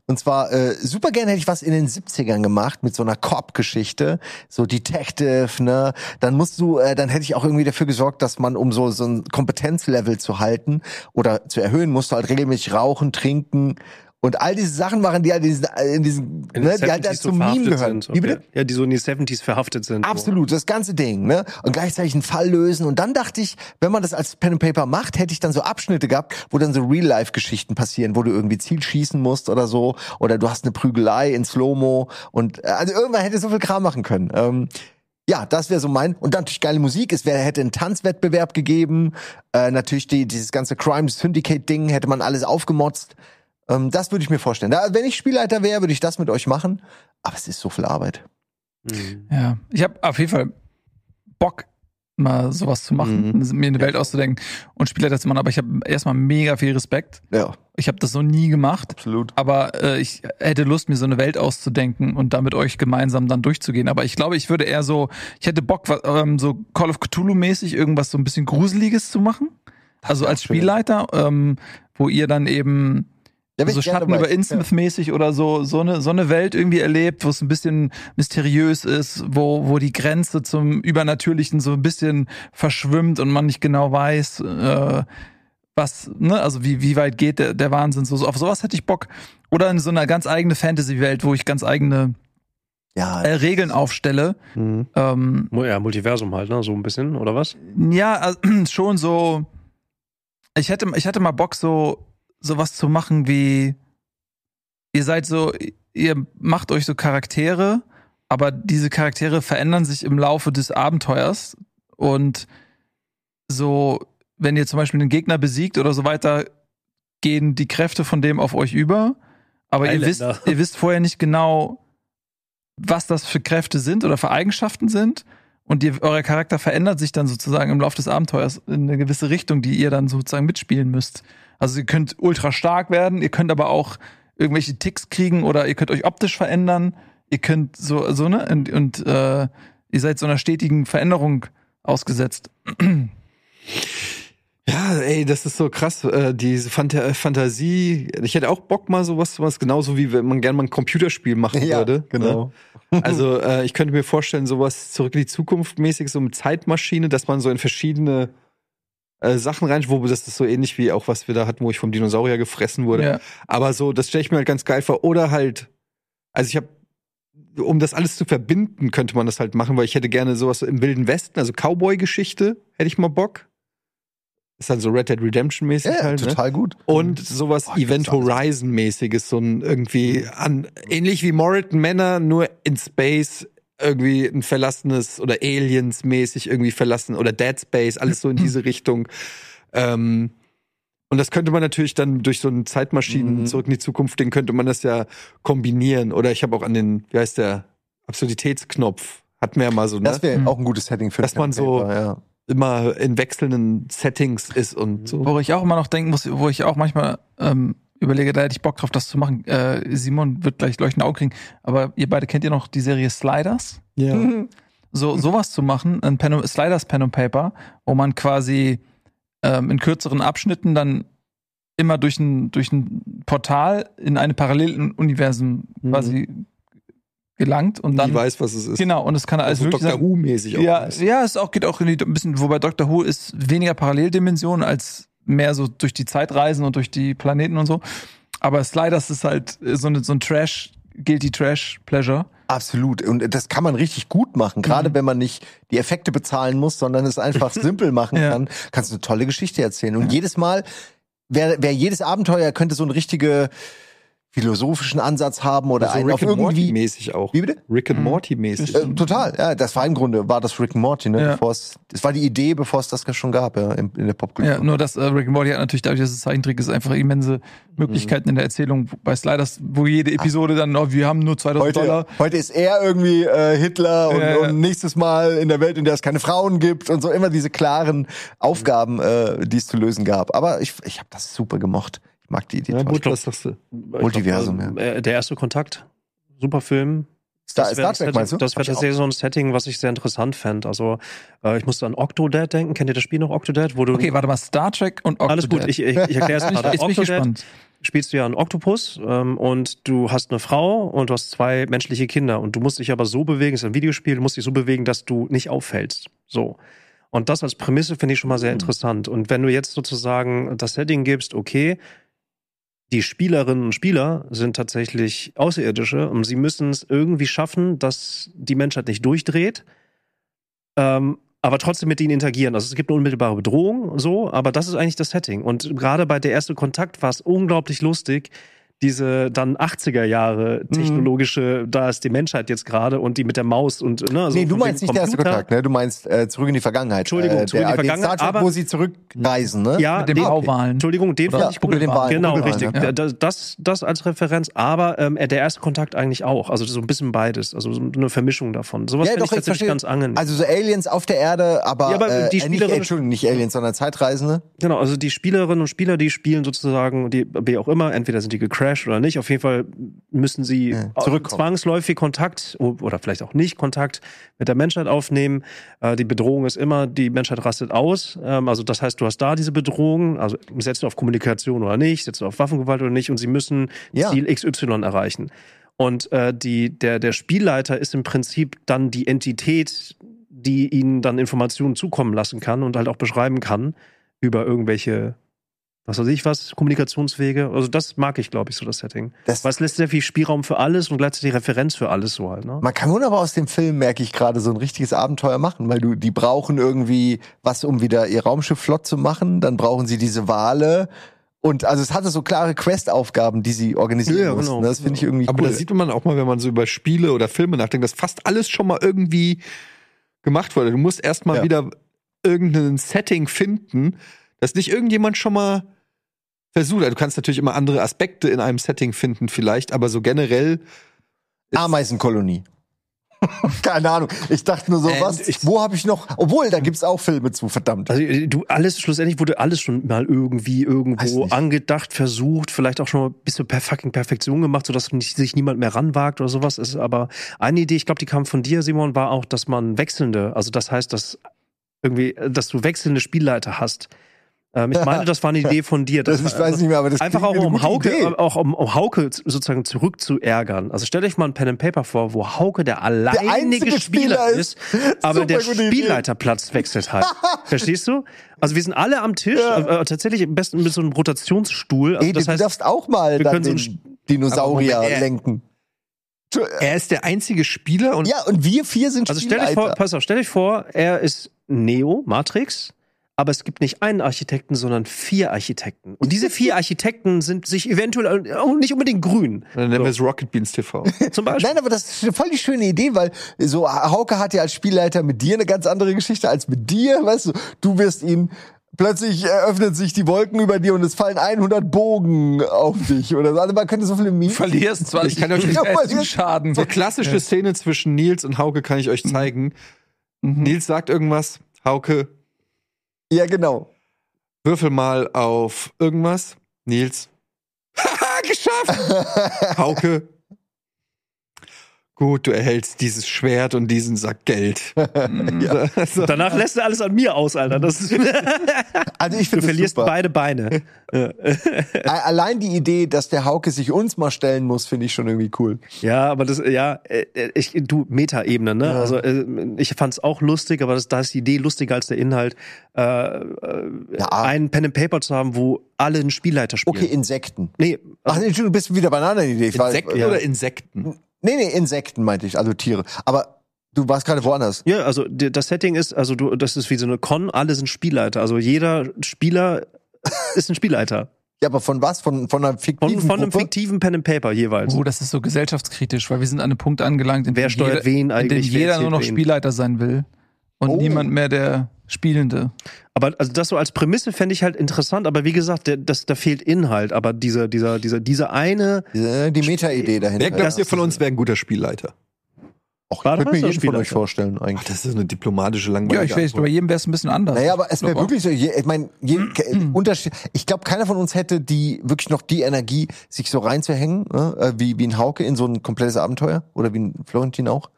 Und zwar, äh, super gerne hätte ich was in den 70ern gemacht mit so einer Cop-Geschichte, so Detective, ne? Dann musst du, äh, dann hätte ich auch irgendwie dafür gesorgt, dass man, um so, so ein Kompetenzlevel zu halten oder zu erhöhen, musst du halt regelmäßig rauchen, trinken und all diese Sachen machen, die halt in diesen, in diesen
In den
ne, die halt
70s
als
so
zum Meme
verhaftet
gehören.
Sind.
Wie bitte?
Okay. Ja, die so in die 70s verhaftet sind.
Absolut, das ganze Ding, ne? Und gleichzeitig einen Fall lösen. Und dann dachte ich, wenn man das als Pen and Paper macht, hätte ich dann so Abschnitte gehabt, wo dann so Real-Life-Geschichten passieren, wo du irgendwie Ziel schießen musst oder so. Oder du hast eine Prügelei in Slow-Mo. Und äh, also irgendwann hätte ich so viel Kram machen können. Ähm, ja, das wäre so mein. Und dann natürlich geile Musik. Es wäre, hätte einen Tanzwettbewerb gegeben. Äh, natürlich die, dieses ganze Crime Syndicate-Ding hätte man alles aufgemotzt. Ähm, das würde ich mir vorstellen. Da, wenn ich Spielleiter wäre, würde ich das mit euch machen. Aber es ist so viel Arbeit.
So. Mhm.
Ja, ich habe auf jeden Fall Bock, mal sowas zu machen,
Mhm.
mir eine Welt auszudenken und Spielleiter zu machen, aber ich habe erstmal mega viel Respekt.
Ja,
Ich habe das so nie gemacht,
absolut.
aber äh, ich hätte Lust, mir so eine Welt auszudenken und da mit euch gemeinsam dann durchzugehen. Aber ich glaube, ich würde eher so, ich hätte Bock, wa- ähm, so Call of Cthulhu-mäßig irgendwas so ein bisschen Gruseliges zu machen. Also als
schön.
Spielleiter, ähm, wo ihr dann eben
Da bin
so
ich gerne
Also Schatten
dabei.
über Innsmouth-mäßig oder so, so eine, so eine Welt irgendwie erlebt, wo es ein bisschen mysteriös ist, wo, wo die Grenze zum Übernatürlichen so ein bisschen verschwimmt und man nicht genau weiß, äh, was, ne, also wie, wie weit geht der, der Wahnsinn so. so. Auf sowas hätte ich Bock. Oder in so einer ganz eigene Fantasy-Welt, wo ich ganz eigene
Ja,
äh, Regeln aufstelle.
Hm.
Ähm,
Mu- Ja, Multiversum halt, ne? So ein bisschen, oder was?
Ja, also, (clears throat) schon so. Ich hätte, ich hätte mal Bock, so, so was zu machen wie. Ihr seid so, ihr macht euch so Charaktere, aber diese Charaktere verändern sich im Laufe des Abenteuers. Und so, wenn ihr zum Beispiel einen Gegner besiegt oder so weiter, gehen die Kräfte von dem auf euch über. Aber ihr wisst,
Highlander.
ihr wisst vorher nicht genau, was das für Kräfte sind oder für Eigenschaften sind. Und ihr, euer Charakter verändert sich dann sozusagen im Laufe des Abenteuers in eine gewisse Richtung, die ihr dann sozusagen mitspielen müsst. Also ihr könnt ultra stark werden, ihr könnt aber auch irgendwelche Ticks kriegen oder ihr könnt euch optisch verändern, ihr könnt so, so ne, und, und äh, ihr seid so einer stetigen Veränderung ausgesetzt.
Ja, ey, das ist so krass, äh, diese Phanta Fantasie. Ich hätte auch Bock mal sowas zu machen, genauso wie wenn man gerne mal ein Computerspiel machen
ja
würde. Ne?
genau. (laughs)
Also äh, ich könnte mir vorstellen, sowas zurück in die Zukunft mäßig, so mit Zeitmaschine, dass man so in verschiedene äh, Sachen rein, wo das ist so ähnlich wie auch was wir da hatten, wo ich vom Dinosaurier gefressen wurde.
Ja.
Aber so, das stelle ich mir halt ganz geil vor. Oder halt, also ich habe, um das alles zu verbinden, könnte man das halt machen, weil ich hätte gerne sowas im Wilden Westen, also Cowboy-Geschichte, hätte ich mal Bock. Ist dann so Red Dead Redemption-mäßig
Ja,
halt. Ne?
total gut.
Und sowas
Boah,
Event
gibt's alles.
Horizon-mäßiges, so ein irgendwie an, ähnlich wie Moritan Manor, nur in Space, irgendwie ein verlassenes oder Aliens-mäßig irgendwie verlassen oder Dead Space, alles so in diese Richtung. Ähm, und das könnte man natürlich dann durch so einen Zeitmaschinen
Mhm.
zurück in die Zukunft, den könnte man das ja kombinieren. Oder ich habe auch an den, wie heißt der, Absurditätsknopf, hat mir ja mal so, ne?
Das wäre
Mhm.
auch ein gutes Setting für
Dass
einen
man
Pen
so-
and Paper,
immer in wechselnden Settings ist und so.
Wo ich auch immer noch denken muss, wo ich auch manchmal ähm, überlege, da hätte ich Bock drauf, das zu machen. Äh, Simon wird gleich leuchtende Augen kriegen, aber ihr beide kennt ja noch die Serie Sliders.
Ja.
so
Hm.
sowas zu machen, ein Pen Sliders Pen und Paper, wo man quasi ähm, in kürzeren Abschnitten dann immer durch ein, durch ein Portal in eine Paralleluniversum quasi gelangt und
nie
dann
Hm. weiß, was es ist.
genau und es kann alles
Also
mögliche
Dr.
sein.
Who-mäßig auch.
Ja, ja, es auch, geht auch in die, ein bisschen, wobei Dr. Who ist weniger Paralleldimension als mehr so durch die Zeitreisen und durch die Planeten und so. Aber Sliders ist halt äh, so, eine, so ein Trash, guilty Trash Pleasure.
(laughs) Absolut. Und das kann man richtig gut machen, gerade wenn man nicht die Effekte bezahlen muss, sondern es einfach simpel machen
Ja.
kann. Kannst du eine tolle Geschichte erzählen. Und jedes Mal, wer, wer jedes Abenteuer könnte so einen richtigen philosophischen Ansatz haben oder
Also
einen auf
Rick and
irgendwie.
Morty-mäßig auch.
Wie bitte?
Rick and Morty-mäßig.
Äh, total, ja, das war im Grunde, war das Rick and Morty, ne?
Ja.
Bevor es, das war die Idee, bevor es das schon gab, ja, in, in der
Genau.
Popkultur.
Ja, nur dass äh, Rick and Morty hat natürlich dadurch, dass es Zeichentrick ist, einfach immense
Mhm.
Möglichkeiten in der Erzählung bei Sliders, wo
Ah.
jede Episode dann, oh, wir haben nur 2000 Dollar.
Heute, heute ist er irgendwie äh, Hitler und,
Ja, ja.
und nächstes Mal in der Welt, in der es keine Frauen gibt und so immer diese klaren Aufgaben, äh, die es zu lösen gab. Aber ich, ich habe das super gemocht. Ich mag die Idee.
Ja,
total.
gut, was sagst du?
Multiversum,
glaub, äh, Der erste Kontakt. Super Film.
Star,
Das wär-
Star Trek
das
meinst du?
Das
Hab
wäre
ich auch.
tatsächlich so ein Setting, was ich sehr interessant fände. Also, äh, ich musste an Octodad denken. Kennt ihr das Spiel noch, Octodad? Wo du
Okay, warte mal, Star Trek und Octodad.
Alles gut, ich, ich, ich erkläre es
Jetzt bin (laughs) ich,
gerade.
jetzt bin ich gespannt.
spielst du ja einen Oktopus ähm, und du hast eine Frau und du hast zwei menschliche Kinder und du musst dich aber so bewegen, es ist ein Videospiel, du musst dich so bewegen, dass du nicht auffällst. So. Und das als Prämisse finde ich schon mal sehr
Mhm.
interessant. Und wenn du jetzt sozusagen das Setting gibst, okay, die Spielerinnen und Spieler sind tatsächlich Außerirdische und sie müssen es irgendwie schaffen, dass die Menschheit nicht durchdreht, ähm, aber trotzdem mit ihnen interagieren. Also es gibt eine unmittelbare Bedrohung, so, aber das ist eigentlich das Setting. Und gerade bei der erste Kontakt war es unglaublich lustig, diese dann 80er Jahre
Mhm.
technologische, da ist die Menschheit jetzt gerade und die mit der Maus und ne, so
nee, du
von
meinst
wegen
nicht der erste
Computer.
Kontakt, ne? Du meinst äh, zurück in die Vergangenheit.
Entschuldigung,
äh,
Zurück in die
der- den
Vergangenheit,
Star Trek,
aber-
wo sie zurückreisen, ne?
Ja,
Mit dem
den-
Bauwahlen.
Entschuldigung, den
Oder
fand ich
Buckel
gut.
den Wahlen,
Genau,
Buckel den
richtig.
Wahlen,
ja.
Da- Das, das als Referenz, aber ähm, der erste Kontakt eigentlich auch. Also so ein bisschen beides, also so eine Vermischung davon. Sowas
Ja,
finde ich
doch, ich
tatsächlich
verstehe.
ganz angenehm.
Also so Aliens auf der Erde, aber,
Ja, aber
äh,
die
äh, nicht,
Spielerin-
Entschuldigung, nicht Aliens, sondern Zeitreisende.
Genau, also die Spielerinnen und Spieler, die spielen sozusagen, die, wie auch immer, entweder sind die gecrashed oder nicht. Auf jeden Fall müssen sie
Ja,
au-
zurückkommen.
zwangsläufig Kontakt o- oder vielleicht auch nicht Kontakt mit der Menschheit aufnehmen. Äh, die Bedrohung ist immer, die Menschheit rastet aus. Ähm, also das heißt, du hast da diese Bedrohung, also setzt du auf Kommunikation oder nicht, setzt du auf Waffengewalt oder nicht und sie müssen
Ja.
Ziel XY erreichen. Und äh, die, der, der Spielleiter ist im Prinzip dann die Entität, die ihnen dann Informationen zukommen lassen kann und halt auch beschreiben kann über irgendwelche, was weiß ich was, Kommunikationswege. Also das mag ich, glaube ich, so das Setting.
Das,
Weil es lässt sehr viel Spielraum für alles und gleichzeitig Referenz für alles so halt. Ne?
Man kann wunderbar aus dem Film, merke ich gerade, so ein richtiges Abenteuer machen, weil du, die brauchen irgendwie was, um wieder ihr Raumschiff flott zu machen. Dann brauchen sie diese Wale. Und also es hatte so klare Questaufgaben, die sie organisieren
Ja,
mussten.
genau.
Das finde ich irgendwie
Aber
cool.
da sieht man auch mal, wenn man so über Spiele oder Filme nachdenkt, dass fast alles schon mal irgendwie gemacht wurde. Du musst erst mal
Ja.
wieder irgendein Setting finden, das nicht irgendjemand schon mal versucht hat. Du kannst natürlich immer andere Aspekte in einem Setting finden, vielleicht, aber so generell.
Ameisenkolonie. (laughs) Keine Ahnung. Ich dachte nur so,
Äh,
was? wo habe ich noch? Obwohl, da gibt's auch Filme zu, verdammt.
Also äh, du, alles, schlussendlich wurde alles schon mal irgendwie
Weiß
irgendwo
nicht.
angedacht, versucht, vielleicht auch schon mal bis zur per fucking Perfektion gemacht, sodass nicht, sich niemand mehr ranwagt oder sowas. Ist aber eine Idee, ich glaube, die kam von dir, Simon, war auch, dass man wechselnde, also das heißt, dass irgendwie, äh, dass du wechselnde Spielleiter hast. Ähm, ich meine, das war eine Idee von
(laughs)
dir.
Das, ich weiß nicht mehr, aber das
Einfach auch
klingt mir eine
um,
gute Idee.
Hauke, auch um, um Hauke z- sozusagen zurückzuärgern. Also stell euch mal ein Pen and Paper vor, wo Hauke der alleinige
einzige
Spieler,
Spieler
ist, aber
Super
der
gute Idee.
Spielleiterplatz wechselt
(laughs)
halt. Verstehst du? Also wir sind alle am Tisch, äh, äh, tatsächlich am besten mit so einem Rotationsstuhl. Also
Ey,
das
du
heißt,
darfst auch mal
wir
dann
können so
den
ein-
Dinosaurier
Aber Moment, äh,
lenken.
Er ist der einzige Spieler und
Ja, und wir vier sind
also stell dich vor, pass auf, stell dich vor, er ist Neo, Matrix, aber es gibt nicht einen Architekten, sondern vier Architekten. Und diese
(laughs)
vier Architekten sind sich eventuell äh, auch nicht unbedingt grün.
dann nennen wir es Rocket Beans (laughs) TV.
Zum Beispiel.
Nein, aber das ist voll die schöne Idee, weil so Hauke hat ja als Spielleiter mit dir eine ganz andere Geschichte als mit dir, weißt du. Du wirst ihn plötzlich öffnen sich die Wolken über dir und es fallen 100 Bogen auf dich oder so. Also man könnte so viele Memes.
Verlierst 20
Ich kann
(laughs)
euch nicht-
Ja, verlierst-
Schaden.
So klassische Szene zwischen Nils und Hauke kann ich euch zeigen. Nils sagt irgendwas, Hauke,
ja, genau.
würfel mal auf irgendwas. (laughs)
(laughs)
Nils. Haha, geschafft! Hauke. Gut, du erhältst dieses Schwert und diesen Sack
(laughs)
Geld. Also,
Danach lässt du alles an mir aus, Alter.
(laughs)
Das ist,
Also ich
du
finde
verlierst
super.
beide Beine.
A- Allein die Idee, dass der Hauke sich uns mal stellen muss, finde ich schon irgendwie cool.
Ja, aber das, ja, äh, äh, ich, du, Meta-Ebene, ne? Also äh, ich fand's auch lustig, aber das, da ist die Idee lustiger als der Inhalt, äh, äh,
Ah.
Ja.
einen Pen and Paper zu haben, wo alle einen Spielleiter spielen.
ah, Okay, Insekten.
Nee,
Ach, nee, Entschuldigung, du bist wieder bei einer anderen Idee. Ich war-
Insekten
ja.
oder Insekten?
Nee, nee, Insekten meinte ich, also Tiere. Aber du warst gerade woanders.
Ja, also d- das Setting ist, also du, das ist wie so eine Con, alle sind Spielleiter. Also jeder Spieler (laughs) ist ein Spielleiter.
Ja, aber von was? Von, von einer
Von,
fiktiven
von einem
Gruppe?
fiktiven Pen and Paper jeweils.
Oh, das ist so gesellschaftskritisch, weil wir sind an einem Punkt angelangt, in
Wer
dem
steuert
jeder,
wen
in dem
eigentlich? Wer
jeder nur
erzählt
noch
wen?
Spielleiter sein will und
Oh.
niemand mehr der Spielende.
Aber also das so als Prämisse fände ich halt interessant, aber wie gesagt, der, das, da fehlt Inhalt. Aber dieser, dieser, dieser, diese eine
Äh, Die Meta-Idee dahinter.
Wer glaubt
ja.
ihr von uns wäre ein guter Spielleiter?
Och, ich könnte mir jeden von
Bademeister-Spielleiter?
euch vorstellen
Ach,
eigentlich.
das ist eine diplomatische langweilige
Ja, ich weiß, bei
Antwort.
jedem wäre es ein bisschen anders.
Naja, aber es wäre
Glaub auch.
wirklich so, je, ich meine,
Mhm.
Unterschied. Ich glaube, keiner von uns hätte die wirklich noch die Energie, sich so reinzuhängen, ne, äh, wie, wie ein Hauke in so ein komplettes Abenteuer oder wie ein Florentin auch.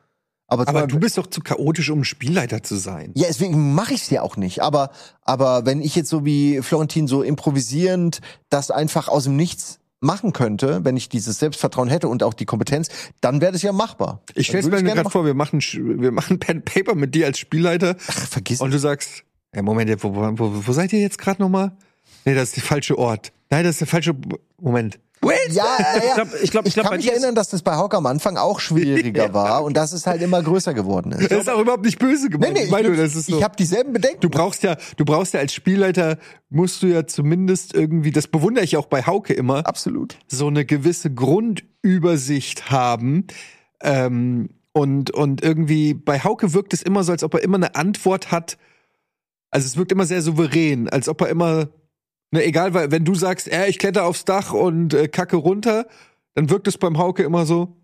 Aber, zum
Aber
Beispiel-
du bist doch zu chaotisch, um ein Spielleiter zu sein.
ja, deswegen mache ich es ja auch nicht. Aber, aber wenn ich jetzt so wie Florentin so improvisierend das einfach aus dem Nichts machen könnte, wenn ich dieses Selbstvertrauen hätte und auch die Kompetenz, dann wäre das ja machbar.
Ich
Dann
stell's
würde
mir
gerne
gerade vor, wir machen, Sch- wir machen Pen and Paper mit dir als Spielleiter
machen. Ach, vergiss
und du sagst, ja, Moment, wo, wo- wo, wo seid ihr jetzt gerade nochmal? Nee, das ist der falsche Ort. Nein, das ist der falsche. B- Moment.
Ja, ja, ja.
(laughs) Ich glaub- ich glaub- ich glaub, bei
kann mich
dir ist-
erinnern, dass das bei Hawk am Anfang auch
(laughs)
schwieriger war und dass es halt immer größer geworden ist.
Das ist auch überhaupt nicht böse
Nee,
gemeint.
nee,
ich
ich,
meine,
bin-
nur, das ist so.
ich habe dieselben Bedenken.
Du brauchst ja, du brauchst ja als Spielleiter, musst du ja zumindest irgendwie, das bewundere ich auch bei Hauke immer,
Absolut.
so eine gewisse Grundübersicht haben. Ähm, und, und irgendwie bei Hauke wirkt es immer so, als ob er immer eine Antwort hat. Also es wirkt immer sehr souverän, als ob er immer, ne, egal, weil wenn du sagst, äh, ich kletter aufs Dach und äh, kacke runter, dann wirkt es beim Hauke immer so,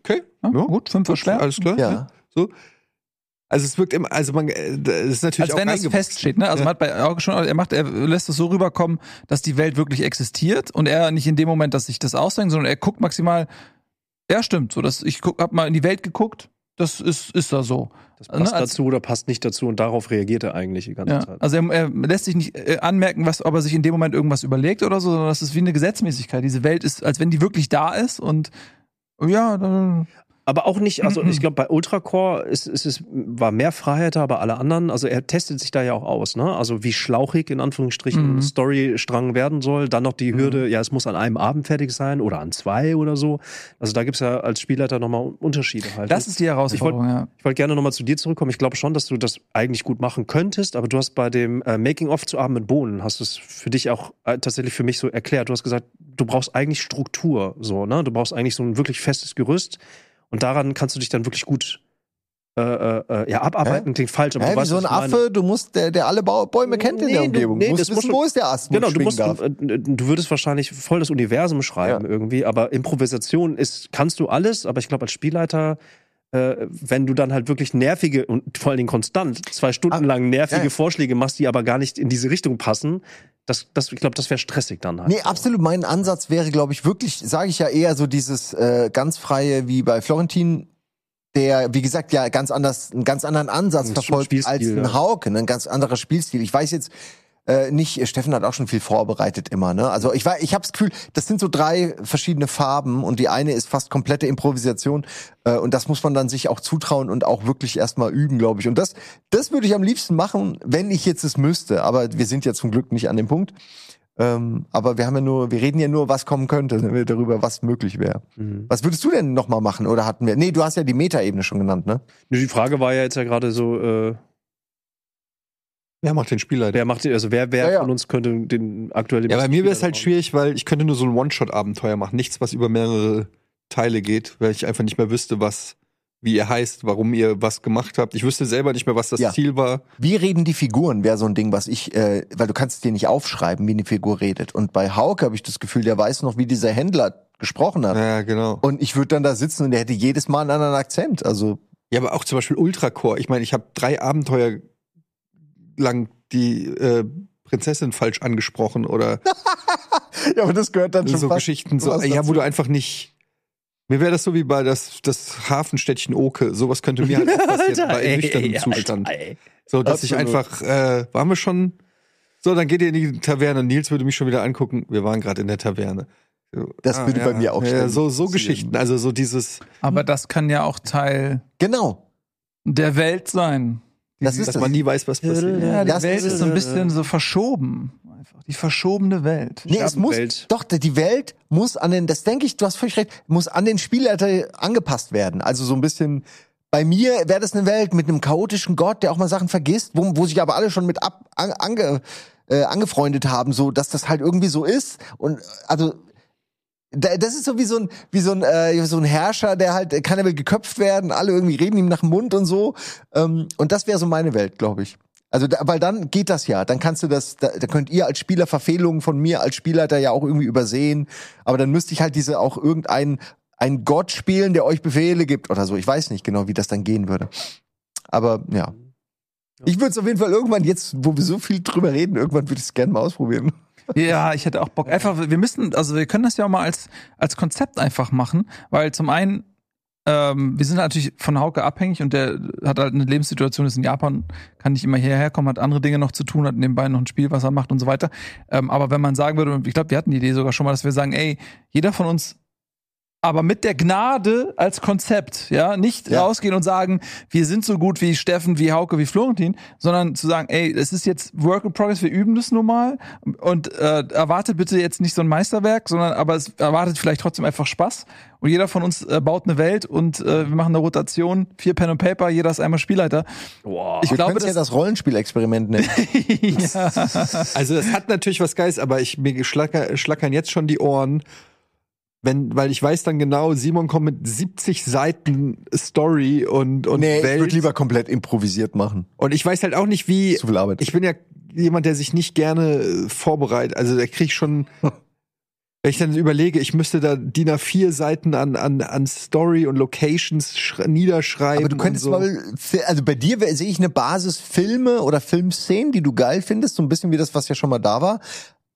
okay,
Ja,
ja,
gut, fünf schwer.
alles klar.
Ja.
ne, So. Also es wirkt immer, also man, äh, das ist natürlich
Als wenn
auch
das
eingewachsen.
feststeht, ne? Also man hat bei Auge schon, er macht, er lässt es so rüberkommen, dass die Welt wirklich existiert und er nicht in dem Moment, dass sich das ausdenkt, sondern er guckt maximal, ja stimmt, so dass ich guck, hab mal in die Welt geguckt, das ist, ist da so.
das passt
ne, als-
dazu oder passt nicht dazu und darauf reagiert er eigentlich die ganze
Ja.
Zeit.
Also er, er lässt sich nicht äh, anmerken, was, ob er sich in dem Moment irgendwas überlegt oder so, sondern das ist wie eine Gesetzmäßigkeit. Diese Welt ist, als wenn die wirklich da ist und ja, dann,
Aber auch nicht, also ich glaube, bei Ultracore ist, ist, es war mehr Freiheit da, aber alle anderen, also er testet sich da ja auch aus, ne? Also wie schlauchig in Anführungsstrichen
Mhm.
ein Storystrang werden soll, dann noch die Hürde, ja, es muss an einem Abend fertig sein oder an zwei oder so. Also da gibt's ja als Spielleiter nochmal Unterschiede halt.
das ist die Herausforderung, ja.
Ich wollte gerne nochmal zu dir zurückkommen. Ich glaube schon, dass du das eigentlich gut machen könntest, aber du hast bei dem äh, Making-of zu Abend mit Bohnen, hast du es für dich auch äh, tatsächlich für mich so erklärt. Du hast gesagt, du brauchst eigentlich Struktur, so, ne? Du brauchst eigentlich so ein wirklich festes Gerüst und daran kannst du dich dann wirklich gut äh, äh, ja, abarbeiten, klingt falsch, aber
Hä,
du
wie
weißt,
so
was
ein
ich meine.
Affe, du musst, der, der alle Bau- Bäume kennt in
Nee,
der
du-
Umgebung.
nee,
du musst
das muss
wissen,
schon-
wo ist der Ast, wo
Genau,
ich
du,
schwingen
musst,
darf.
äh, du würdest wahrscheinlich voll das Universum schreiben irgendwie, aber Improvisation ist, kannst du alles, aber ich glaube als Spielleiter, äh, wenn du dann halt wirklich nervige und vor allen Dingen konstant zwei Stunden lang nervige
Ah, ja, ja.
Vorschläge machst, die aber gar nicht in diese Richtung passen, das, das, ich glaube, das wäre stressig dann halt.
Nee, absolut. Mein Ansatz wäre, glaube ich, wirklich, sage ich ja eher so dieses äh, ganz freie wie bei Florentin, der, wie gesagt, ja ganz anders, einen ganz anderen Ansatz
Ein
verfolgt
Spielstil,
als ein
ja.
Hauke, ne? ein ganz anderer Spielstil. Ich weiß jetzt äh, nicht, äh, Steffen hat auch schon viel vorbereitet immer, ne? Also ich war, ich habe das Gefühl, das sind so drei verschiedene Farben und die eine ist fast komplette Improvisation äh, und das muss man dann sich auch zutrauen und auch wirklich erstmal üben, glaube ich. Und das, das würde ich am liebsten machen, wenn ich jetzt es müsste. Aber wir sind ja zum Glück nicht an dem Punkt. Ähm, aber wir haben ja nur, wir reden ja nur, was kommen könnte, ne, darüber, was möglich wäre.
Mhm.
Was würdest du denn nochmal machen? Oder hatten wir? Nee, du hast ja die Metaebene schon genannt, ne?
Nur Die Frage war ja jetzt ja gerade so, äh,
Wer macht den Spielleiter?
wer macht, also wer, wer
Ja, ja.
von uns könnte den aktuellen
Ja, bei mir wäre es
Spielleiter
halt
machen?
schwierig, weil ich könnte nur so ein One-Shot-Abenteuer machen. Nichts, was über mehrere Teile geht, weil ich einfach nicht mehr wüsste, was, wie ihr heißt, warum ihr was gemacht habt. Ich wüsste selber nicht mehr, was das
Ja.
Ziel war.
Wie reden die Figuren? Wäre so ein Ding, was ich, äh, weil du kannst es dir nicht aufschreiben, wie eine Figur redet. Und bei Hauke habe ich das Gefühl, der weiß noch, wie dieser Händler gesprochen hat.
Ja, genau.
Und ich würde dann da sitzen und der hätte jedes Mal einen anderen Akzent. Also (laughs)
Ja, aber auch zum Beispiel Ultracore. Ich meine, ich habe drei Abenteuer lang die äh, Prinzessin falsch angesprochen oder
ja, aber das gehört dann schon
so
fast
Geschichten. So,
sowas
ja,
dazu.
wo du einfach nicht. Mir wäre das so wie bei das, das Hafenstädtchen Oke. Sowas könnte mir halt
(laughs)
auch passieren bei
ey,
nüchternem
ey,
Zustand.
Alter, ey.
So, dass ich
Absolut.
einfach, äh, waren wir schon? So, dann geht ihr in die Taverne. Nils würde mich schon wieder angucken. Wir waren gerade in der Taverne. So,
Das würde bei mir auch
Ah, ja,
ständig
so, so
passieren.
Geschichten, also so dieses,
Aber das kann ja auch Teil
Genau.
der Welt sein.
Das
dass
ist
man
das.
nie weiß, was passiert.
Ja, die
das
Welt
ist-
ist so ein bisschen so verschoben. Einfach. Die verschobene Welt.
Nee, es muss,
Welt.
doch, die Welt muss an den, das denke ich, du hast völlig recht, muss an den Spielleiter angepasst werden. Also so ein bisschen, bei mir wäre das eine Welt mit einem chaotischen Gott, der auch mal Sachen vergisst, wo, wo sich aber alle schon mit ab, an, ange, äh, angefreundet haben, so, dass das halt irgendwie so ist. Und, äh, also, da- das ist so wie so ein, wie so ein, äh, so ein Herrscher, der halt, äh, keiner will geköpft werden, alle irgendwie reden ihm nach dem Mund und so. Ähm, und das wäre so meine Welt, glaube ich. Also, da, weil dann geht das ja. Dann kannst du das, da, da könnt ihr als Spieler Verfehlungen von mir als Spielleiter ja auch irgendwie übersehen. Aber dann müsste ich halt diese auch irgendeinen einen Gott spielen, der euch Befehle gibt oder so. Ich weiß nicht genau, wie das dann gehen würde. Aber ja. Ich würde es auf jeden Fall irgendwann, jetzt, wo wir so viel drüber reden, irgendwann würde ich es gerne mal ausprobieren.
Ja, ich hätte auch Bock. Einfach, wir müssen, also wir können das ja auch mal als, als Konzept einfach machen, weil zum einen, ähm, wir sind natürlich von Hauke abhängig und der hat halt eine Lebenssituation, ist in Japan, kann nicht immer hierher kommen, hat andere Dinge noch zu tun, hat nebenbei noch ein Spiel, was er macht und so weiter. Ähm, aber wenn man sagen würde, und ich glaube, wir hatten die Idee sogar schon mal, dass wir sagen, ey, jeder von uns aber mit der Gnade als Konzept, ja, nicht
Ja.
rausgehen und sagen, wir sind so gut wie Steffen, wie Hauke, wie Florentin, sondern zu sagen, ey, es ist jetzt Work in Progress, wir üben das nun mal und äh, erwartet bitte jetzt nicht so ein Meisterwerk, sondern aber es erwartet vielleicht trotzdem einfach Spaß und jeder von uns äh, baut eine Welt und äh, wir machen eine Rotation, vier Pen und Paper, jeder ist einmal Spielleiter.
Boah.
Ich
Wir
glaube,
können's
(laughs)
ja
das,
das Rollenspielexperiment nennen.
Also es hat natürlich was Geiles, aber ich, mir schlacker, schlackern jetzt schon die Ohren, wenn, weil ich weiß dann genau, Simon kommt mit 70 Seiten Story und, und
nee, ich
Welt.
würde lieber komplett improvisiert machen.
Und ich weiß halt auch nicht, wie.
Zu viel Arbeit.
Ich bin ja jemand, der sich nicht gerne äh, vorbereitet. Also der kriegt
(laughs)
schon. Wenn ich dann überlege, ich müsste da DIN A4 Seiten an, an, an Story und Locations schre- niederschreiben.
Aber du könntest
und so.
mal, also bei dir wär- sehe ich eine Basis Filme oder Filmszenen, die du geil findest, so ein bisschen wie das, was ja schon mal da war.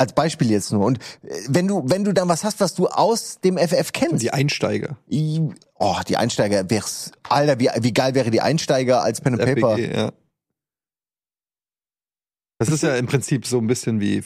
Als Beispiel jetzt nur. Und äh, wenn du, wenn du dann was hast, was du aus dem FF kennst.
Die Einsteiger.
I- Oh, die Einsteiger wär's. Alter, wie, wie geil wäre die Einsteiger als Pen and Paper?
RPG, ja. Das ist ja im Prinzip so ein bisschen wie äh,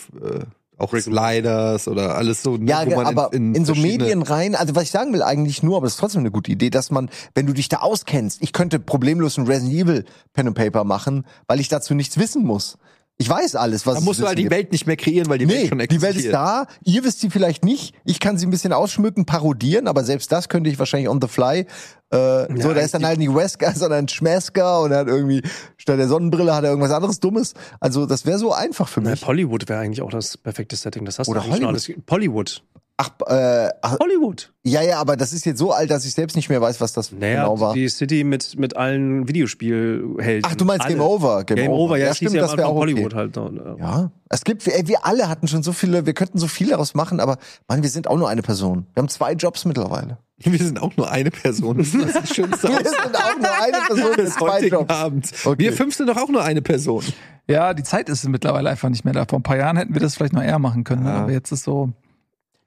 auch Sliders oder alles so, ne,
Ja,
wo man
aber in, so
verschiedene-
Medien rein, also was ich sagen will eigentlich nur, aber das ist trotzdem eine gute Idee, dass man, wenn du dich da auskennst, ich könnte problemlos ein Resident Evil Pen and Paper machen, weil ich dazu nichts wissen muss. Ich weiß alles, was
Da
es
musst du
wissen
halt die
gibt.
Welt nicht mehr kreieren, weil die Welt
Nee,
schon
die
existiert.
Welt ist da. Ihr wisst sie vielleicht nicht. Ich kann sie ein bisschen ausschmücken, parodieren, aber selbst das könnte ich wahrscheinlich on the fly. Äh, so, da ist dann halt nicht Wesker, (laughs) sondern Schmesker und er hat irgendwie, statt der Sonnenbrille hat er irgendwas anderes Dummes. Also, das wäre so einfach für
Na,
mich.
Pollywood wäre eigentlich auch das perfekte Setting. Das hast
Oder
du eigentlich schon
Hollywood.
alles. Pollywood.
Ach, äh, ach,
Hollywood.
ja, ja, aber das ist jetzt so alt, dass ich selbst nicht mehr weiß, was das
Naja,
genau war.
die City mit, mit allen Videospielhelden.
Ach, du meinst
Alle.
Game Over.
Game, Over, ja,
ja
das stimmt,
stimmt,
ja
das wäre auch okay.
Hollywood halt. Ja.
Ja, es gibt, ey, wir alle hatten schon so viele, wir könnten so viel daraus machen, aber Mann, wir sind auch nur eine Person. Wir haben zwei Jobs mittlerweile.
(laughs) Wir sind auch nur eine Person. Das ist
(laughs)
das Schönste
Wir sind auch nur eine Person mit
des
zwei
heutigen
Jobs.
Abends.
Okay.
Wir fünf sind doch auch nur eine Person.
ja, die Zeit ist mittlerweile einfach nicht mehr da. Vor ein paar Jahren hätten wir das vielleicht noch eher machen können,
Ja.
aber jetzt ist so,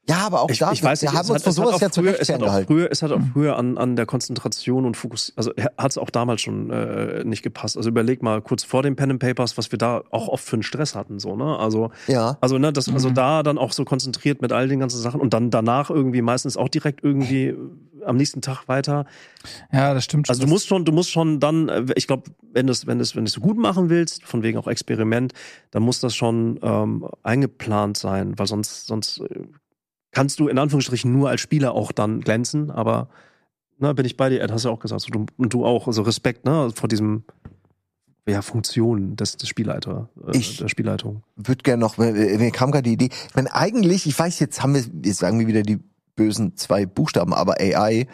Ja, aber auch
Ich,
da,
ich weiß
wir
nicht,
haben
es hat-
uns von
es hat
sowas
auch
ja zu
früher,
Recht
es hat auch
ferngehalten.
früher, es hat auch früher an, an der Konzentration und Fokus, also hat es auch damals schon äh, nicht gepasst. Also überleg mal kurz vor den Pen and Papers, was wir da auch oft für einen Stress hatten, so, ne? Also,
Ja.
also, ne, das, also
Mhm.
da dann auch so konzentriert mit all den ganzen Sachen und dann danach irgendwie meistens auch direkt irgendwie am nächsten Tag weiter.
ja, das stimmt schon.
Also du musst schon, du musst schon dann, äh, ich glaube, wenn das, wenn das, wenn das du gut machen willst, von wegen auch Experiment, dann muss das schon ähm, eingeplant sein, weil sonst, sonst äh, kannst du in Anführungsstrichen nur als Spieler auch dann glänzen. Aber na, bin ich bei dir, Ed, hast du ja auch gesagt, so, du, und du auch, also Respekt ne, vor diesem ja Funktion des, des Spielleiter, äh,
Ich-
der Spielleitung.
Würde gerne noch, äh, mir kam gerade die Idee, ich meine, eigentlich, ich weiß, jetzt haben wir, jetzt sagen wir wieder die bösen zwei Buchstaben, aber AI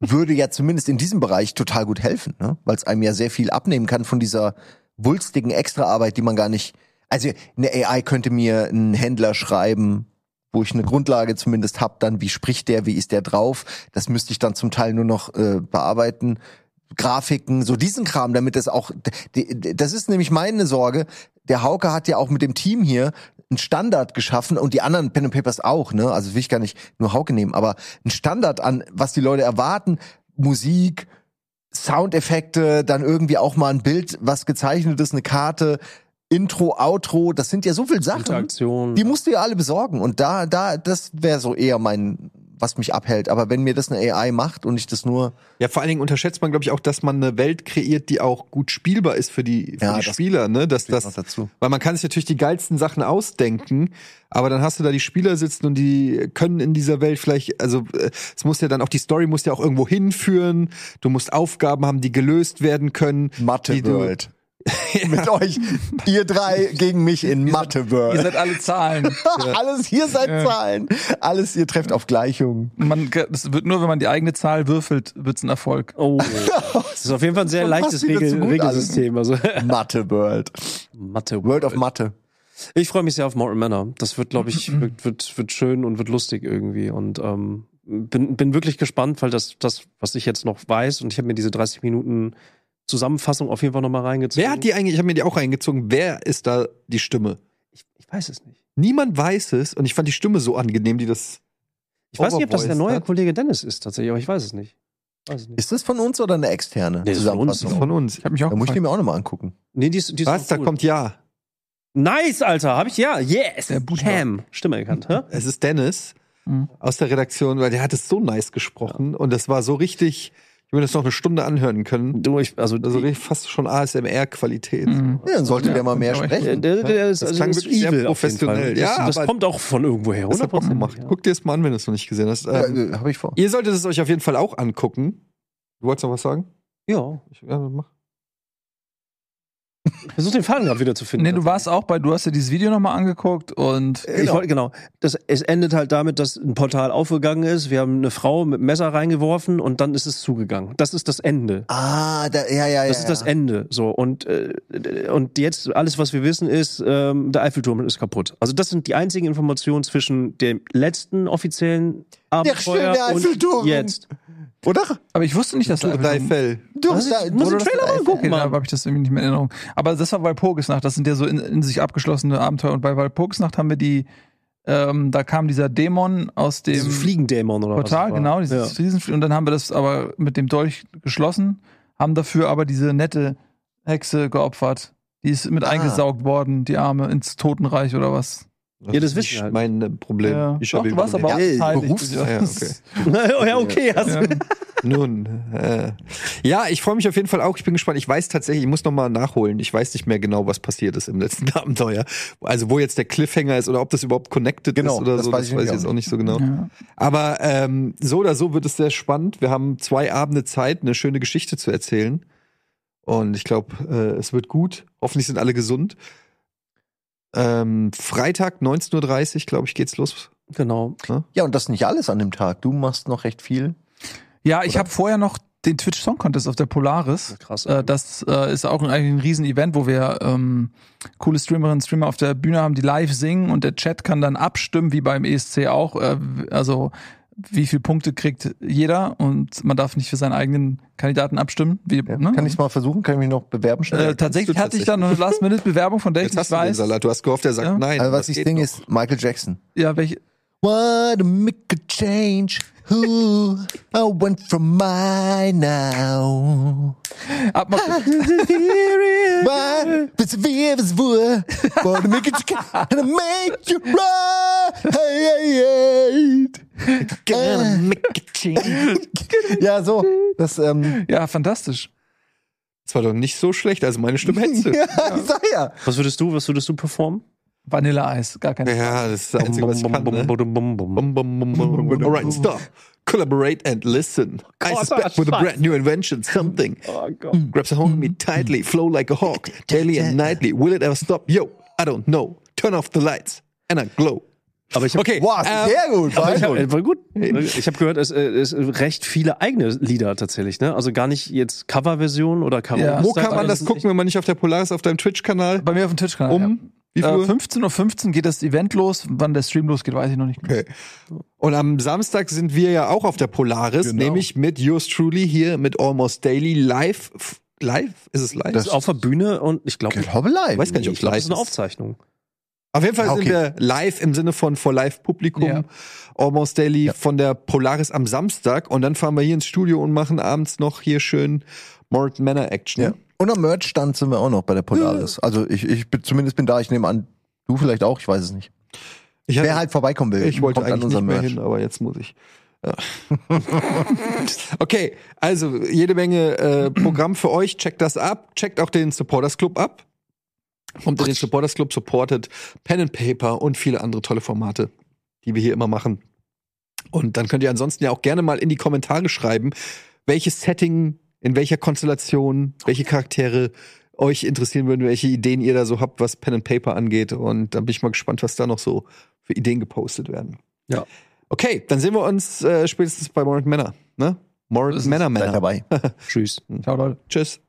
würde ja zumindest in diesem Bereich total gut helfen, ne? weil es einem ja sehr viel abnehmen kann von dieser wulstigen Extraarbeit, die man gar nicht, also eine AI könnte mir einen Händler schreiben, wo ich eine Grundlage zumindest hab, dann wie spricht der, wie ist der drauf, das müsste ich dann zum Teil nur noch äh, bearbeiten. Grafiken, so diesen Kram, damit das auch, die- die- das ist nämlich meine Sorge. Der Hauke hat ja auch mit dem Team hier einen Standard geschaffen und die anderen Pen and Papers auch, ne? Also will ich gar nicht nur Hauke nehmen, aber einen Standard an, was die Leute erwarten, Musik, Soundeffekte, dann irgendwie auch mal ein Bild, was gezeichnet ist, eine Karte, Intro, Outro, das sind ja so viele Sachen.
Interaktion.
Mhm. Die musst du ja alle besorgen. Und da, da, das wäre so eher mein, was mich abhält. Aber wenn mir das eine AI macht und ich das nur
Ja, vor allen Dingen unterschätzt man, glaube ich, auch, dass man eine Welt kreiert, die auch gut spielbar ist für die, für
Ja,
die
das-
Spieler, ne? Dass
noch
das,
dazu.
weil man kann sich natürlich die geilsten Sachen ausdenken, aber dann hast du da die Spieler sitzen und die können in dieser Welt vielleicht, also äh, es muss ja dann auch die Story muss ja auch irgendwo hinführen. Du musst Aufgaben haben, die gelöst werden können. die
Mathe
du- (laughs)
World.
(laughs)
Mit euch, ihr drei gegen mich in Mathe
Ihr
(laughs) World.
seid alle Zahlen.
Alles hier seid Zahlen. Alles ihr trefft auf Gleichungen.
Man, das wird nur, wenn man die eigene Zahl würfelt, wird's ein Erfolg.
(laughs)
Oh, das ist auf jeden Fall ein sehr
Man passt
leichtes
wieder zu
Regel
gut
Regelsystem. Also, (laughs)
Mathe World.
Mathe.
World of Mathe.
Ich freue mich sehr auf Morton Manor. Das wird, glaube
Mhm.
ich, wird, wird, wird schön und wird lustig irgendwie. Und ähm, bin, bin wirklich gespannt, weil das, das, was ich jetzt noch weiß, und ich habe mir diese 30 Minuten Zusammenfassung auf jeden Fall nochmal reingezogen.
Wer hat die eigentlich, ich habe mir die auch reingezogen, wer ist da die Stimme?
Ich, ich weiß es nicht.
Niemand weiß es und ich fand die Stimme so angenehm, die das.
Ich weiß nicht, ob das der
Overvoiced
neue
hat.
Kollege Dennis ist tatsächlich, aber ich weiß es nicht. Weiß es nicht.
Ist das von uns oder eine externe
Nee, das ist von uns.
Zusammenfassung?
Von uns.
Ich habe mich auch
Da muss ich die
gefragt.
mir auch nochmal angucken.
Nee, die ist, die ist
Was?
noch
Da
cool.
kommt ja.
Nice, Alter. Hab ich ja. Yes.
Der Buddha.
Pam. Stimme erkannt. Hä?
Es ist Dennis
Mhm.
aus der Redaktion, weil der hat es so nice gesprochen und das war so richtig, ich würde das noch eine Stunde anhören können.
Du, ich, also,
Also
die-
richtig fast schon ASMR-Qualität.
Mhm.
Ja, dann sollte
Ja,
der mal mehr
aber ich-
Der,
sprechen.
der, der ist,
Das
also
klang
ist
wirklich sehr
evil auf jeden
professionell.
Fall.
Ja,
das, das
aber-
kommt auch von irgendwo her.
Das hat Bock
100%.
gemacht.
Ja.
Guck dir das mal an, wenn du es noch nicht gesehen hast.
Ja,
Ähm,
äh, Habe ich vor.
Ihr solltet es euch auf jeden Fall auch angucken. Du wolltest noch was sagen?
ja,
Ich, ja, mach.
Ähm, ich versuche den Faden gerade wieder zu finden.
Nee, du warst auch bei, du hast dir dieses Video nochmal angeguckt und
Genau. Ich wollte genau. Das, es endet halt damit, dass ein Portal aufgegangen ist. Wir haben eine Frau mit Messer reingeworfen und dann ist es zugegangen. Das ist das Ende.
Ah, da, ja, ja, ja.
Das ist das
ja.
Ende. So und äh, und jetzt alles, was wir wissen, ist ähm, der Eiffelturm ist kaputt. Also das sind die einzigen Informationen zwischen dem letzten offiziellen Abenteuer
schöne Eiffelturm.
und jetzt.
Oder?
aber ich wusste nicht, dass Genau, da
Fell.
Du,
Was?
da,
Ich muss den
oder-
Trailer mal
Okay,
gucken,
da
Mann.
habe ich das irgendwie nicht mehr in Erinnerung. Aber das war Walpurgisnacht, das sind ja so in, in sich abgeschlossene Abenteuer. Und bei Walpurgisnacht haben wir die, ähm, da kam dieser Dämon aus dem
Diesen Fliegendämon oder was?
Portal,
das war.
genau, dieses Riesenfliegen. Und dann haben wir das aber mit dem Dolch geschlossen, haben dafür aber diese nette Hexe geopfert. Die ist mit
Ah.
eingesaugt worden, die Arme, ins Totenreich oder was.
Ja, das wissen
ist
wir halt.
mein äh, Problem.
Ja.
Ich
Doch,
habe
du warst aber auch
Problem.
beteiligt.
Berufs- ja, okay.
ja. (laughs) ja, okay. Hast
Ja.
Nun, äh, ja, ich freue mich auf jeden Fall auch. Ich bin gespannt. Ich weiß tatsächlich, ich muss noch mal nachholen. Ich weiß nicht mehr genau, was passiert ist im letzten (laughs) Abenteuer. Also wo jetzt der Cliffhanger ist oder ob das überhaupt connected
Genau,
ist oder
das
so.
weiß ich
das weiß
nämlich
ich
auch
jetzt auch nicht so genau.
Ja.
Aber ähm, so oder so wird es sehr spannend. Wir haben zwei Abende Zeit, eine schöne Geschichte zu erzählen. Und ich glaube, äh, es wird gut. Hoffentlich sind alle gesund. Ähm, Freitag 19.30 Uhr, glaube ich, geht's los.
Genau.
Ja, und das ist nicht alles an dem Tag. Du machst noch recht viel.
ja, ich habe vorher noch den Twitch Song Contest auf der Polaris.
Krass.
Äh, das äh, ist auch ein, eigentlich ein Riesen-Event, wo wir ähm, coole Streamerinnen und Streamer auf der Bühne haben, die live singen und der Chat kann dann abstimmen, wie beim ESC auch. Äh, w- also wie viele Punkte kriegt jeder und man darf nicht für seinen eigenen Kandidaten abstimmen. Wie,
Ja,
ne?
Kann ich es mal versuchen? Kann ich mich noch bewerben? Also,
äh,
Schnell?
tatsächlich
du
hatte ich dann eine Last-Minute-Bewerbung, von der ich
Jetzt
nicht
hast du den
weiß.
Salat. Du hast gehofft, er sagt
Ja.
nein.
also,
aber
was
das
ich
geht
Ding
noch.
ist Michael Jackson.
Ja, welche,
What a make a change. Who I went from my now.
ab,
(laughs)
What? Bis wir es wohl. What a make a change. And I make you right. Hey, hey, hey. Äh, Ja, so. Das, ähm,
ja, fantastisch.
Das war doch nicht so schlecht. Also meine Stimme hättest du.
ja, ich sag (laughs) ja.
Was würdest du, was würdest du performen?
Vanilleeis, gar keine
Ja, das ist das Einzige, was ich kann.
(laughs)
Ne?
Bum, bum, bum, bum.
Bum, bum, bum, bum, bum. Alright, stop. Collaborate and listen. I
Gott,
suspect with a
Scheiße.
brand new invention, something. Hmm.
Oh Gott.
Grabs a hold of me tightly, flow like a hawk, daily and nightly. Will it ever stop? Yo, I don't know. Turn off the lights and I glow.
Aber ich hab,
Okay,
Wow,
ähm,
sehr gut.
Aber ich
sehr
hab,
gut.
äh, voll gut. Ich habe gehört, es, äh, es recht viele eigene Lieder tatsächlich, ne? Also gar nicht jetzt Coverversion oder Karaoke.
Ja.
wo kann man das gucken, wenn man nicht auf der Polaris auf deinem Twitch-Kanal?
Bei mir auf dem Twitch-Kanal.
Um Wie
Äh,
viel Uhr?
15.15 Uhr geht das Event los. Wann der Stream losgeht, weiß ich noch nicht.
Okay. Und am Samstag sind wir ja auch auf der Polaris,
Genau.
nämlich mit yours truly hier mit Almost Daily live. f- Live? Ist es live?
Das-
Auf der Bühne und ich glaube,
Ich glaube live.
weiß gar nicht, ob
ich glaub, das ist eine
live ist.
Aufzeichnung.
Auf jeden Fall
Ah,
sind
okay.
wir live im Sinne von vor live Publikum,
Ja.
Almost Daily
Ja.
von der Polaris am Samstag und dann fahren wir hier ins Studio und machen abends noch hier schön Morton Manor Action.
Ja. Und am Merch-Stand sind wir auch noch bei der Polaris.
Hm.
Also ich, ich bin, zumindest bin da, ich nehme an, du vielleicht auch, ich weiß es nicht.
Ich,
Wer
hatte,
halt vorbeikommen will,
ich wollte
kommt an
eigentlich nicht
unserem
mehr
Merch.
hin, aber jetzt muss ich. Ja. (laughs) okay, also jede Menge äh, Programm für euch. Checkt das ab. Checkt auch den Supporters Club ab. Kommt in den Supporters Club, supportet Pen and Paper und viele andere tolle Formate, die wir hier immer machen. Und dann könnt ihr ansonsten ja auch gerne mal in die Kommentare schreiben, welches Setting, in welcher Konstellation, welche Charaktere euch interessieren würden, welche Ideen ihr da so habt, was Pen and Paper angeht. Und dann bin ich mal gespannt, was da noch so für Ideen gepostet werden.
Ja.
Okay, dann sehen wir uns äh, spätestens bei Morant Manor. Ne?
So
Morant
ist es.
Manor
Seid
Manor.
dabei.
Tschüss.
Ciao, Leute.
Tschüss.